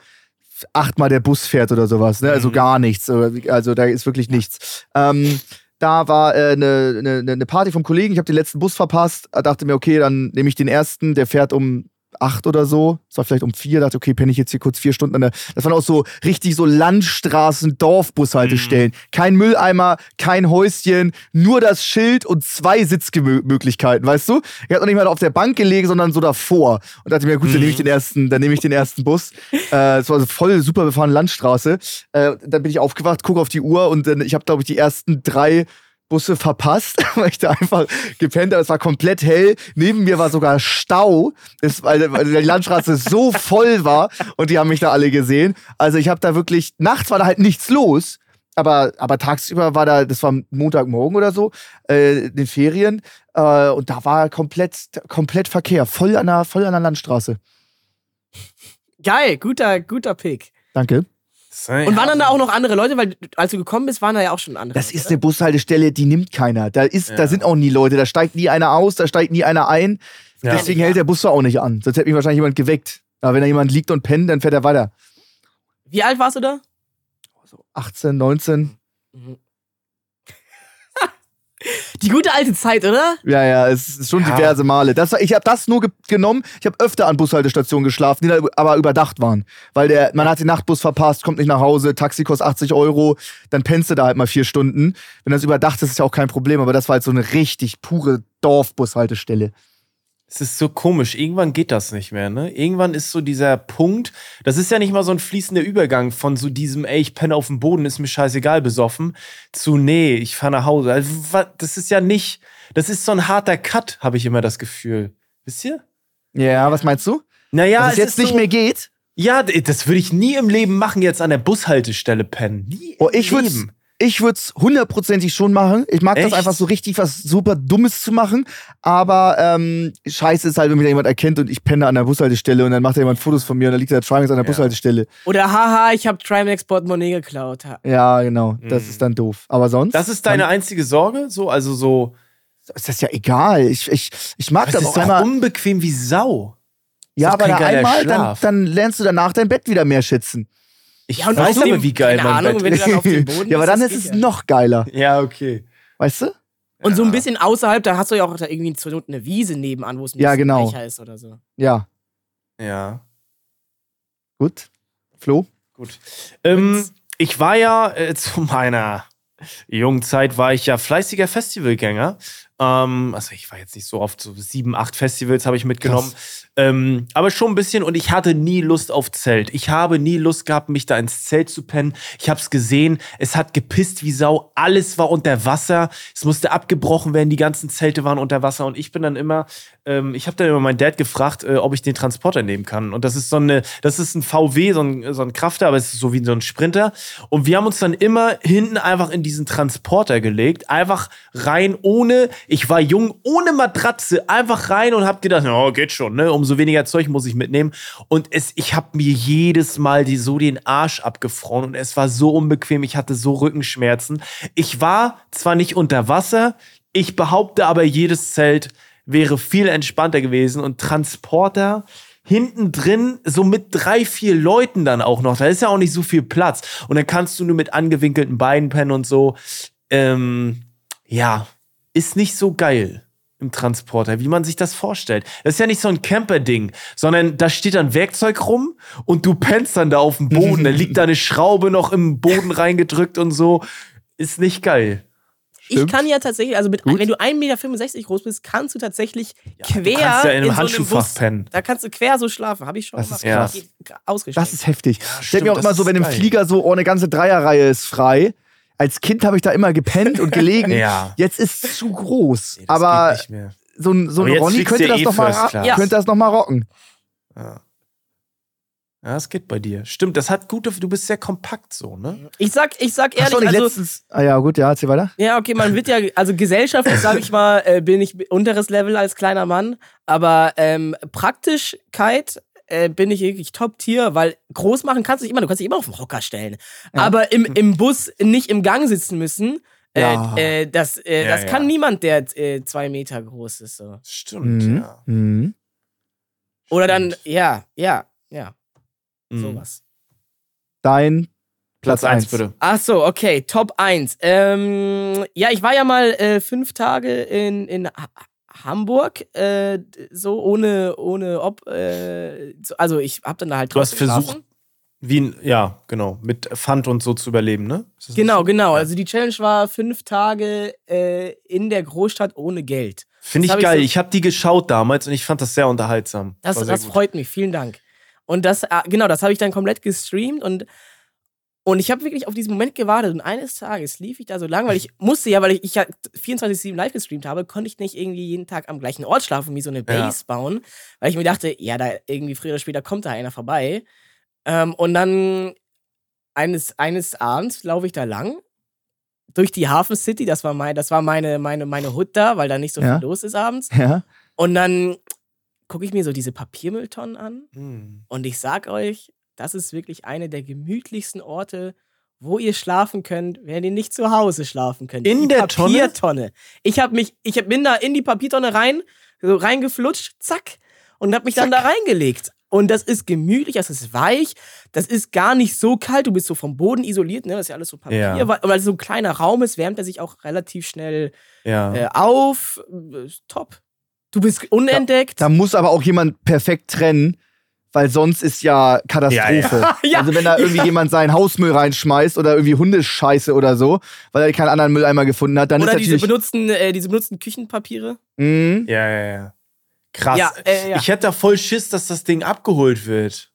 [SPEAKER 2] achtmal der Bus fährt oder sowas. Ne? Also
[SPEAKER 1] Mhm.
[SPEAKER 2] gar nichts. Also da ist wirklich nichts. Ähm, da war eine äh, ne- ne- ne- ne Party vom Kollegen. Ich habe den letzten Bus verpasst. Dachte mir, okay, dann nehme ich den ersten. Der fährt um acht oder so. Es war vielleicht um vier. Dachte, okay, penne ich jetzt hier kurz vier Stunden an der. Das waren auch so richtig so Landstraßen, Dorfbushaltestellen. Kein Mülleimer, kein Häuschen, nur das Schild und zwei Sitzmöglichkeiten, weißt du? Ich habe noch nicht mal auf der Bank gelegen, sondern so davor. Und dachte mir, gut, dann nehme ich den ersten, dann nehme ich den ersten Bus. Äh, Es war also voll super befahrene Landstraße. Äh, dann bin ich aufgewacht, gucke auf die Uhr und dann, ich habe, glaube ich, die ersten drei Busse verpasst, weil ich da einfach gepennt habe. Es war komplett hell. Neben mir war sogar Stau, es, weil, weil die Landstraße so voll war und die haben mich da alle gesehen. Also ich habe da wirklich, nachts war da halt nichts los, aber, aber tagsüber war da, das war Montagmorgen oder so, äh, in den Ferien. Äh, und da war komplett, komplett Verkehr, voll an der, voll an der Landstraße.
[SPEAKER 3] Geil, guter, guter Pick.
[SPEAKER 2] Danke.
[SPEAKER 3] Und waren dann da auch noch andere Leute, weil als du gekommen bist, waren da ja auch schon andere.
[SPEAKER 2] Das ist eine Bushaltestelle, die nimmt keiner. Da, ist, da
[SPEAKER 1] Ja.
[SPEAKER 2] sind auch nie Leute, da steigt nie einer aus, da steigt nie einer ein.
[SPEAKER 1] Ja.
[SPEAKER 2] Deswegen hält der Bus da auch nicht an. Sonst hätte mich wahrscheinlich jemand geweckt. Aber wenn da jemand liegt und pennt, dann fährt er weiter.
[SPEAKER 3] Wie alt warst du da?
[SPEAKER 2] So 18, 19.
[SPEAKER 3] Die gute alte Zeit, oder?
[SPEAKER 2] Ja, ja, es ist schon
[SPEAKER 1] Ja.
[SPEAKER 2] diverse Male. Das, war- ich habe das nur ge genommen. Ich habe öfter an Bushaltestationen geschlafen, die da ü- aber überdacht waren. Weil der, man hat den Nachtbus verpasst, kommt nicht nach Hause, Taxi kostet 80 Euro, dann pennst du da halt mal vier Stunden. Wenn das überdacht ist, ist ja auch kein Problem. Aber das war halt so eine richtig pure Dorfbushaltestelle.
[SPEAKER 1] Es ist so komisch. Irgendwann geht das nicht mehr, ne? Irgendwann ist so dieser Punkt, das ist ja nicht mal so ein fließender Übergang von so diesem, ey, ich penne auf dem Boden, ist mir scheißegal, besoffen, zu, nee, ich fahr nach Hause. Also, wa- Das ist ja nicht, das ist so ein harter Cut, habe ich immer das Gefühl. Wisst ihr?
[SPEAKER 2] Ja, was meinst du?
[SPEAKER 1] Naja,
[SPEAKER 2] Dass es
[SPEAKER 1] es
[SPEAKER 2] jetzt
[SPEAKER 1] ist
[SPEAKER 2] nicht
[SPEAKER 1] so,
[SPEAKER 2] mehr geht?
[SPEAKER 1] Ja, d- das würde ich nie im Leben machen, jetzt an der Bushaltestelle pennen. Nie.
[SPEAKER 2] Oh,
[SPEAKER 1] im
[SPEAKER 2] ich würde
[SPEAKER 1] Leben.
[SPEAKER 2] ich würd's hundertprozentig schon machen. Ich mag das
[SPEAKER 1] Echt?
[SPEAKER 2] einfach so richtig, was super Dummes zu machen. Aber ähm, scheiße ist halt, wenn mich da jemand erkennt und ich penne an der Bushaltestelle und dann macht da jemand Fotos von mir und dann liegt da Trimax an der
[SPEAKER 1] Ja.
[SPEAKER 2] Bushaltestelle.
[SPEAKER 3] Oder haha, ich habe Trimax Portemonnaie geklaut. Ha.
[SPEAKER 2] Ja, genau. Das
[SPEAKER 1] Mhm.
[SPEAKER 2] ist dann doof. Aber sonst
[SPEAKER 1] Das ist deine einzige Sorge? So, also so.
[SPEAKER 2] dann ist das ja egal. Ich, ich, ich mag
[SPEAKER 1] Das
[SPEAKER 2] das
[SPEAKER 1] ist
[SPEAKER 2] auch
[SPEAKER 1] auch
[SPEAKER 2] einmal.
[SPEAKER 1] unbequem wie Sau.
[SPEAKER 2] Ja,
[SPEAKER 1] doch
[SPEAKER 2] aber
[SPEAKER 1] kein
[SPEAKER 2] da
[SPEAKER 1] geiler
[SPEAKER 2] einmal, dann,
[SPEAKER 1] Schlaf.
[SPEAKER 2] dann lernst du danach dein Bett wieder mehr schätzen.
[SPEAKER 1] Ich
[SPEAKER 3] Ja, und
[SPEAKER 1] weiß
[SPEAKER 3] außerdem-
[SPEAKER 1] aber, wie geil
[SPEAKER 3] keine
[SPEAKER 1] mein
[SPEAKER 3] Ahnung,
[SPEAKER 1] Bett
[SPEAKER 3] wenn du dann auf dem Boden
[SPEAKER 2] ja, aber
[SPEAKER 3] bist,
[SPEAKER 2] dann
[SPEAKER 3] das
[SPEAKER 2] ist es
[SPEAKER 3] geht ja.
[SPEAKER 2] noch geiler.
[SPEAKER 1] Ja, okay.
[SPEAKER 2] Weißt du?
[SPEAKER 3] Und so
[SPEAKER 1] Ja.
[SPEAKER 3] ein bisschen außerhalb, da hast du ja auch da irgendwie zur Not eine Wiese nebenan, wo es ein
[SPEAKER 2] Ja,
[SPEAKER 3] bisschen
[SPEAKER 2] genau.
[SPEAKER 3] weicher ist oder so.
[SPEAKER 2] Ja,
[SPEAKER 1] Ja,
[SPEAKER 2] gut. Flo?
[SPEAKER 1] gut. Ähm, ich war ja äh, zu meiner jungen Zeit war ich ja fleißiger Festivalgänger. Ähm, also ich war jetzt nicht so oft, so sieben, acht Festivals habe ich mitgenommen. Ähm, aber schon ein bisschen und ich hatte nie Lust auf Zelt. Ich habe nie Lust gehabt, mich da ins Zelt zu pennen. Ich habe es gesehen, es hat gepisst wie Sau, alles war unter Wasser. Es musste abgebrochen werden, die ganzen Zelte waren unter Wasser und ich bin dann immer, ähm, ich habe dann immer meinen Dad gefragt, äh, ob ich den Transporter nehmen kann. Und das ist so eine, das ist ein VW, so ein, so ein Krafter, aber es ist so wie so ein Sprinter. Und wir haben uns dann immer hinten einfach in diesen Transporter gelegt, einfach rein ohne, ich war jung, ohne Matratze, einfach rein und hab gedacht, oh, geht schon, ne? Umso weniger Zeug muss ich mitnehmen. Und es, ich habe mir jedes Mal die, so den Arsch abgefroren und es war so unbequem, ich hatte so Rückenschmerzen. Ich war zwar nicht unter Wasser, ich behaupte aber, jedes Zelt wäre viel entspannter gewesen und Transporter hinten drin, so mit drei, vier Leuten dann auch noch. Da ist ja auch nicht so viel Platz. Und dann kannst du nur mit angewinkelten Beinen pennen und so. Ähm, ja, ist nicht so geil im Transporter, wie man sich das vorstellt. Das ist ja nicht so ein Camper-Ding, sondern da steht dann Werkzeug rum und du pennst dann da auf dem Boden. da liegt da eine Schraube noch im Boden reingedrückt und so. Ist nicht geil.
[SPEAKER 3] Ich kann ja tatsächlich, also mit,
[SPEAKER 2] Gut.
[SPEAKER 3] wenn du 1,65 Meter groß bist, kannst du tatsächlich quer.
[SPEAKER 1] du kannst ja in einem
[SPEAKER 3] so
[SPEAKER 1] Handschuhfach
[SPEAKER 3] Bus-
[SPEAKER 1] pennen.
[SPEAKER 3] Da kannst du quer so schlafen, habe ich schon
[SPEAKER 2] Das ist
[SPEAKER 1] krass.
[SPEAKER 3] Geht Ausgeschickt.
[SPEAKER 2] Das ist heftig. ich stell
[SPEAKER 1] stimmt,
[SPEAKER 2] mir auch
[SPEAKER 1] das
[SPEAKER 2] immer so,
[SPEAKER 1] ist
[SPEAKER 2] wenn im
[SPEAKER 1] geil.
[SPEAKER 2] Flieger so, oh, eine ganze Dreierreihe ist frei. Als Kind habe ich da immer gepennt und gelegen.
[SPEAKER 1] Ja.
[SPEAKER 2] Jetzt ist es zu groß.
[SPEAKER 1] Nee, das
[SPEAKER 2] aber
[SPEAKER 1] geht nicht mehr.
[SPEAKER 2] so ein, so
[SPEAKER 1] Aber
[SPEAKER 2] ein
[SPEAKER 1] jetzt eh
[SPEAKER 2] Ronny
[SPEAKER 1] fliegst
[SPEAKER 2] könnte
[SPEAKER 1] du ja
[SPEAKER 2] das,
[SPEAKER 1] eh
[SPEAKER 2] noch mal,
[SPEAKER 1] First
[SPEAKER 2] ra-
[SPEAKER 1] Class.
[SPEAKER 2] könnte das noch mal rocken.
[SPEAKER 1] Ja. Ja, das geht bei dir. Stimmt, das hat gute. Du bist sehr kompakt so, ne?
[SPEAKER 3] Ich sag, ich sag
[SPEAKER 2] Hast du
[SPEAKER 3] ehrlich,
[SPEAKER 2] nicht
[SPEAKER 3] also,
[SPEAKER 2] letztens. Ah ja, gut, ja, erzähl weiter.
[SPEAKER 3] ja, okay, man wird ja, also gesellschaftlich, sag ich mal, äh, bin ich unteres Level als kleiner Mann, aber ähm, Praktischkeit äh, bin ich wirklich Top-Tier, weil groß machen kannst du dich immer, du kannst dich immer auf den Hocker stellen.
[SPEAKER 2] Ja.
[SPEAKER 3] Aber im, im Bus nicht im Gang sitzen müssen, äh,
[SPEAKER 1] Ja.
[SPEAKER 3] äh, das, äh,
[SPEAKER 1] Ja,
[SPEAKER 3] das kann
[SPEAKER 1] ja.
[SPEAKER 3] niemand, der äh, zwei Meter groß ist. So.
[SPEAKER 1] Stimmt,
[SPEAKER 2] Mhm.
[SPEAKER 1] ja.
[SPEAKER 2] Mhm.
[SPEAKER 3] Oder dann,
[SPEAKER 1] Stimmt.
[SPEAKER 3] ja, ja, ja,
[SPEAKER 1] Mhm.
[SPEAKER 3] sowas.
[SPEAKER 2] Dein
[SPEAKER 1] Platz eins bitte.
[SPEAKER 3] Ach so, okay, Top 1. Ähm, ja, ich war ja mal äh, fünf Tage in, in ha Hamburg, äh, d- so ohne, ohne ob. Äh, so, also ich habe dann da halt
[SPEAKER 1] Du hast
[SPEAKER 3] draußen
[SPEAKER 1] versucht, wie ein, ja, genau, mit Pfand und so zu überleben, ne? Ist das
[SPEAKER 3] Genau,
[SPEAKER 1] nicht so?
[SPEAKER 3] genau.
[SPEAKER 1] Ja.
[SPEAKER 3] Also die Challenge war fünf Tage äh, in der Großstadt ohne Geld.
[SPEAKER 1] Finde ich
[SPEAKER 3] das hab ich
[SPEAKER 1] geil.
[SPEAKER 3] so-
[SPEAKER 1] Ich habe die geschaut damals und ich fand das sehr unterhaltsam.
[SPEAKER 3] Das,
[SPEAKER 1] War sehr
[SPEAKER 3] das
[SPEAKER 1] gut.
[SPEAKER 3] freut mich, vielen Dank. Und das, äh, genau, das habe ich dann komplett gestreamt und, und ich habe wirklich auf diesen Moment gewartet. Und eines Tages lief ich da so lang, weil ich musste ja, weil ich, ich ja 24-7 live gestreamt habe, konnte ich nicht irgendwie jeden Tag am gleichen Ort schlafen, wie so eine
[SPEAKER 1] Ja.
[SPEAKER 3] Base bauen, weil ich mir dachte, ja, da irgendwie früher oder später kommt da einer vorbei. Ähm, und dann eines, eines Abends laufe ich da lang durch die Hafen City, das war, mein, das war meine, meine, meine Hut da, weil da nicht so
[SPEAKER 2] Ja.
[SPEAKER 3] viel los ist abends.
[SPEAKER 2] Ja.
[SPEAKER 3] Und dann gucke ich mir so diese Papiermülltonnen an
[SPEAKER 1] Hm.
[SPEAKER 3] und ich sag euch, das ist wirklich eine der gemütlichsten Orte, wo ihr schlafen könnt, wenn ihr nicht zu Hause schlafen könnt.
[SPEAKER 1] In
[SPEAKER 3] die
[SPEAKER 1] der Tonne?
[SPEAKER 3] Papiertonne. Ich habe mich, ich hab, bin da in die Papiertonne rein, so reingeflutscht, zack, und habe mich dann da reingelegt. Und das ist gemütlich, das ist weich, das ist gar nicht so kalt, du bist so vom Boden isoliert, ne? Das ist ja alles so Papier,
[SPEAKER 1] Ja.
[SPEAKER 3] weil, weil es so ein kleiner Raum ist, wärmt er sich auch relativ schnell
[SPEAKER 1] Ja.
[SPEAKER 3] äh, auf. Äh, Top. Du bist unentdeckt.
[SPEAKER 2] Da muss aber auch jemand perfekt trennen, weil sonst ist ja Katastrophe.
[SPEAKER 3] Ja,
[SPEAKER 2] also wenn da irgendwie jemand seinen Hausmüll reinschmeißt oder irgendwie Hundescheiße oder so, weil er keinen anderen Mülleimer gefunden hat, dann
[SPEAKER 3] Oder
[SPEAKER 2] ist
[SPEAKER 3] diese
[SPEAKER 2] natürlich.
[SPEAKER 3] benutzten, äh, diese benutzten Küchenpapiere.
[SPEAKER 2] Mhm.
[SPEAKER 1] ja, ja, ja. Krass.
[SPEAKER 3] Ja, äh, ja.
[SPEAKER 1] Ich hätte da voll Schiss, dass das Ding abgeholt wird.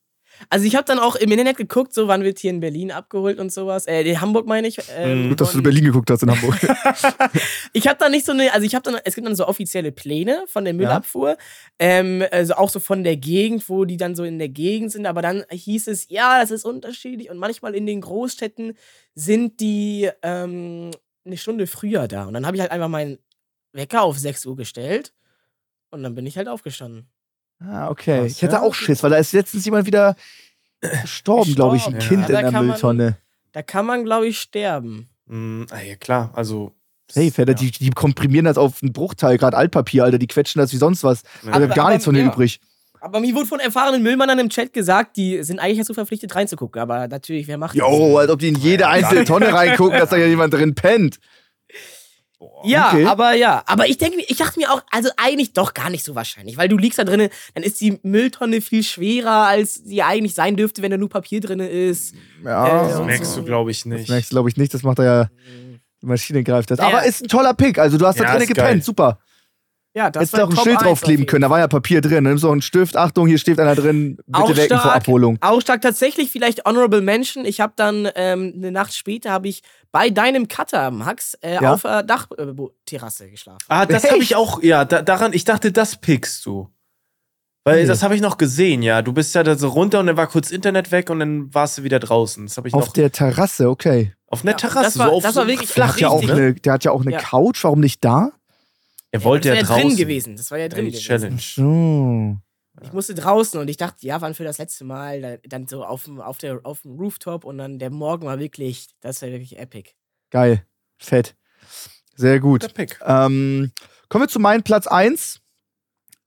[SPEAKER 3] Also ich habe dann auch im Internet geguckt, so wann wird hier in Berlin abgeholt und sowas. Äh, in Hamburg meine ich. Ähm,
[SPEAKER 1] Mhm.
[SPEAKER 2] Gut, dass du
[SPEAKER 3] und-
[SPEAKER 2] in Berlin geguckt hast in Hamburg.
[SPEAKER 3] Ich habe da nicht so eine, also ich habe dann, es gibt dann so offizielle Pläne von der Müllabfuhr, ähm, also auch so von der Gegend, wo die dann so in der Gegend sind, aber dann hieß es, ja, das ist unterschiedlich und manchmal in den Großstädten sind die ähm, eine Stunde früher da und dann habe ich halt einfach meinen Wecker auf 6 Uhr gestellt und dann bin ich halt aufgestanden.
[SPEAKER 2] ah, okay.
[SPEAKER 1] Krass,
[SPEAKER 2] Ich hätte
[SPEAKER 1] ja.
[SPEAKER 2] auch Schiss, weil da ist letztens jemand wieder gestorben, glaube ich, ein
[SPEAKER 1] Gestorben,
[SPEAKER 2] Kind
[SPEAKER 3] ja. Da
[SPEAKER 2] in der
[SPEAKER 3] kann man-
[SPEAKER 2] Mülltonne.
[SPEAKER 3] Da kann man, glaube ich, sterben.
[SPEAKER 1] Hm, ah, ja, klar. Also. das-
[SPEAKER 2] Hey, Fedder,
[SPEAKER 1] ja.
[SPEAKER 2] die, die komprimieren das auf einen Bruchteil, gerade Altpapier, Alter, die quetschen das wie sonst was.
[SPEAKER 1] Ja.
[SPEAKER 2] Da bleibt gar
[SPEAKER 3] Aber-
[SPEAKER 2] nichts von denen
[SPEAKER 3] ja.
[SPEAKER 2] übrig.
[SPEAKER 3] Aber mir wurde von erfahrenen Müllmannern im Chat gesagt, die sind eigentlich dazu verpflichtet reinzugucken. Aber natürlich, wer macht das?
[SPEAKER 2] Jo, als ob die in jede
[SPEAKER 1] Ja, gar
[SPEAKER 2] einzelne Tonne reingucken, dass da ja jemand drin pennt.
[SPEAKER 1] Boah.
[SPEAKER 3] Ja,
[SPEAKER 2] okay.
[SPEAKER 3] aber ja. Aber ich denke, mir- ich dachte mir auch, also eigentlich doch gar nicht so wahrscheinlich, weil du liegst da drinnen, dann ist die Mülltonne viel schwerer, als sie eigentlich sein dürfte, wenn da nur Papier drinne ist.
[SPEAKER 2] Ja,
[SPEAKER 3] Äh,
[SPEAKER 1] Das
[SPEAKER 3] so-
[SPEAKER 2] das
[SPEAKER 1] merkst du, glaube ich, nicht.
[SPEAKER 2] merkst du, glaube ich, nicht. Das macht er ja, die Maschine greift das. Aber
[SPEAKER 3] Ja.
[SPEAKER 2] ist ein toller Pick. Also, du hast da
[SPEAKER 1] Ja,
[SPEAKER 2] drinnen
[SPEAKER 1] ist geil.
[SPEAKER 2] gepennt. Super.
[SPEAKER 3] Ja, das
[SPEAKER 2] Hättest du auch ein
[SPEAKER 3] Top
[SPEAKER 2] Schild
[SPEAKER 3] 1
[SPEAKER 2] draufkleben
[SPEAKER 3] auf jeden
[SPEAKER 2] können. Da war ja Papier drin. Dann nimmst du auch einen Stift. Achtung, hier steht einer drin. Bitte
[SPEAKER 3] Auch
[SPEAKER 2] wecken vor
[SPEAKER 3] stark.
[SPEAKER 2] Abholung.
[SPEAKER 3] Auch stark tatsächlich vielleicht Honorable Mention. Ich habe dann ähm, eine Nacht später habe ich bei deinem Cutter, Max, äh,
[SPEAKER 2] Ja.
[SPEAKER 3] auf der Dachterrasse geschlafen.
[SPEAKER 1] Ah, das habe
[SPEAKER 2] Echt?
[SPEAKER 1] ich auch, ja, da, daran, ich dachte, das pickst du. Weil
[SPEAKER 2] Nee.
[SPEAKER 1] das habe ich noch gesehen, ja. Du bist ja da so runter und dann war kurz Internet weg und dann warst du wieder draußen. Das habe ich
[SPEAKER 2] Auf
[SPEAKER 1] noch
[SPEAKER 2] der Terrasse, okay.
[SPEAKER 1] auf einer
[SPEAKER 3] Ja,
[SPEAKER 1] Terrasse,
[SPEAKER 3] das war-
[SPEAKER 1] so auf
[SPEAKER 3] das
[SPEAKER 1] so
[SPEAKER 3] war wirklich
[SPEAKER 2] Der
[SPEAKER 1] flach.
[SPEAKER 2] hat, ja auch
[SPEAKER 1] richtig, ne?
[SPEAKER 2] eine, der hat ja auch eine
[SPEAKER 3] Ja.
[SPEAKER 2] Couch. Warum nicht da?
[SPEAKER 1] Er wollte
[SPEAKER 3] das
[SPEAKER 1] ja
[SPEAKER 3] wär
[SPEAKER 1] draußen.
[SPEAKER 3] drin gewesen. Das war ja
[SPEAKER 1] Ja,
[SPEAKER 3] drin
[SPEAKER 1] die
[SPEAKER 3] gewesen.
[SPEAKER 1] Challenge.
[SPEAKER 2] Mhm. So.
[SPEAKER 3] Ich musste draußen und ich dachte, ja, wann für das letzte Mal? Dann, dann so auf dem, auf, der, auf dem Rooftop und dann der Morgen war wirklich, das war wirklich epic.
[SPEAKER 2] Geil. Fett. Sehr gut.
[SPEAKER 1] Guter Pick.
[SPEAKER 2] Ähm, kommen wir zu meinem Platz 1.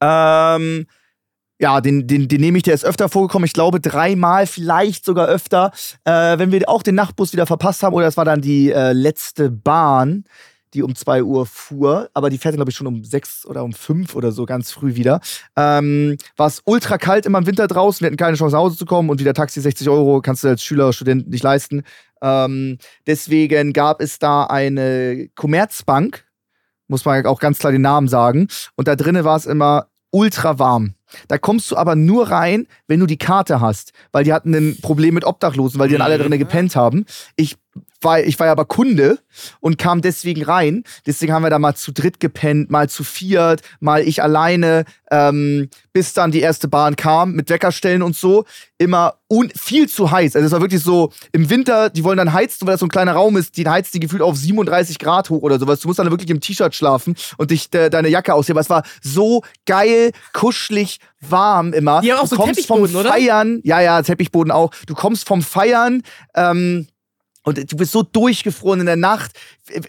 [SPEAKER 2] Ähm, ja, den, den, den nehme ich, der ist öfter vorgekommen. Ich glaube dreimal, vielleicht sogar öfter. Äh, wenn wir auch den Nachtbus wieder verpasst haben, oder es war dann die äh, letzte Bahn, die um 2 Uhr fuhr, aber die fährt, glaube ich, schon um 6 oder um 5 oder so ganz früh wieder. Ähm, war es ultra kalt immer im Winter draußen, wir hatten keine Chance nach Hause zu kommen und wieder Taxi 60 Euro, kannst du als Schüler, Student nicht leisten. Ähm, deswegen gab es da eine Commerzbank, muss man auch ganz klar den Namen sagen. Und da drinnen war es immer ultra warm. Da kommst du aber nur rein, wenn du die Karte hast, weil die hatten ein Problem mit Obdachlosen, weil die dann alle drinnen gepennt haben. Ich war, ich war ja aber Kunde und kam deswegen rein. Deswegen haben wir da mal zu dritt gepennt, mal zu viert, mal ich alleine, ähm, bis dann die erste Bahn kam mit Weckerstellen und so. Immer un viel zu heiß. Also es war wirklich so im Winter, die wollen dann heizen, weil das so ein kleiner Raum ist, die heizt die gefühlt auf 37 Grad hoch oder sowas. Du musst dann wirklich im T-Shirt schlafen und dich de deine Jacke ausziehen. Aber es war so geil, kuschelig, warm immer.
[SPEAKER 3] Die haben auch
[SPEAKER 2] du
[SPEAKER 3] so
[SPEAKER 2] kommst vom
[SPEAKER 3] Teppichboden, oder?
[SPEAKER 2] Feiern, ja, ja, Teppichboden auch. Du kommst vom Feiern, ähm, und du bist so durchgefroren in der Nacht,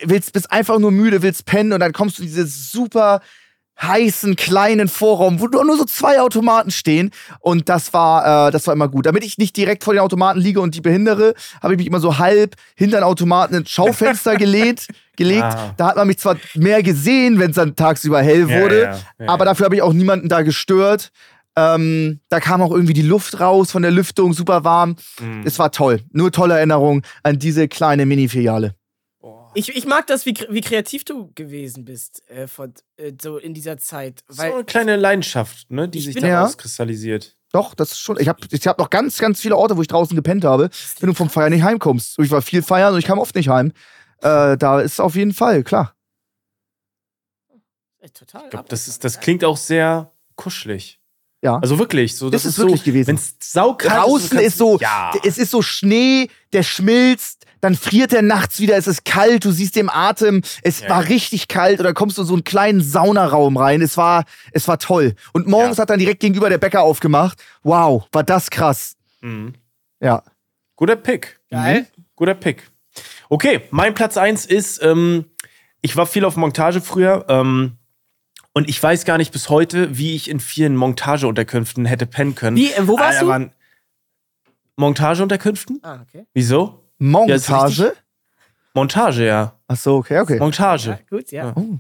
[SPEAKER 2] willst, bist einfach nur müde, willst pennen und dann kommst du in dieses super heißen kleinen Vorraum, wo nur nur so zwei Automaten stehen und das war äh, das war immer gut. Damit ich nicht direkt vor den Automaten liege und die behindere, habe ich mich immer so halb hinter den Automaten ins Schaufenster gelehnt, gelegt.
[SPEAKER 1] Ah.
[SPEAKER 2] Da hat man mich zwar mehr gesehen, wenn es dann tagsüber hell
[SPEAKER 1] Ja,
[SPEAKER 2] wurde,
[SPEAKER 1] ja, ja, ja.
[SPEAKER 2] aber dafür habe ich auch niemanden da gestört. Ähm, da kam auch irgendwie die Luft raus von der Lüftung, super warm. Es war toll. Nur tolle Erinnerung an diese kleine Mini-Filiale.
[SPEAKER 3] Ich, ich mag das, wie, kre- wie kreativ du gewesen bist äh, von, äh, so in dieser Zeit.
[SPEAKER 1] so
[SPEAKER 3] Weil
[SPEAKER 1] eine kleine Leidenschaft, ne, die
[SPEAKER 3] Ich
[SPEAKER 1] sich
[SPEAKER 3] bin-
[SPEAKER 1] da
[SPEAKER 2] Ja.
[SPEAKER 1] auskristallisiert.
[SPEAKER 2] Doch, das ist schon. Ich habe ich hab noch ganz, ganz viele Orte, wo ich draußen gepennt habe, wenn du vom Feiern nicht heimkommst. Und ich war viel feiern und ich kam oft nicht heim. Äh, da ist es auf jeden Fall, klar.
[SPEAKER 3] äh, total.
[SPEAKER 1] Ich glaube, das, ist- das klingt auch sehr kuschelig.
[SPEAKER 2] Ja.
[SPEAKER 1] Also wirklich, so, das
[SPEAKER 2] Ist es
[SPEAKER 1] ist, so,
[SPEAKER 2] wirklich gewesen?
[SPEAKER 1] Wenn es saukalt
[SPEAKER 2] Draußen
[SPEAKER 1] kannst
[SPEAKER 2] ist so,
[SPEAKER 1] du- Ja.
[SPEAKER 2] es ist so Schnee, der schmilzt, dann friert er nachts wieder, es ist kalt, du siehst den Atem, es
[SPEAKER 1] Ja.
[SPEAKER 2] war richtig kalt und dann kommst du in so einen kleinen Saunaraum rein. Es war, es war toll. Und morgens
[SPEAKER 1] Ja.
[SPEAKER 2] hat dann direkt gegenüber der Bäcker aufgemacht. Wow, war das krass.
[SPEAKER 1] Mhm.
[SPEAKER 2] Ja.
[SPEAKER 1] Guter Pick. Mhm.
[SPEAKER 3] Geil.
[SPEAKER 1] Guter Pick. Okay, mein Platz 1 ist, ähm, ich war viel auf Montage früher ähm, und ich weiß gar nicht bis heute, wie ich in vielen Montageunterkünften hätte pennen können. Ah,
[SPEAKER 3] Wie, äh, wo warst du?
[SPEAKER 1] waren- Montageunterkünften?
[SPEAKER 3] Ah, okay.
[SPEAKER 1] Wieso? ist
[SPEAKER 2] Montage.
[SPEAKER 1] richtig. Montage, ja.
[SPEAKER 2] Ach so, okay, okay.
[SPEAKER 1] Montage.
[SPEAKER 3] Ja, gut, ja.
[SPEAKER 1] Ja.
[SPEAKER 2] Oh.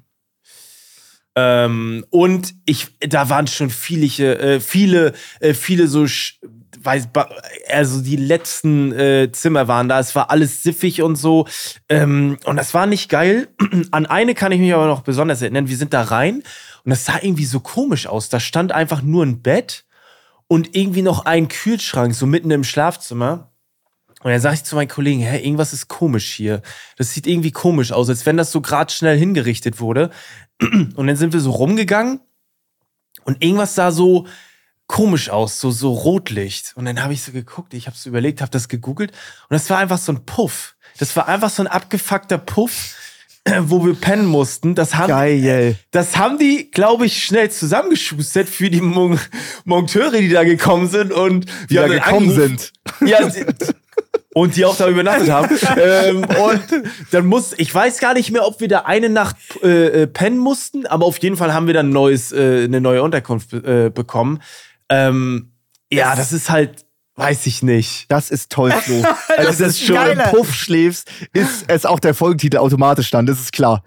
[SPEAKER 1] Ähm, und ich, da waren schon viele, äh, viele, äh, viele so, sch- weiß, ba- also die letzten äh, Zimmer waren da. Es war alles siffig und so. Ähm, und das war nicht geil. An eine kann ich mich aber noch besonders erinnern. Wir sind da rein und das sah irgendwie so komisch aus. Da stand einfach nur ein Bett und irgendwie noch ein Kühlschrank, so mitten im Schlafzimmer. Und dann sage ich zu meinen Kollegen, hä, irgendwas ist komisch hier. Das sieht irgendwie komisch aus, als wenn das so grad schnell hingerichtet wurde. Und dann sind wir so rumgegangen und irgendwas sah so komisch aus, so, so Rotlicht. Und dann habe ich so geguckt, ich habe es überlegt, habe das gegoogelt und das war einfach so ein Puff. Das war einfach so ein abgefuckter Puff, wo wir pennen mussten. Das haben,
[SPEAKER 2] Geil.
[SPEAKER 1] das haben die, glaube ich, schnell zusammengeschustert für die Mon Monteure, die da gekommen sind und
[SPEAKER 2] Die
[SPEAKER 1] wir
[SPEAKER 2] da
[SPEAKER 1] haben dann
[SPEAKER 2] gekommen
[SPEAKER 1] angerufen.
[SPEAKER 2] sind.
[SPEAKER 1] Ja, die- und die auch da übernachtet haben. ähm, und dann muss, ich weiß gar nicht mehr, ob wir da eine Nacht äh, äh, pennen mussten, aber auf jeden Fall haben wir dann ein neues, äh, eine neue Unterkunft äh, bekommen. Ähm, ja, das ist halt, weiß ich nicht.
[SPEAKER 2] Das ist toll, Flo. Also,
[SPEAKER 1] Das
[SPEAKER 2] dass
[SPEAKER 1] ist
[SPEAKER 2] du
[SPEAKER 1] schon-
[SPEAKER 2] im Puff schläfst, ist es auch der Folgentitel automatisch dann, das ist klar.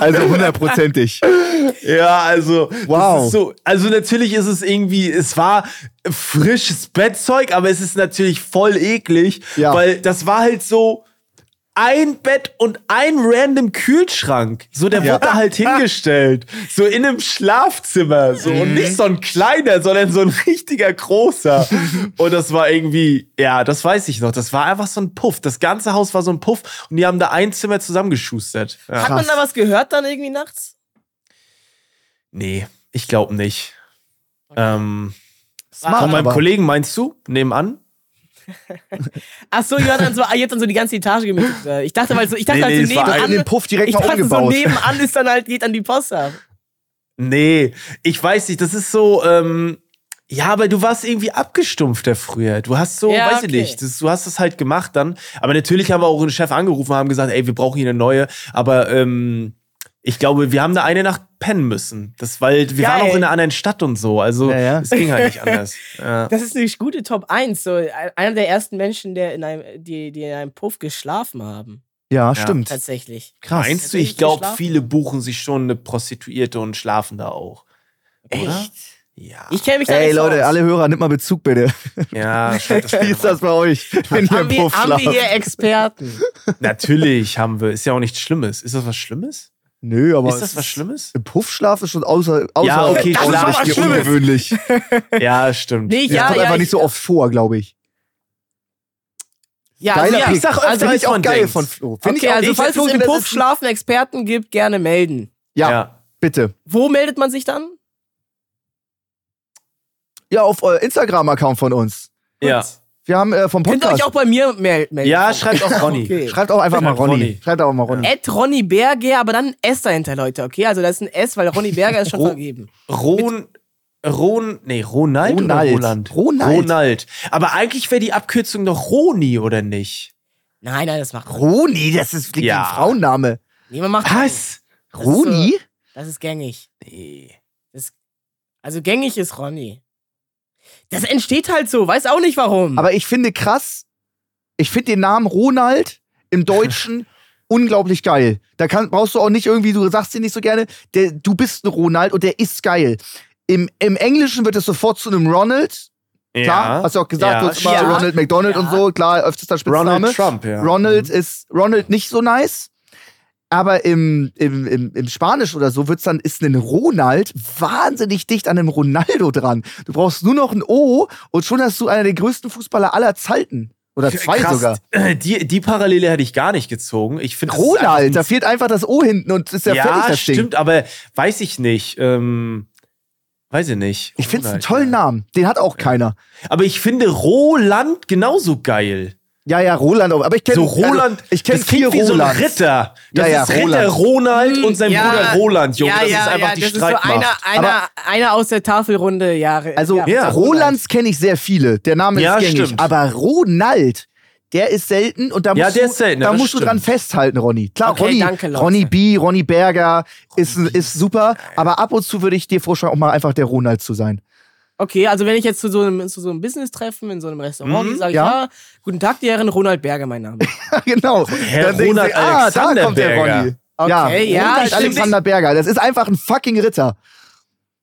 [SPEAKER 2] also hundertprozentig.
[SPEAKER 1] Ja, also
[SPEAKER 2] Wow.
[SPEAKER 1] das ist so, also natürlich ist es irgendwie, es war frisches Bettzeug, aber es ist natürlich voll eklig,
[SPEAKER 2] Ja.
[SPEAKER 1] weil das war halt so ein Bett und ein random Kühlschrank. So der
[SPEAKER 2] Ja.
[SPEAKER 1] wurde da halt hingestellt, so in einem Schlafzimmer, so und nicht so ein kleiner, sondern so ein richtiger großer. und das war irgendwie, ja, das weiß ich noch, das war einfach so ein Puff. Das ganze Haus war so ein Puff und die haben da ein Zimmer zusammengeschustert. Ja.
[SPEAKER 3] Hat man da was gehört dann irgendwie nachts?
[SPEAKER 1] Nee, ich glaube nicht. Ähm,
[SPEAKER 2] Kann
[SPEAKER 1] von meinem
[SPEAKER 2] aber.
[SPEAKER 1] Kollegen meinst du, nebenan?
[SPEAKER 3] Ach so, ihr habt dann so, ah, ihr habt dann so die ganze Etage gemietet. Äh, Ich dachte, weil so, ich dachte
[SPEAKER 1] Nee,
[SPEAKER 3] halt
[SPEAKER 1] nee,
[SPEAKER 3] so
[SPEAKER 1] es war
[SPEAKER 2] Da in
[SPEAKER 3] nebenan.
[SPEAKER 2] den Puff direkt
[SPEAKER 3] Ich
[SPEAKER 2] mal
[SPEAKER 3] dachte so
[SPEAKER 2] umgebaut.
[SPEAKER 3] nebenan ist dann halt geht an die Post ab.
[SPEAKER 1] Nee, ich weiß nicht, das ist so, ähm, ja, aber du warst irgendwie abgestumpfter früher. Du hast so,
[SPEAKER 3] Ja,
[SPEAKER 1] weiß ich
[SPEAKER 3] okay.
[SPEAKER 1] nicht, das, du hast das halt gemacht dann. Aber natürlich haben wir auch den Chef angerufen und haben gesagt, ey, wir brauchen hier eine neue. Aber ähm, ich glaube, wir haben da eine Nacht pennen müssen. Das, weil wir
[SPEAKER 3] Geil.
[SPEAKER 1] waren auch in einer anderen Stadt und so. Also
[SPEAKER 2] Ja, ja.
[SPEAKER 1] es ging halt nicht anders. Ja.
[SPEAKER 3] Das ist eine gute Top 1. So, einer der ersten Menschen, der in einem, die, die in einem Puff geschlafen haben.
[SPEAKER 2] Ja, stimmt.
[SPEAKER 3] Tatsächlich.
[SPEAKER 2] Krass.
[SPEAKER 1] Meinst du,
[SPEAKER 3] Hätte ich
[SPEAKER 1] ich glaube,
[SPEAKER 3] geschlafen?
[SPEAKER 1] viele buchen sich schon eine Prostituierte und schlafen da auch. Oder? Ja.
[SPEAKER 3] Ich kenne mich da
[SPEAKER 2] Ey
[SPEAKER 3] nicht so
[SPEAKER 2] Leute,
[SPEAKER 3] aus.
[SPEAKER 2] alle Hörer, nimmt mal Bezug bitte.
[SPEAKER 1] ja, stimmt, das
[SPEAKER 2] Wie
[SPEAKER 1] stimmt.
[SPEAKER 2] ist das bei euch, wenn ihr im
[SPEAKER 3] haben wir,
[SPEAKER 2] Puff
[SPEAKER 3] haben wir
[SPEAKER 2] schlaft?
[SPEAKER 3] hier Experten.
[SPEAKER 1] Natürlich haben wir. Ist ja auch nichts Schlimmes. Ist das was Schlimmes?
[SPEAKER 2] Nö, aber.
[SPEAKER 1] Ist
[SPEAKER 2] es
[SPEAKER 1] das was Schlimmes?
[SPEAKER 2] Im Puffschlaf ist schon außer, außer
[SPEAKER 1] Ja, okay,
[SPEAKER 2] außer-
[SPEAKER 1] Schlaf
[SPEAKER 2] außer-
[SPEAKER 1] ist
[SPEAKER 3] schlimm.
[SPEAKER 2] ungewöhnlich. Ja,
[SPEAKER 1] Ja, stimmt.
[SPEAKER 3] Nee,
[SPEAKER 2] das
[SPEAKER 3] ja,
[SPEAKER 2] kommt
[SPEAKER 3] ja,
[SPEAKER 2] einfach
[SPEAKER 3] ich,
[SPEAKER 2] nicht so oft vor, glaube ich.
[SPEAKER 3] ja,
[SPEAKER 2] Geiler
[SPEAKER 3] also, ja,
[SPEAKER 2] Pick.
[SPEAKER 1] ich sag öfter,
[SPEAKER 2] Finde
[SPEAKER 1] als
[SPEAKER 2] ich auch
[SPEAKER 1] man
[SPEAKER 2] geil
[SPEAKER 1] denkt.
[SPEAKER 2] von Flo. Finde
[SPEAKER 3] Okay,
[SPEAKER 2] ich auch,
[SPEAKER 3] also
[SPEAKER 2] ich
[SPEAKER 3] falls
[SPEAKER 2] Flo,
[SPEAKER 3] es im
[SPEAKER 2] das ist-
[SPEAKER 3] Puff schlafen Experten gibt, gerne melden.
[SPEAKER 2] Ja, bitte.
[SPEAKER 3] Wo meldet man sich dann?
[SPEAKER 2] Ja, auf euer Instagram-Account von uns.
[SPEAKER 1] ja.
[SPEAKER 2] Wir haben äh, vom
[SPEAKER 3] Könnt ihr euch
[SPEAKER 2] Podcast.
[SPEAKER 3] auch bei mir mel melden?
[SPEAKER 1] ja schreibt auch Ronny.
[SPEAKER 3] Okay.
[SPEAKER 2] Schreibt auch einfach mal
[SPEAKER 1] Schreibt
[SPEAKER 2] Ronny.
[SPEAKER 1] Ronny.
[SPEAKER 2] Schreibt auch mal Ronny.
[SPEAKER 3] Ed Ronny Berger, aber dann ein S dahinter, Leute, okay? Also da ist ein S, weil Ronny Berger ist schon
[SPEAKER 1] Ro-
[SPEAKER 3] vergeben.
[SPEAKER 1] Ron, Ron, nee, Ronald
[SPEAKER 2] Ronald.
[SPEAKER 1] oder Roland?
[SPEAKER 2] Ronald.
[SPEAKER 1] Ronald. Aber eigentlich wäre die Abkürzung doch Roni, oder nicht?
[SPEAKER 3] Nein, nein, das macht
[SPEAKER 2] Ronny, das ist klingt wie
[SPEAKER 1] Ja.
[SPEAKER 2] ein Frauenname.
[SPEAKER 3] niemand macht
[SPEAKER 1] Was?
[SPEAKER 3] Das ist äh, hm. so-
[SPEAKER 2] Roni?
[SPEAKER 3] Das ist gängig.
[SPEAKER 1] Nee.
[SPEAKER 3] Also gängig ist Ronny. Das entsteht halt so, weiß auch nicht warum.
[SPEAKER 2] Aber ich finde krass, ich finde den Namen Ronald im Deutschen unglaublich geil. Da kann, brauchst du auch nicht irgendwie, du sagst ihn nicht so gerne, der, du bist ein Ronald und der ist geil. Im, Im Englischen wird es sofort zu einem Ronald. Klar, hast du auch gesagt,
[SPEAKER 1] Ja,
[SPEAKER 2] du hast immer
[SPEAKER 3] stimmt.
[SPEAKER 2] Ronald McDonald
[SPEAKER 3] Ja.
[SPEAKER 2] und so, klar, öftester Spitzname.
[SPEAKER 1] Ronald Trump, ja. Mhm.
[SPEAKER 2] Ronald ist Ronald nicht so nice. Aber im, im, im, im Spanisch oder so wird's dann, ist ein Ronald wahnsinnig dicht an einem Ronaldo dran. Du brauchst nur noch ein O und schon hast du einer der größten Fußballer aller Zeiten. Oder zwei
[SPEAKER 1] Krass,
[SPEAKER 2] sogar.
[SPEAKER 1] äh, Die, die Parallele hätte ich gar nicht gezogen. Ich finde das ist
[SPEAKER 2] Ronald, da
[SPEAKER 1] einfach
[SPEAKER 2] fehlt einfach das O hinten und ist ja,
[SPEAKER 1] ein-
[SPEAKER 2] fertig,
[SPEAKER 1] ja
[SPEAKER 2] das Ding.
[SPEAKER 1] stimmt, aber weiß ich nicht. Ähm, weiß ich nicht.
[SPEAKER 2] Ich find's einen
[SPEAKER 1] Ronald,
[SPEAKER 2] tollen
[SPEAKER 1] ja.
[SPEAKER 2] Namen. Den hat auch keiner.
[SPEAKER 1] Aber ich finde Roland genauso geil.
[SPEAKER 2] Ja, ja, Roland. auch. Aber ich kenne
[SPEAKER 1] So Roland,
[SPEAKER 2] Also, ich kenne
[SPEAKER 1] das klingt
[SPEAKER 2] vier
[SPEAKER 1] wie so ein
[SPEAKER 2] Rolands.
[SPEAKER 1] Ritter. Das
[SPEAKER 2] Ja, ja,
[SPEAKER 1] ist Ritter Ronald und sein
[SPEAKER 3] Ja,
[SPEAKER 1] Bruder Roland, Junge.
[SPEAKER 3] ja,
[SPEAKER 1] das
[SPEAKER 3] ja,
[SPEAKER 1] ist einfach
[SPEAKER 3] ja,
[SPEAKER 1] die
[SPEAKER 3] das
[SPEAKER 1] Streitmacht.
[SPEAKER 3] ist so einer, einer, einer aus der Tafelrunde, Jahre.
[SPEAKER 2] Also
[SPEAKER 3] Äh, ja,
[SPEAKER 1] ja.
[SPEAKER 2] Rolands kenne ich sehr viele. Der Name ist
[SPEAKER 1] Ja,
[SPEAKER 2] gängig.
[SPEAKER 1] stimmt.
[SPEAKER 2] Aber Ronald, der ist selten und da
[SPEAKER 1] Ja,
[SPEAKER 2] musst,
[SPEAKER 1] der
[SPEAKER 2] du,
[SPEAKER 1] ist selten,
[SPEAKER 2] da
[SPEAKER 1] das
[SPEAKER 2] musst du dran
[SPEAKER 1] stimmt.
[SPEAKER 2] festhalten, Ronny. Klar,
[SPEAKER 3] Okay,
[SPEAKER 2] Ronny,
[SPEAKER 3] danke, Leute.
[SPEAKER 2] Ronny B, Ronny Berger ist, ist super, aber ab und zu würde ich dir vorschlagen, auch mal einfach der Ronald zu sein.
[SPEAKER 3] Okay, also wenn ich jetzt zu so einem, zu so einem Business-Treffen in so einem Restaurant
[SPEAKER 1] Mhm,
[SPEAKER 3] gehe, sage ich,
[SPEAKER 2] ja.
[SPEAKER 3] ja. guten Tag, die Herren, Ronald Berger, mein Name.
[SPEAKER 2] genau.
[SPEAKER 1] Herr
[SPEAKER 2] Dann denken
[SPEAKER 1] Ronald
[SPEAKER 2] sie, ah, da
[SPEAKER 1] Alexander
[SPEAKER 2] kommt der
[SPEAKER 1] Berger.
[SPEAKER 2] Ronny.
[SPEAKER 3] Okay,
[SPEAKER 2] ja,
[SPEAKER 3] ja,
[SPEAKER 2] Ronald
[SPEAKER 3] stimmt.
[SPEAKER 2] Alexander Berger. Das ist einfach ein fucking Ritter.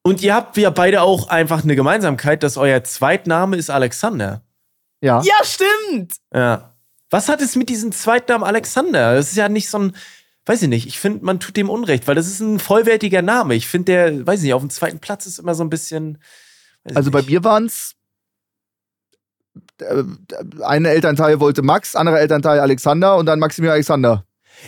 [SPEAKER 1] Und ihr habt ja beide auch einfach eine Gemeinsamkeit, dass euer Zweitname ist Alexander.
[SPEAKER 2] Ja.
[SPEAKER 3] ja, stimmt!
[SPEAKER 1] Ja. Was hat es mit diesem Zweitnamen Alexander? Das ist ja nicht so ein, weiß ich nicht, ich finde, man tut dem Unrecht, weil das ist ein vollwertiger Name. Ich finde, der, weiß ich nicht, auf dem zweiten Platz ist immer so ein bisschen. weiß ich
[SPEAKER 2] Also bei
[SPEAKER 1] nicht.
[SPEAKER 2] mir waren es. Ein Elternteil wollte Max, anderer Elternteil Alexander und dann Maximilian Alexander.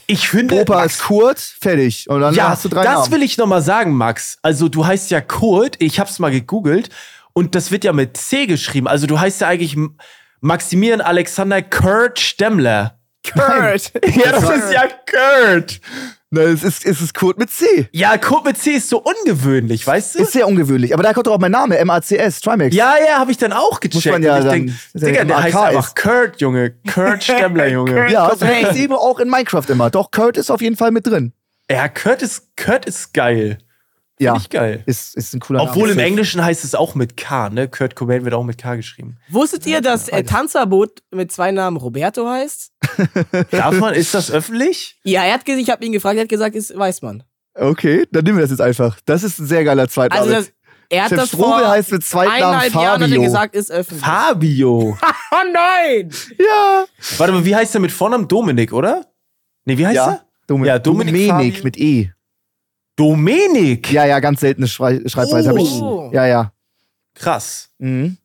[SPEAKER 1] Ich finde.
[SPEAKER 2] Opa
[SPEAKER 3] Äh,
[SPEAKER 2] ist Kurt, fertig. Und dann
[SPEAKER 1] ja,
[SPEAKER 2] hast du drei
[SPEAKER 1] das
[SPEAKER 2] Namen.
[SPEAKER 1] will ich nochmal sagen, Max. Also du heißt ja Kurt, ich hab's mal gegoogelt, und das wird ja mit C geschrieben. Also du heißt ja eigentlich M- Maximilian Alexander Kurt Stemmler.
[SPEAKER 3] Kurt!
[SPEAKER 1] Ja, das ist ja Kurt.
[SPEAKER 2] Na, es ist, es ist Kurt mit C.
[SPEAKER 1] Ja, Kurt mit C ist so ungewöhnlich, weißt du?
[SPEAKER 2] Ist sehr ungewöhnlich. Aber da kommt doch auch mein Name, M-A-C-S, Trimax.
[SPEAKER 1] ja, ja, habe ich dann auch gecheckt.
[SPEAKER 2] Muss man ja
[SPEAKER 1] Und ich
[SPEAKER 2] dann-
[SPEAKER 1] denk,
[SPEAKER 2] dass er
[SPEAKER 1] Digga,
[SPEAKER 2] mit
[SPEAKER 1] der
[SPEAKER 2] AK
[SPEAKER 1] heißt einfach
[SPEAKER 2] ist.
[SPEAKER 1] Kurt, Junge. Kurt Stemmler, Junge.
[SPEAKER 2] ja also, so heißt sie eben auch in Minecraft immer. Doch, Kurt ist auf jeden Fall mit drin.
[SPEAKER 1] ja, Kurt ist, Kurt ist geil.
[SPEAKER 2] Ja,
[SPEAKER 1] Nicht geil.
[SPEAKER 2] ist, ist ein cooler
[SPEAKER 1] Obwohl im
[SPEAKER 2] Name.
[SPEAKER 1] Englischen heißt es auch mit K, ne? Kurt Cobain wird auch mit K geschrieben.
[SPEAKER 3] Wusstet ihr, dass äh, Tanzverbot mit zwei Namen Roberto heißt?
[SPEAKER 1] Darf man, ist das öffentlich?
[SPEAKER 3] Ja, er hat gesagt, ich habe ihn gefragt, er hat gesagt, ist, weiß man.
[SPEAKER 2] Okay, dann nehmen wir das jetzt einfach. Das ist ein sehr geiler Zweitname.
[SPEAKER 3] Also das, er hat
[SPEAKER 2] Chef
[SPEAKER 3] das
[SPEAKER 2] Strobel
[SPEAKER 3] vor
[SPEAKER 2] heißt mit Zweitnamen
[SPEAKER 3] eineinhalb Jahren hat er
[SPEAKER 2] Fabio.
[SPEAKER 3] gesagt, ist öffentlich.
[SPEAKER 1] Fabio.
[SPEAKER 3] oh nein!
[SPEAKER 2] ja.
[SPEAKER 1] Warte mal, wie heißt der mit Vornamen? Dominik, oder? Nee, wie heißt
[SPEAKER 2] ja.
[SPEAKER 1] er?
[SPEAKER 2] Domin
[SPEAKER 1] Ja, Dominik
[SPEAKER 2] Dominik,
[SPEAKER 1] Fabio.
[SPEAKER 2] mit E.
[SPEAKER 1] Dominik.
[SPEAKER 2] Ja, ja, ganz seltene Schrei Schreibweise. Hab
[SPEAKER 3] Oh.
[SPEAKER 2] ich. Ja, ja.
[SPEAKER 1] Krass.
[SPEAKER 2] Mhm.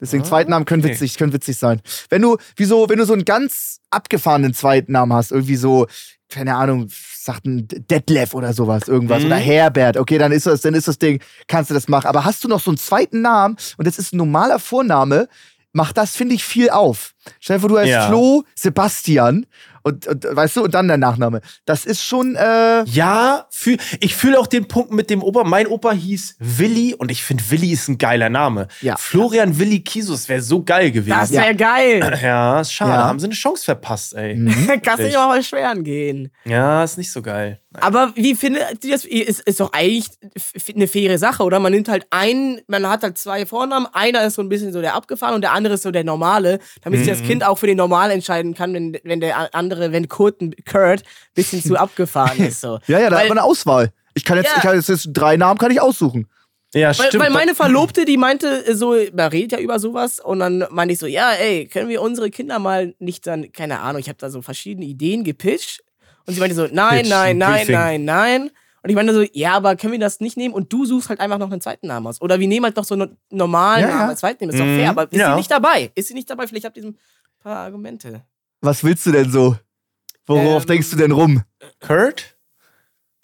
[SPEAKER 2] Deswegen
[SPEAKER 1] Ah,
[SPEAKER 2] Zweitnamen können
[SPEAKER 1] okay.
[SPEAKER 2] witzig, können witzig sein. Wenn du, wieso, wenn du so einen ganz abgefahrenen Zweitnamen hast, irgendwie so, keine Ahnung, sagt ein Detlef oder sowas, irgendwas,
[SPEAKER 1] Mhm.
[SPEAKER 2] oder Herbert, okay, dann ist das, dann ist das Ding, kannst du das machen. Aber hast du noch so einen zweiten Namen und das ist ein normaler Vorname, macht das, finde ich, viel auf. Stell dir vor, du heißt
[SPEAKER 1] Ja.
[SPEAKER 2] Flo Sebastian und, und, weißt du, und dann der Nachname. Das ist schon, äh,
[SPEAKER 1] Ja, fühl, ich fühle auch den Punkt mit dem Opa. Mein Opa hieß Willi und ich finde, Willi ist ein geiler Name.
[SPEAKER 2] Ja.
[SPEAKER 1] Florian Willi Kisus wäre so geil
[SPEAKER 3] Das
[SPEAKER 1] gewesen.
[SPEAKER 3] wäre geil.
[SPEAKER 1] ja, ist schade.
[SPEAKER 2] Ja. Mhm.
[SPEAKER 1] Haben sie eine Chance verpasst, ey.
[SPEAKER 3] Kannst
[SPEAKER 1] Richtig.
[SPEAKER 3] nicht mal beschweren gehen.
[SPEAKER 1] Ja, ist nicht so geil.
[SPEAKER 3] Aber wie findet ihr das? Ist, ist doch eigentlich f- eine faire Sache, oder? Man nimmt halt einen, man hat halt zwei Vornamen. Einer ist so ein bisschen so der abgefahren und der andere ist so der normale, damit sich das Kind auch für den normal entscheiden kann, wenn, wenn der andere, wenn Kurt, Kurt ein bisschen zu abgefahren ist. So.
[SPEAKER 2] ja, ja, da
[SPEAKER 3] Weil-
[SPEAKER 2] hat man eine Auswahl. Ich kann jetzt,
[SPEAKER 3] Ja.
[SPEAKER 2] ich kann jetzt, jetzt drei Namen kann ich aussuchen.
[SPEAKER 1] Ja,
[SPEAKER 3] Weil,
[SPEAKER 1] stimmt.
[SPEAKER 3] weil meine Verlobte, die meinte äh, so, man redet ja über sowas und dann meinte ich so, ja, ey, können wir unsere Kinder mal nicht dann, keine Ahnung, ich habe da so verschiedene Ideen gepitcht. Und Und sie meinte so, nein,
[SPEAKER 1] Pitch,
[SPEAKER 3] nein,
[SPEAKER 1] ein
[SPEAKER 3] nein,
[SPEAKER 1] Briefing.
[SPEAKER 3] nein, nein. Und ich meinte so, ja, aber können wir das nicht nehmen? Und du suchst halt einfach noch einen zweiten Namen aus. Oder wir nehmen halt noch so einen normalen
[SPEAKER 2] Ja, ja.
[SPEAKER 3] Namen als zweiten Namen. Ist
[SPEAKER 1] Mhm,
[SPEAKER 3] doch fair, aber ist
[SPEAKER 1] ja.
[SPEAKER 3] sie nicht dabei? Ist sie nicht dabei? Vielleicht habt ihr so ein paar Argumente.
[SPEAKER 2] Was willst du denn so? Worauf
[SPEAKER 3] Ähm,
[SPEAKER 2] denkst du denn rum?
[SPEAKER 1] Kurt?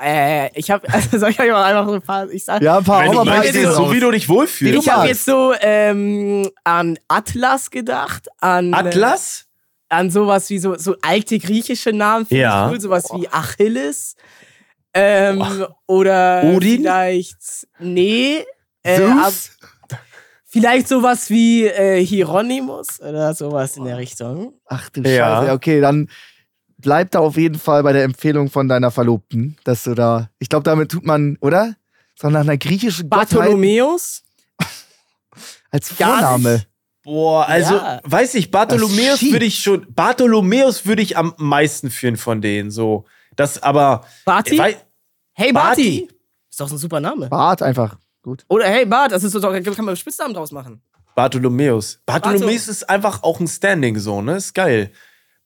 [SPEAKER 3] Äh, ich habe, also soll ich euch mal einfach so ein paar, ich sag,
[SPEAKER 2] Ja, ein paar,
[SPEAKER 1] Wenn
[SPEAKER 2] hau
[SPEAKER 1] du
[SPEAKER 2] mal ein paar
[SPEAKER 1] möchtest,
[SPEAKER 2] Ideen
[SPEAKER 1] so
[SPEAKER 2] raus.
[SPEAKER 1] wie du dich wohlfühlst.
[SPEAKER 3] ich habe
[SPEAKER 2] magst.
[SPEAKER 3] jetzt so ähm, an Atlas gedacht, an äh,
[SPEAKER 1] Atlas?
[SPEAKER 3] an sowas wie so, so alte griechische Namen finde
[SPEAKER 1] Ja.
[SPEAKER 3] ich cool, sowas wie Achilles. Ähm, oder
[SPEAKER 1] Odin?
[SPEAKER 3] vielleicht. Nee. Äh, ab,
[SPEAKER 2] Zeus?
[SPEAKER 3] vielleicht sowas wie äh, Hieronymus oder sowas in der Richtung.
[SPEAKER 2] Ach du
[SPEAKER 1] Ja.
[SPEAKER 2] Scheiße. Okay, dann bleib da auf jeden Fall bei der Empfehlung von deiner Verlobten, dass du da. Ich glaube, damit tut man, oder? So nach einer griechischen Gottheit
[SPEAKER 3] Bartholomäus?
[SPEAKER 2] als
[SPEAKER 3] Ja,
[SPEAKER 2] Vorname.
[SPEAKER 1] Boah, also,
[SPEAKER 3] Ja.
[SPEAKER 1] weiß ich,
[SPEAKER 2] Das
[SPEAKER 1] Bartholomäus
[SPEAKER 2] ist schief.
[SPEAKER 1] würde ich schon, Bartholomäus würde ich am meisten führen von denen, so. Das aber,
[SPEAKER 3] Barty?
[SPEAKER 1] wei-
[SPEAKER 3] hey
[SPEAKER 1] Barty?
[SPEAKER 3] Barty! Ist doch so ein super Name.
[SPEAKER 2] Bart einfach. Gut.
[SPEAKER 3] Oder hey Bart, das ist so, kann man einen Spitznamen draus machen.
[SPEAKER 1] Bartholomäus. Bartholomäus
[SPEAKER 3] Barthol-
[SPEAKER 1] ist einfach auch ein Standing, so, ne? Ist geil.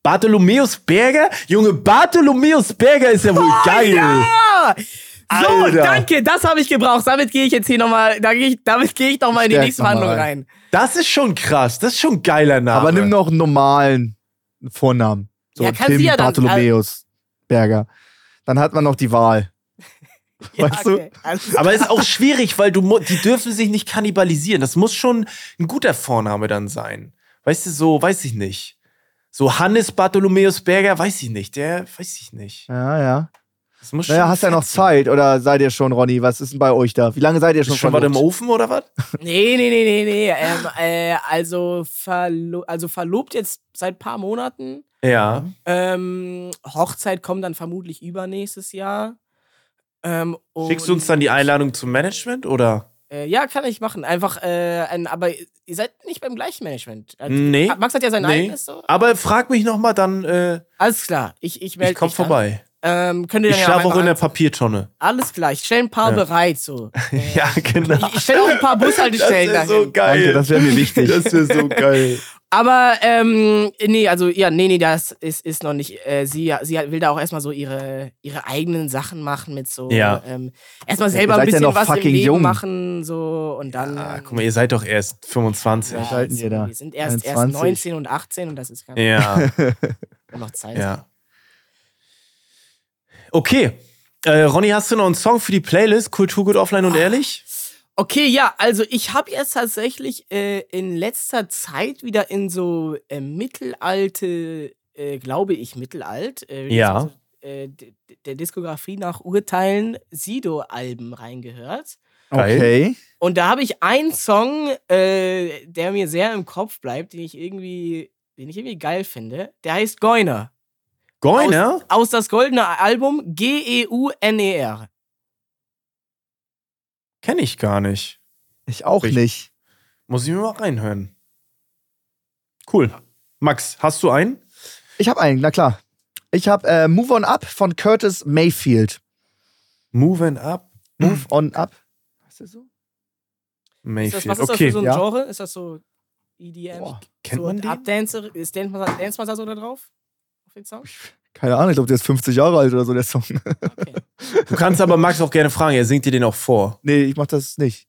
[SPEAKER 1] Bartholomäus Berger? Junge, Bartholomäus Berger ist ja wohl geil.
[SPEAKER 3] Ja! Ah! So,
[SPEAKER 1] Alter.
[SPEAKER 3] danke, das habe ich gebraucht. Damit gehe ich jetzt hier nochmal, da geh ich- damit gehe ich nochmal in die
[SPEAKER 2] Stärk
[SPEAKER 3] nächste
[SPEAKER 2] noch mal
[SPEAKER 3] Verhandlung
[SPEAKER 2] rein.
[SPEAKER 3] rein.
[SPEAKER 1] Das ist schon krass. Das ist schon ein geiler Name.
[SPEAKER 2] Aber nimm noch einen normalen Vornamen. So
[SPEAKER 3] Ja, kann
[SPEAKER 2] Tim
[SPEAKER 3] sie ja dann-
[SPEAKER 2] Bartholomäus Berger. Dann hat man noch die Wahl. Weißt du?
[SPEAKER 3] okay. Alles
[SPEAKER 1] Aber ist auch schwierig, weil du mu- die dürfen sich nicht kannibalisieren. Das muss schon ein guter Vorname dann sein. Weißt du, so weiß ich nicht. So Hannes Bartholomäus Berger, weiß ich nicht. Der weiß ich nicht.
[SPEAKER 2] Ja, ja.
[SPEAKER 1] Das muss
[SPEAKER 2] Naja,
[SPEAKER 1] schon
[SPEAKER 2] hast ja noch
[SPEAKER 1] fetzen.
[SPEAKER 2] Zeit oder seid ihr schon, Ronny? Was ist denn bei euch da? Wie lange seid ihr
[SPEAKER 1] Ist
[SPEAKER 2] schon
[SPEAKER 1] schon was im
[SPEAKER 2] verlobt?
[SPEAKER 1] Ofen oder was?
[SPEAKER 3] Nee, nee, nee, nee, nee. Ähm, äh, also, verlo also verlobt jetzt seit paar Monaten.
[SPEAKER 1] Ja.
[SPEAKER 3] Ähm, Hochzeit kommt dann vermutlich übernächstes Jahr. Ähm, und,
[SPEAKER 1] Schickst du uns dann die Einladung zum Management oder?
[SPEAKER 3] Äh, ja, kann ich machen. Einfach, äh, ein, aber ihr seid nicht beim gleichen Management. Also,
[SPEAKER 1] Nee.
[SPEAKER 3] Max hat ja sein
[SPEAKER 1] Nee.
[SPEAKER 3] eigenes so.
[SPEAKER 1] Aber frag mich nochmal, dann äh,
[SPEAKER 3] Alles klar, ich, ich melde
[SPEAKER 1] ich komm
[SPEAKER 3] mich dann.
[SPEAKER 1] vorbei.
[SPEAKER 3] Ähm, könnt ihr
[SPEAKER 1] Ich
[SPEAKER 3] dann ja
[SPEAKER 1] schlafe auch
[SPEAKER 3] einfach
[SPEAKER 1] in der
[SPEAKER 3] an-
[SPEAKER 1] Papiertonne.
[SPEAKER 3] Alles klar, ich stelle ein paar
[SPEAKER 1] Ja.
[SPEAKER 3] bereit so.
[SPEAKER 1] Ja, genau.
[SPEAKER 3] Ich, ich stelle auch ein paar Bushaltestellen
[SPEAKER 1] Das ist
[SPEAKER 3] dahin.
[SPEAKER 1] so geil.
[SPEAKER 2] Danke, das wäre mir wichtig.
[SPEAKER 1] Das wäre so geil.
[SPEAKER 3] Aber ähm, nee, also ja, nee, nee, das ist, ist noch nicht. Äh, sie, sie hat- will da auch erstmal so ihre, ihre eigenen Sachen machen mit so.
[SPEAKER 1] Ja.
[SPEAKER 3] Ähm, erstmal selber ein
[SPEAKER 2] seid ja
[SPEAKER 3] bisschen
[SPEAKER 2] noch
[SPEAKER 3] was im
[SPEAKER 2] fucking
[SPEAKER 3] Leben
[SPEAKER 2] jung.
[SPEAKER 3] machen so und dann.
[SPEAKER 1] Ah, guck mal, ihr seid doch erst 25.
[SPEAKER 2] was halten
[SPEAKER 3] so,
[SPEAKER 2] ihr da?
[SPEAKER 3] Wir sind erst, erst
[SPEAKER 2] 21?
[SPEAKER 3] 19 und 18 und das ist gar
[SPEAKER 1] Ja.
[SPEAKER 3] noch Zeit.
[SPEAKER 1] Ja. Okay. Äh, Ronny, hast du noch einen Song für die Playlist? Kultur gut offline
[SPEAKER 3] Ah.
[SPEAKER 1] und ehrlich?
[SPEAKER 3] Okay, ja, also ich habe jetzt tatsächlich äh, in letzter Zeit wieder in so äh, mittelalte, äh, glaube ich, mittelalt, äh, wenn ich
[SPEAKER 1] Ja.
[SPEAKER 3] jetzt mal so, äh, d- d- der Diskografie nach Urteilen Sido-Alben reingehört.
[SPEAKER 2] Okay.
[SPEAKER 3] Und da habe ich einen Song, äh, der mir sehr im Kopf bleibt, den ich irgendwie, den ich irgendwie geil finde. Der heißt Goiner.
[SPEAKER 1] Goiner?
[SPEAKER 3] Aus das goldene Album E G-E-U-N-E-R.
[SPEAKER 1] Kenne ich gar nicht.
[SPEAKER 2] Ich auch
[SPEAKER 1] Ich-
[SPEAKER 2] nicht.
[SPEAKER 1] Muss ich mir mal reinhören. Cool. Max, hast du einen?
[SPEAKER 2] Ich habe einen, na klar. Ich habe äh, Move On Up von Curtis Mayfield.
[SPEAKER 1] Moving Up
[SPEAKER 2] Move On Up. Hm. Heißt der so?
[SPEAKER 3] Ist das,
[SPEAKER 1] Mayfield.
[SPEAKER 3] was ist das
[SPEAKER 1] okay.
[SPEAKER 3] für so ein
[SPEAKER 2] ja.
[SPEAKER 3] Genre? Ist das so E EDM?
[SPEAKER 2] Boah,
[SPEAKER 1] Kennt
[SPEAKER 3] so
[SPEAKER 1] man den?
[SPEAKER 3] Updancer, ist Dance Master, Dance Master so da drauf? Auf den Song?
[SPEAKER 2] Keine Ahnung, ich glaube, der ist 50 Jahre alt oder so, der Song.
[SPEAKER 3] Okay.
[SPEAKER 1] Du kannst aber Max auch gerne fragen, er singt dir den auch vor.
[SPEAKER 2] nee, ich mach das nicht.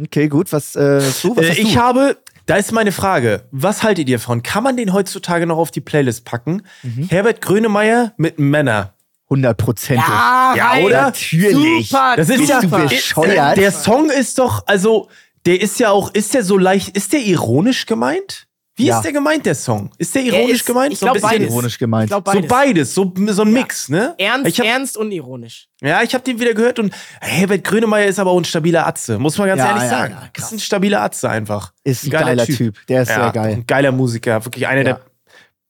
[SPEAKER 2] Okay, gut, was äh, hast
[SPEAKER 3] Oh,
[SPEAKER 2] du? Was
[SPEAKER 1] Äh,
[SPEAKER 2] hast
[SPEAKER 1] ich
[SPEAKER 2] du?
[SPEAKER 1] habe, da ist meine Frage, was haltet ihr davon? Kann man den heutzutage noch auf die Playlist packen?
[SPEAKER 3] Mhm.
[SPEAKER 1] Herbert Grönemeyer mit Männer.
[SPEAKER 2] 100 Prozent.
[SPEAKER 1] Ja,
[SPEAKER 3] rein.
[SPEAKER 1] oder?
[SPEAKER 2] Natürlich.
[SPEAKER 3] Super,
[SPEAKER 1] Das ist
[SPEAKER 3] super.
[SPEAKER 1] ja
[SPEAKER 2] du bescheuert?
[SPEAKER 1] Der Song ist doch, also, der ist ja auch, ist der so leicht, ist der ironisch gemeint? Wie
[SPEAKER 2] Ja.
[SPEAKER 1] ist der gemeint, der Song? Ist der ironisch
[SPEAKER 3] ist-
[SPEAKER 1] gemeint?
[SPEAKER 3] ich
[SPEAKER 1] so ein
[SPEAKER 3] glaub,
[SPEAKER 1] bisschen-
[SPEAKER 3] beides.
[SPEAKER 2] Ironisch
[SPEAKER 3] Ich
[SPEAKER 2] gemeint.
[SPEAKER 3] glaube
[SPEAKER 1] So
[SPEAKER 3] beides.
[SPEAKER 1] beides, so, so ein Mix, ne?
[SPEAKER 3] ernst,
[SPEAKER 1] Ich hab,
[SPEAKER 3] ernst und ironisch.
[SPEAKER 1] ja, ich habe den wieder gehört und Herbert Grönemeyer ist aber auch ein stabiler Atze, muss man ganz
[SPEAKER 2] Ja,
[SPEAKER 1] ehrlich
[SPEAKER 2] ja,
[SPEAKER 1] sagen.
[SPEAKER 2] ja, krass.
[SPEAKER 1] ist ein stabiler Atze einfach.
[SPEAKER 2] Ist ein geiler, typ. Der ist sehr geil.
[SPEAKER 1] Ein geiler Musiker, wirklich einer
[SPEAKER 2] Ja.
[SPEAKER 1] der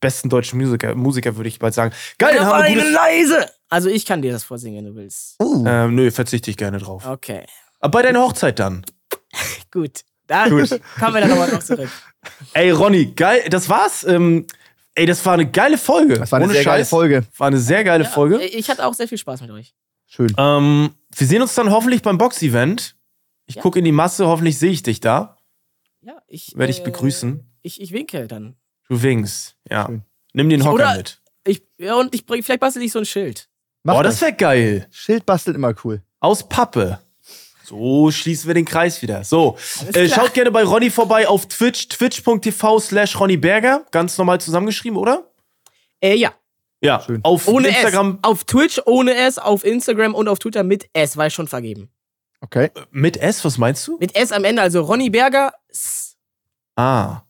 [SPEAKER 1] besten deutschen Musiker, Musiker würde ich bald sagen. Geil, dann haben wir gutes,
[SPEAKER 3] leise. Also ich kann dir das vorsingen, wenn du willst.
[SPEAKER 2] Uh,
[SPEAKER 1] ähm, nö, verzichte ich gerne drauf.
[SPEAKER 3] Okay,
[SPEAKER 1] Aber bei deiner Hochzeit dann.
[SPEAKER 3] gut. Da kommen wir dann nochmal drauf zurück.
[SPEAKER 1] Ey, Ronny, geil, das war's. Ähm, ey, das war eine geile Folge.
[SPEAKER 2] das war eine
[SPEAKER 1] Ohne
[SPEAKER 2] sehr geile
[SPEAKER 1] Scheiß.
[SPEAKER 2] Folge.
[SPEAKER 1] War eine sehr geile Folge.
[SPEAKER 3] Ich hatte auch sehr viel Spaß mit euch.
[SPEAKER 2] Schön.
[SPEAKER 1] Ähm, wir sehen uns dann hoffentlich beim Box-Event. Ich
[SPEAKER 3] Ja.
[SPEAKER 1] gucke in die Masse, hoffentlich sehe ich dich da.
[SPEAKER 3] Ja, ich
[SPEAKER 1] Werde ich
[SPEAKER 3] äh,
[SPEAKER 1] begrüßen.
[SPEAKER 3] Ich, ich winke dann.
[SPEAKER 1] Du winkst, ja.
[SPEAKER 2] Schön.
[SPEAKER 1] Nimm den Hocker
[SPEAKER 3] Oder-
[SPEAKER 1] mit.
[SPEAKER 3] Ich, ja, und ich bring, vielleicht bastel ich so ein Schild.
[SPEAKER 2] Mach
[SPEAKER 1] Boah, das wäre geil.
[SPEAKER 2] Schild basteln immer cool.
[SPEAKER 1] Aus Pappe. So schließen wir den Kreis wieder. So,
[SPEAKER 3] Alles
[SPEAKER 1] äh,
[SPEAKER 3] klar.
[SPEAKER 1] schaut gerne bei Ronny vorbei auf Twitch, twitch.tv slash Ronny Berger. Ganz normal zusammengeschrieben, oder?
[SPEAKER 3] Äh, ja.
[SPEAKER 1] Ja,
[SPEAKER 2] Schön.
[SPEAKER 1] auf
[SPEAKER 3] Ohne
[SPEAKER 1] Instagram
[SPEAKER 3] S. Auf Twitch ohne S, auf Instagram und auf Twitter mit S, war ich schon vergeben.
[SPEAKER 2] Okay.
[SPEAKER 1] mit S, was meinst du?
[SPEAKER 3] Mit S am Ende, also Ronny Berger. S.
[SPEAKER 1] Ah.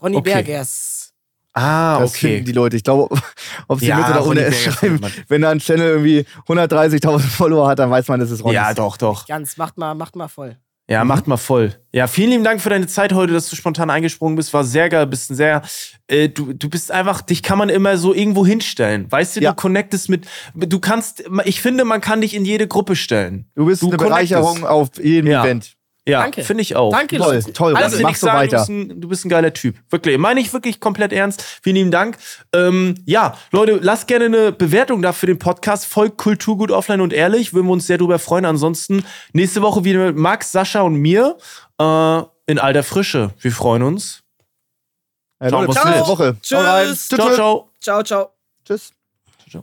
[SPEAKER 3] Ronny
[SPEAKER 1] Okay.
[SPEAKER 3] Bergers.
[SPEAKER 1] Ah,
[SPEAKER 2] Das
[SPEAKER 1] okay.
[SPEAKER 2] finden die Leute. Ich glaube, ob sie mit oder
[SPEAKER 1] Ronny
[SPEAKER 2] ohne S
[SPEAKER 1] Berger
[SPEAKER 2] schreiben.
[SPEAKER 1] findet man.
[SPEAKER 2] Wenn da ein Channel irgendwie 130.000 Follower hat, dann weiß man, das ist Ron.
[SPEAKER 1] Ja, doch, doch.
[SPEAKER 3] Ganz, macht mal, macht mal voll.
[SPEAKER 1] Ja, macht mal voll. Ja, vielen lieben Dank für deine Zeit heute, dass du spontan eingesprungen bist. War sehr geil, bist ein sehr. Äh, du, du bist einfach, dich kann man immer so irgendwo hinstellen. Weißt du,
[SPEAKER 2] Ja.
[SPEAKER 1] du connectest mit. Du kannst, ich finde, man kann dich in jede Gruppe stellen.
[SPEAKER 2] Du bist
[SPEAKER 1] Du
[SPEAKER 2] eine
[SPEAKER 1] connectest.
[SPEAKER 2] Bereicherung auf jedem
[SPEAKER 1] Ja.
[SPEAKER 2] Event.
[SPEAKER 1] Ja,
[SPEAKER 3] Danke.
[SPEAKER 1] finde ich auch.
[SPEAKER 3] Danke,
[SPEAKER 2] Toll,
[SPEAKER 3] Leute.
[SPEAKER 2] toll,
[SPEAKER 1] Lass dir
[SPEAKER 2] Ronny.
[SPEAKER 3] Also,
[SPEAKER 2] Mach
[SPEAKER 1] nichts
[SPEAKER 2] so
[SPEAKER 1] sagen,
[SPEAKER 2] weiter.
[SPEAKER 1] Du bist, ein, du bist ein geiler Typ. Wirklich. Meine ich wirklich komplett ernst. Vielen lieben Dank. Ähm, ja, Leute, lasst gerne eine Bewertung da für den Podcast. Folgt Kulturgut offline und ehrlich. Würden wir uns sehr drüber freuen. Ansonsten nächste Woche wieder mit Max, Sascha und mir äh, in alter Frische. Wir freuen uns.
[SPEAKER 2] Ja,
[SPEAKER 1] Ciao,
[SPEAKER 2] Leute, bis
[SPEAKER 1] ciao.
[SPEAKER 2] nächste Woche.
[SPEAKER 3] Tschüss.
[SPEAKER 2] Hau rein.
[SPEAKER 1] Ciao, ciao.
[SPEAKER 3] Ciao, ciao.
[SPEAKER 2] Tschüss.
[SPEAKER 1] ciao.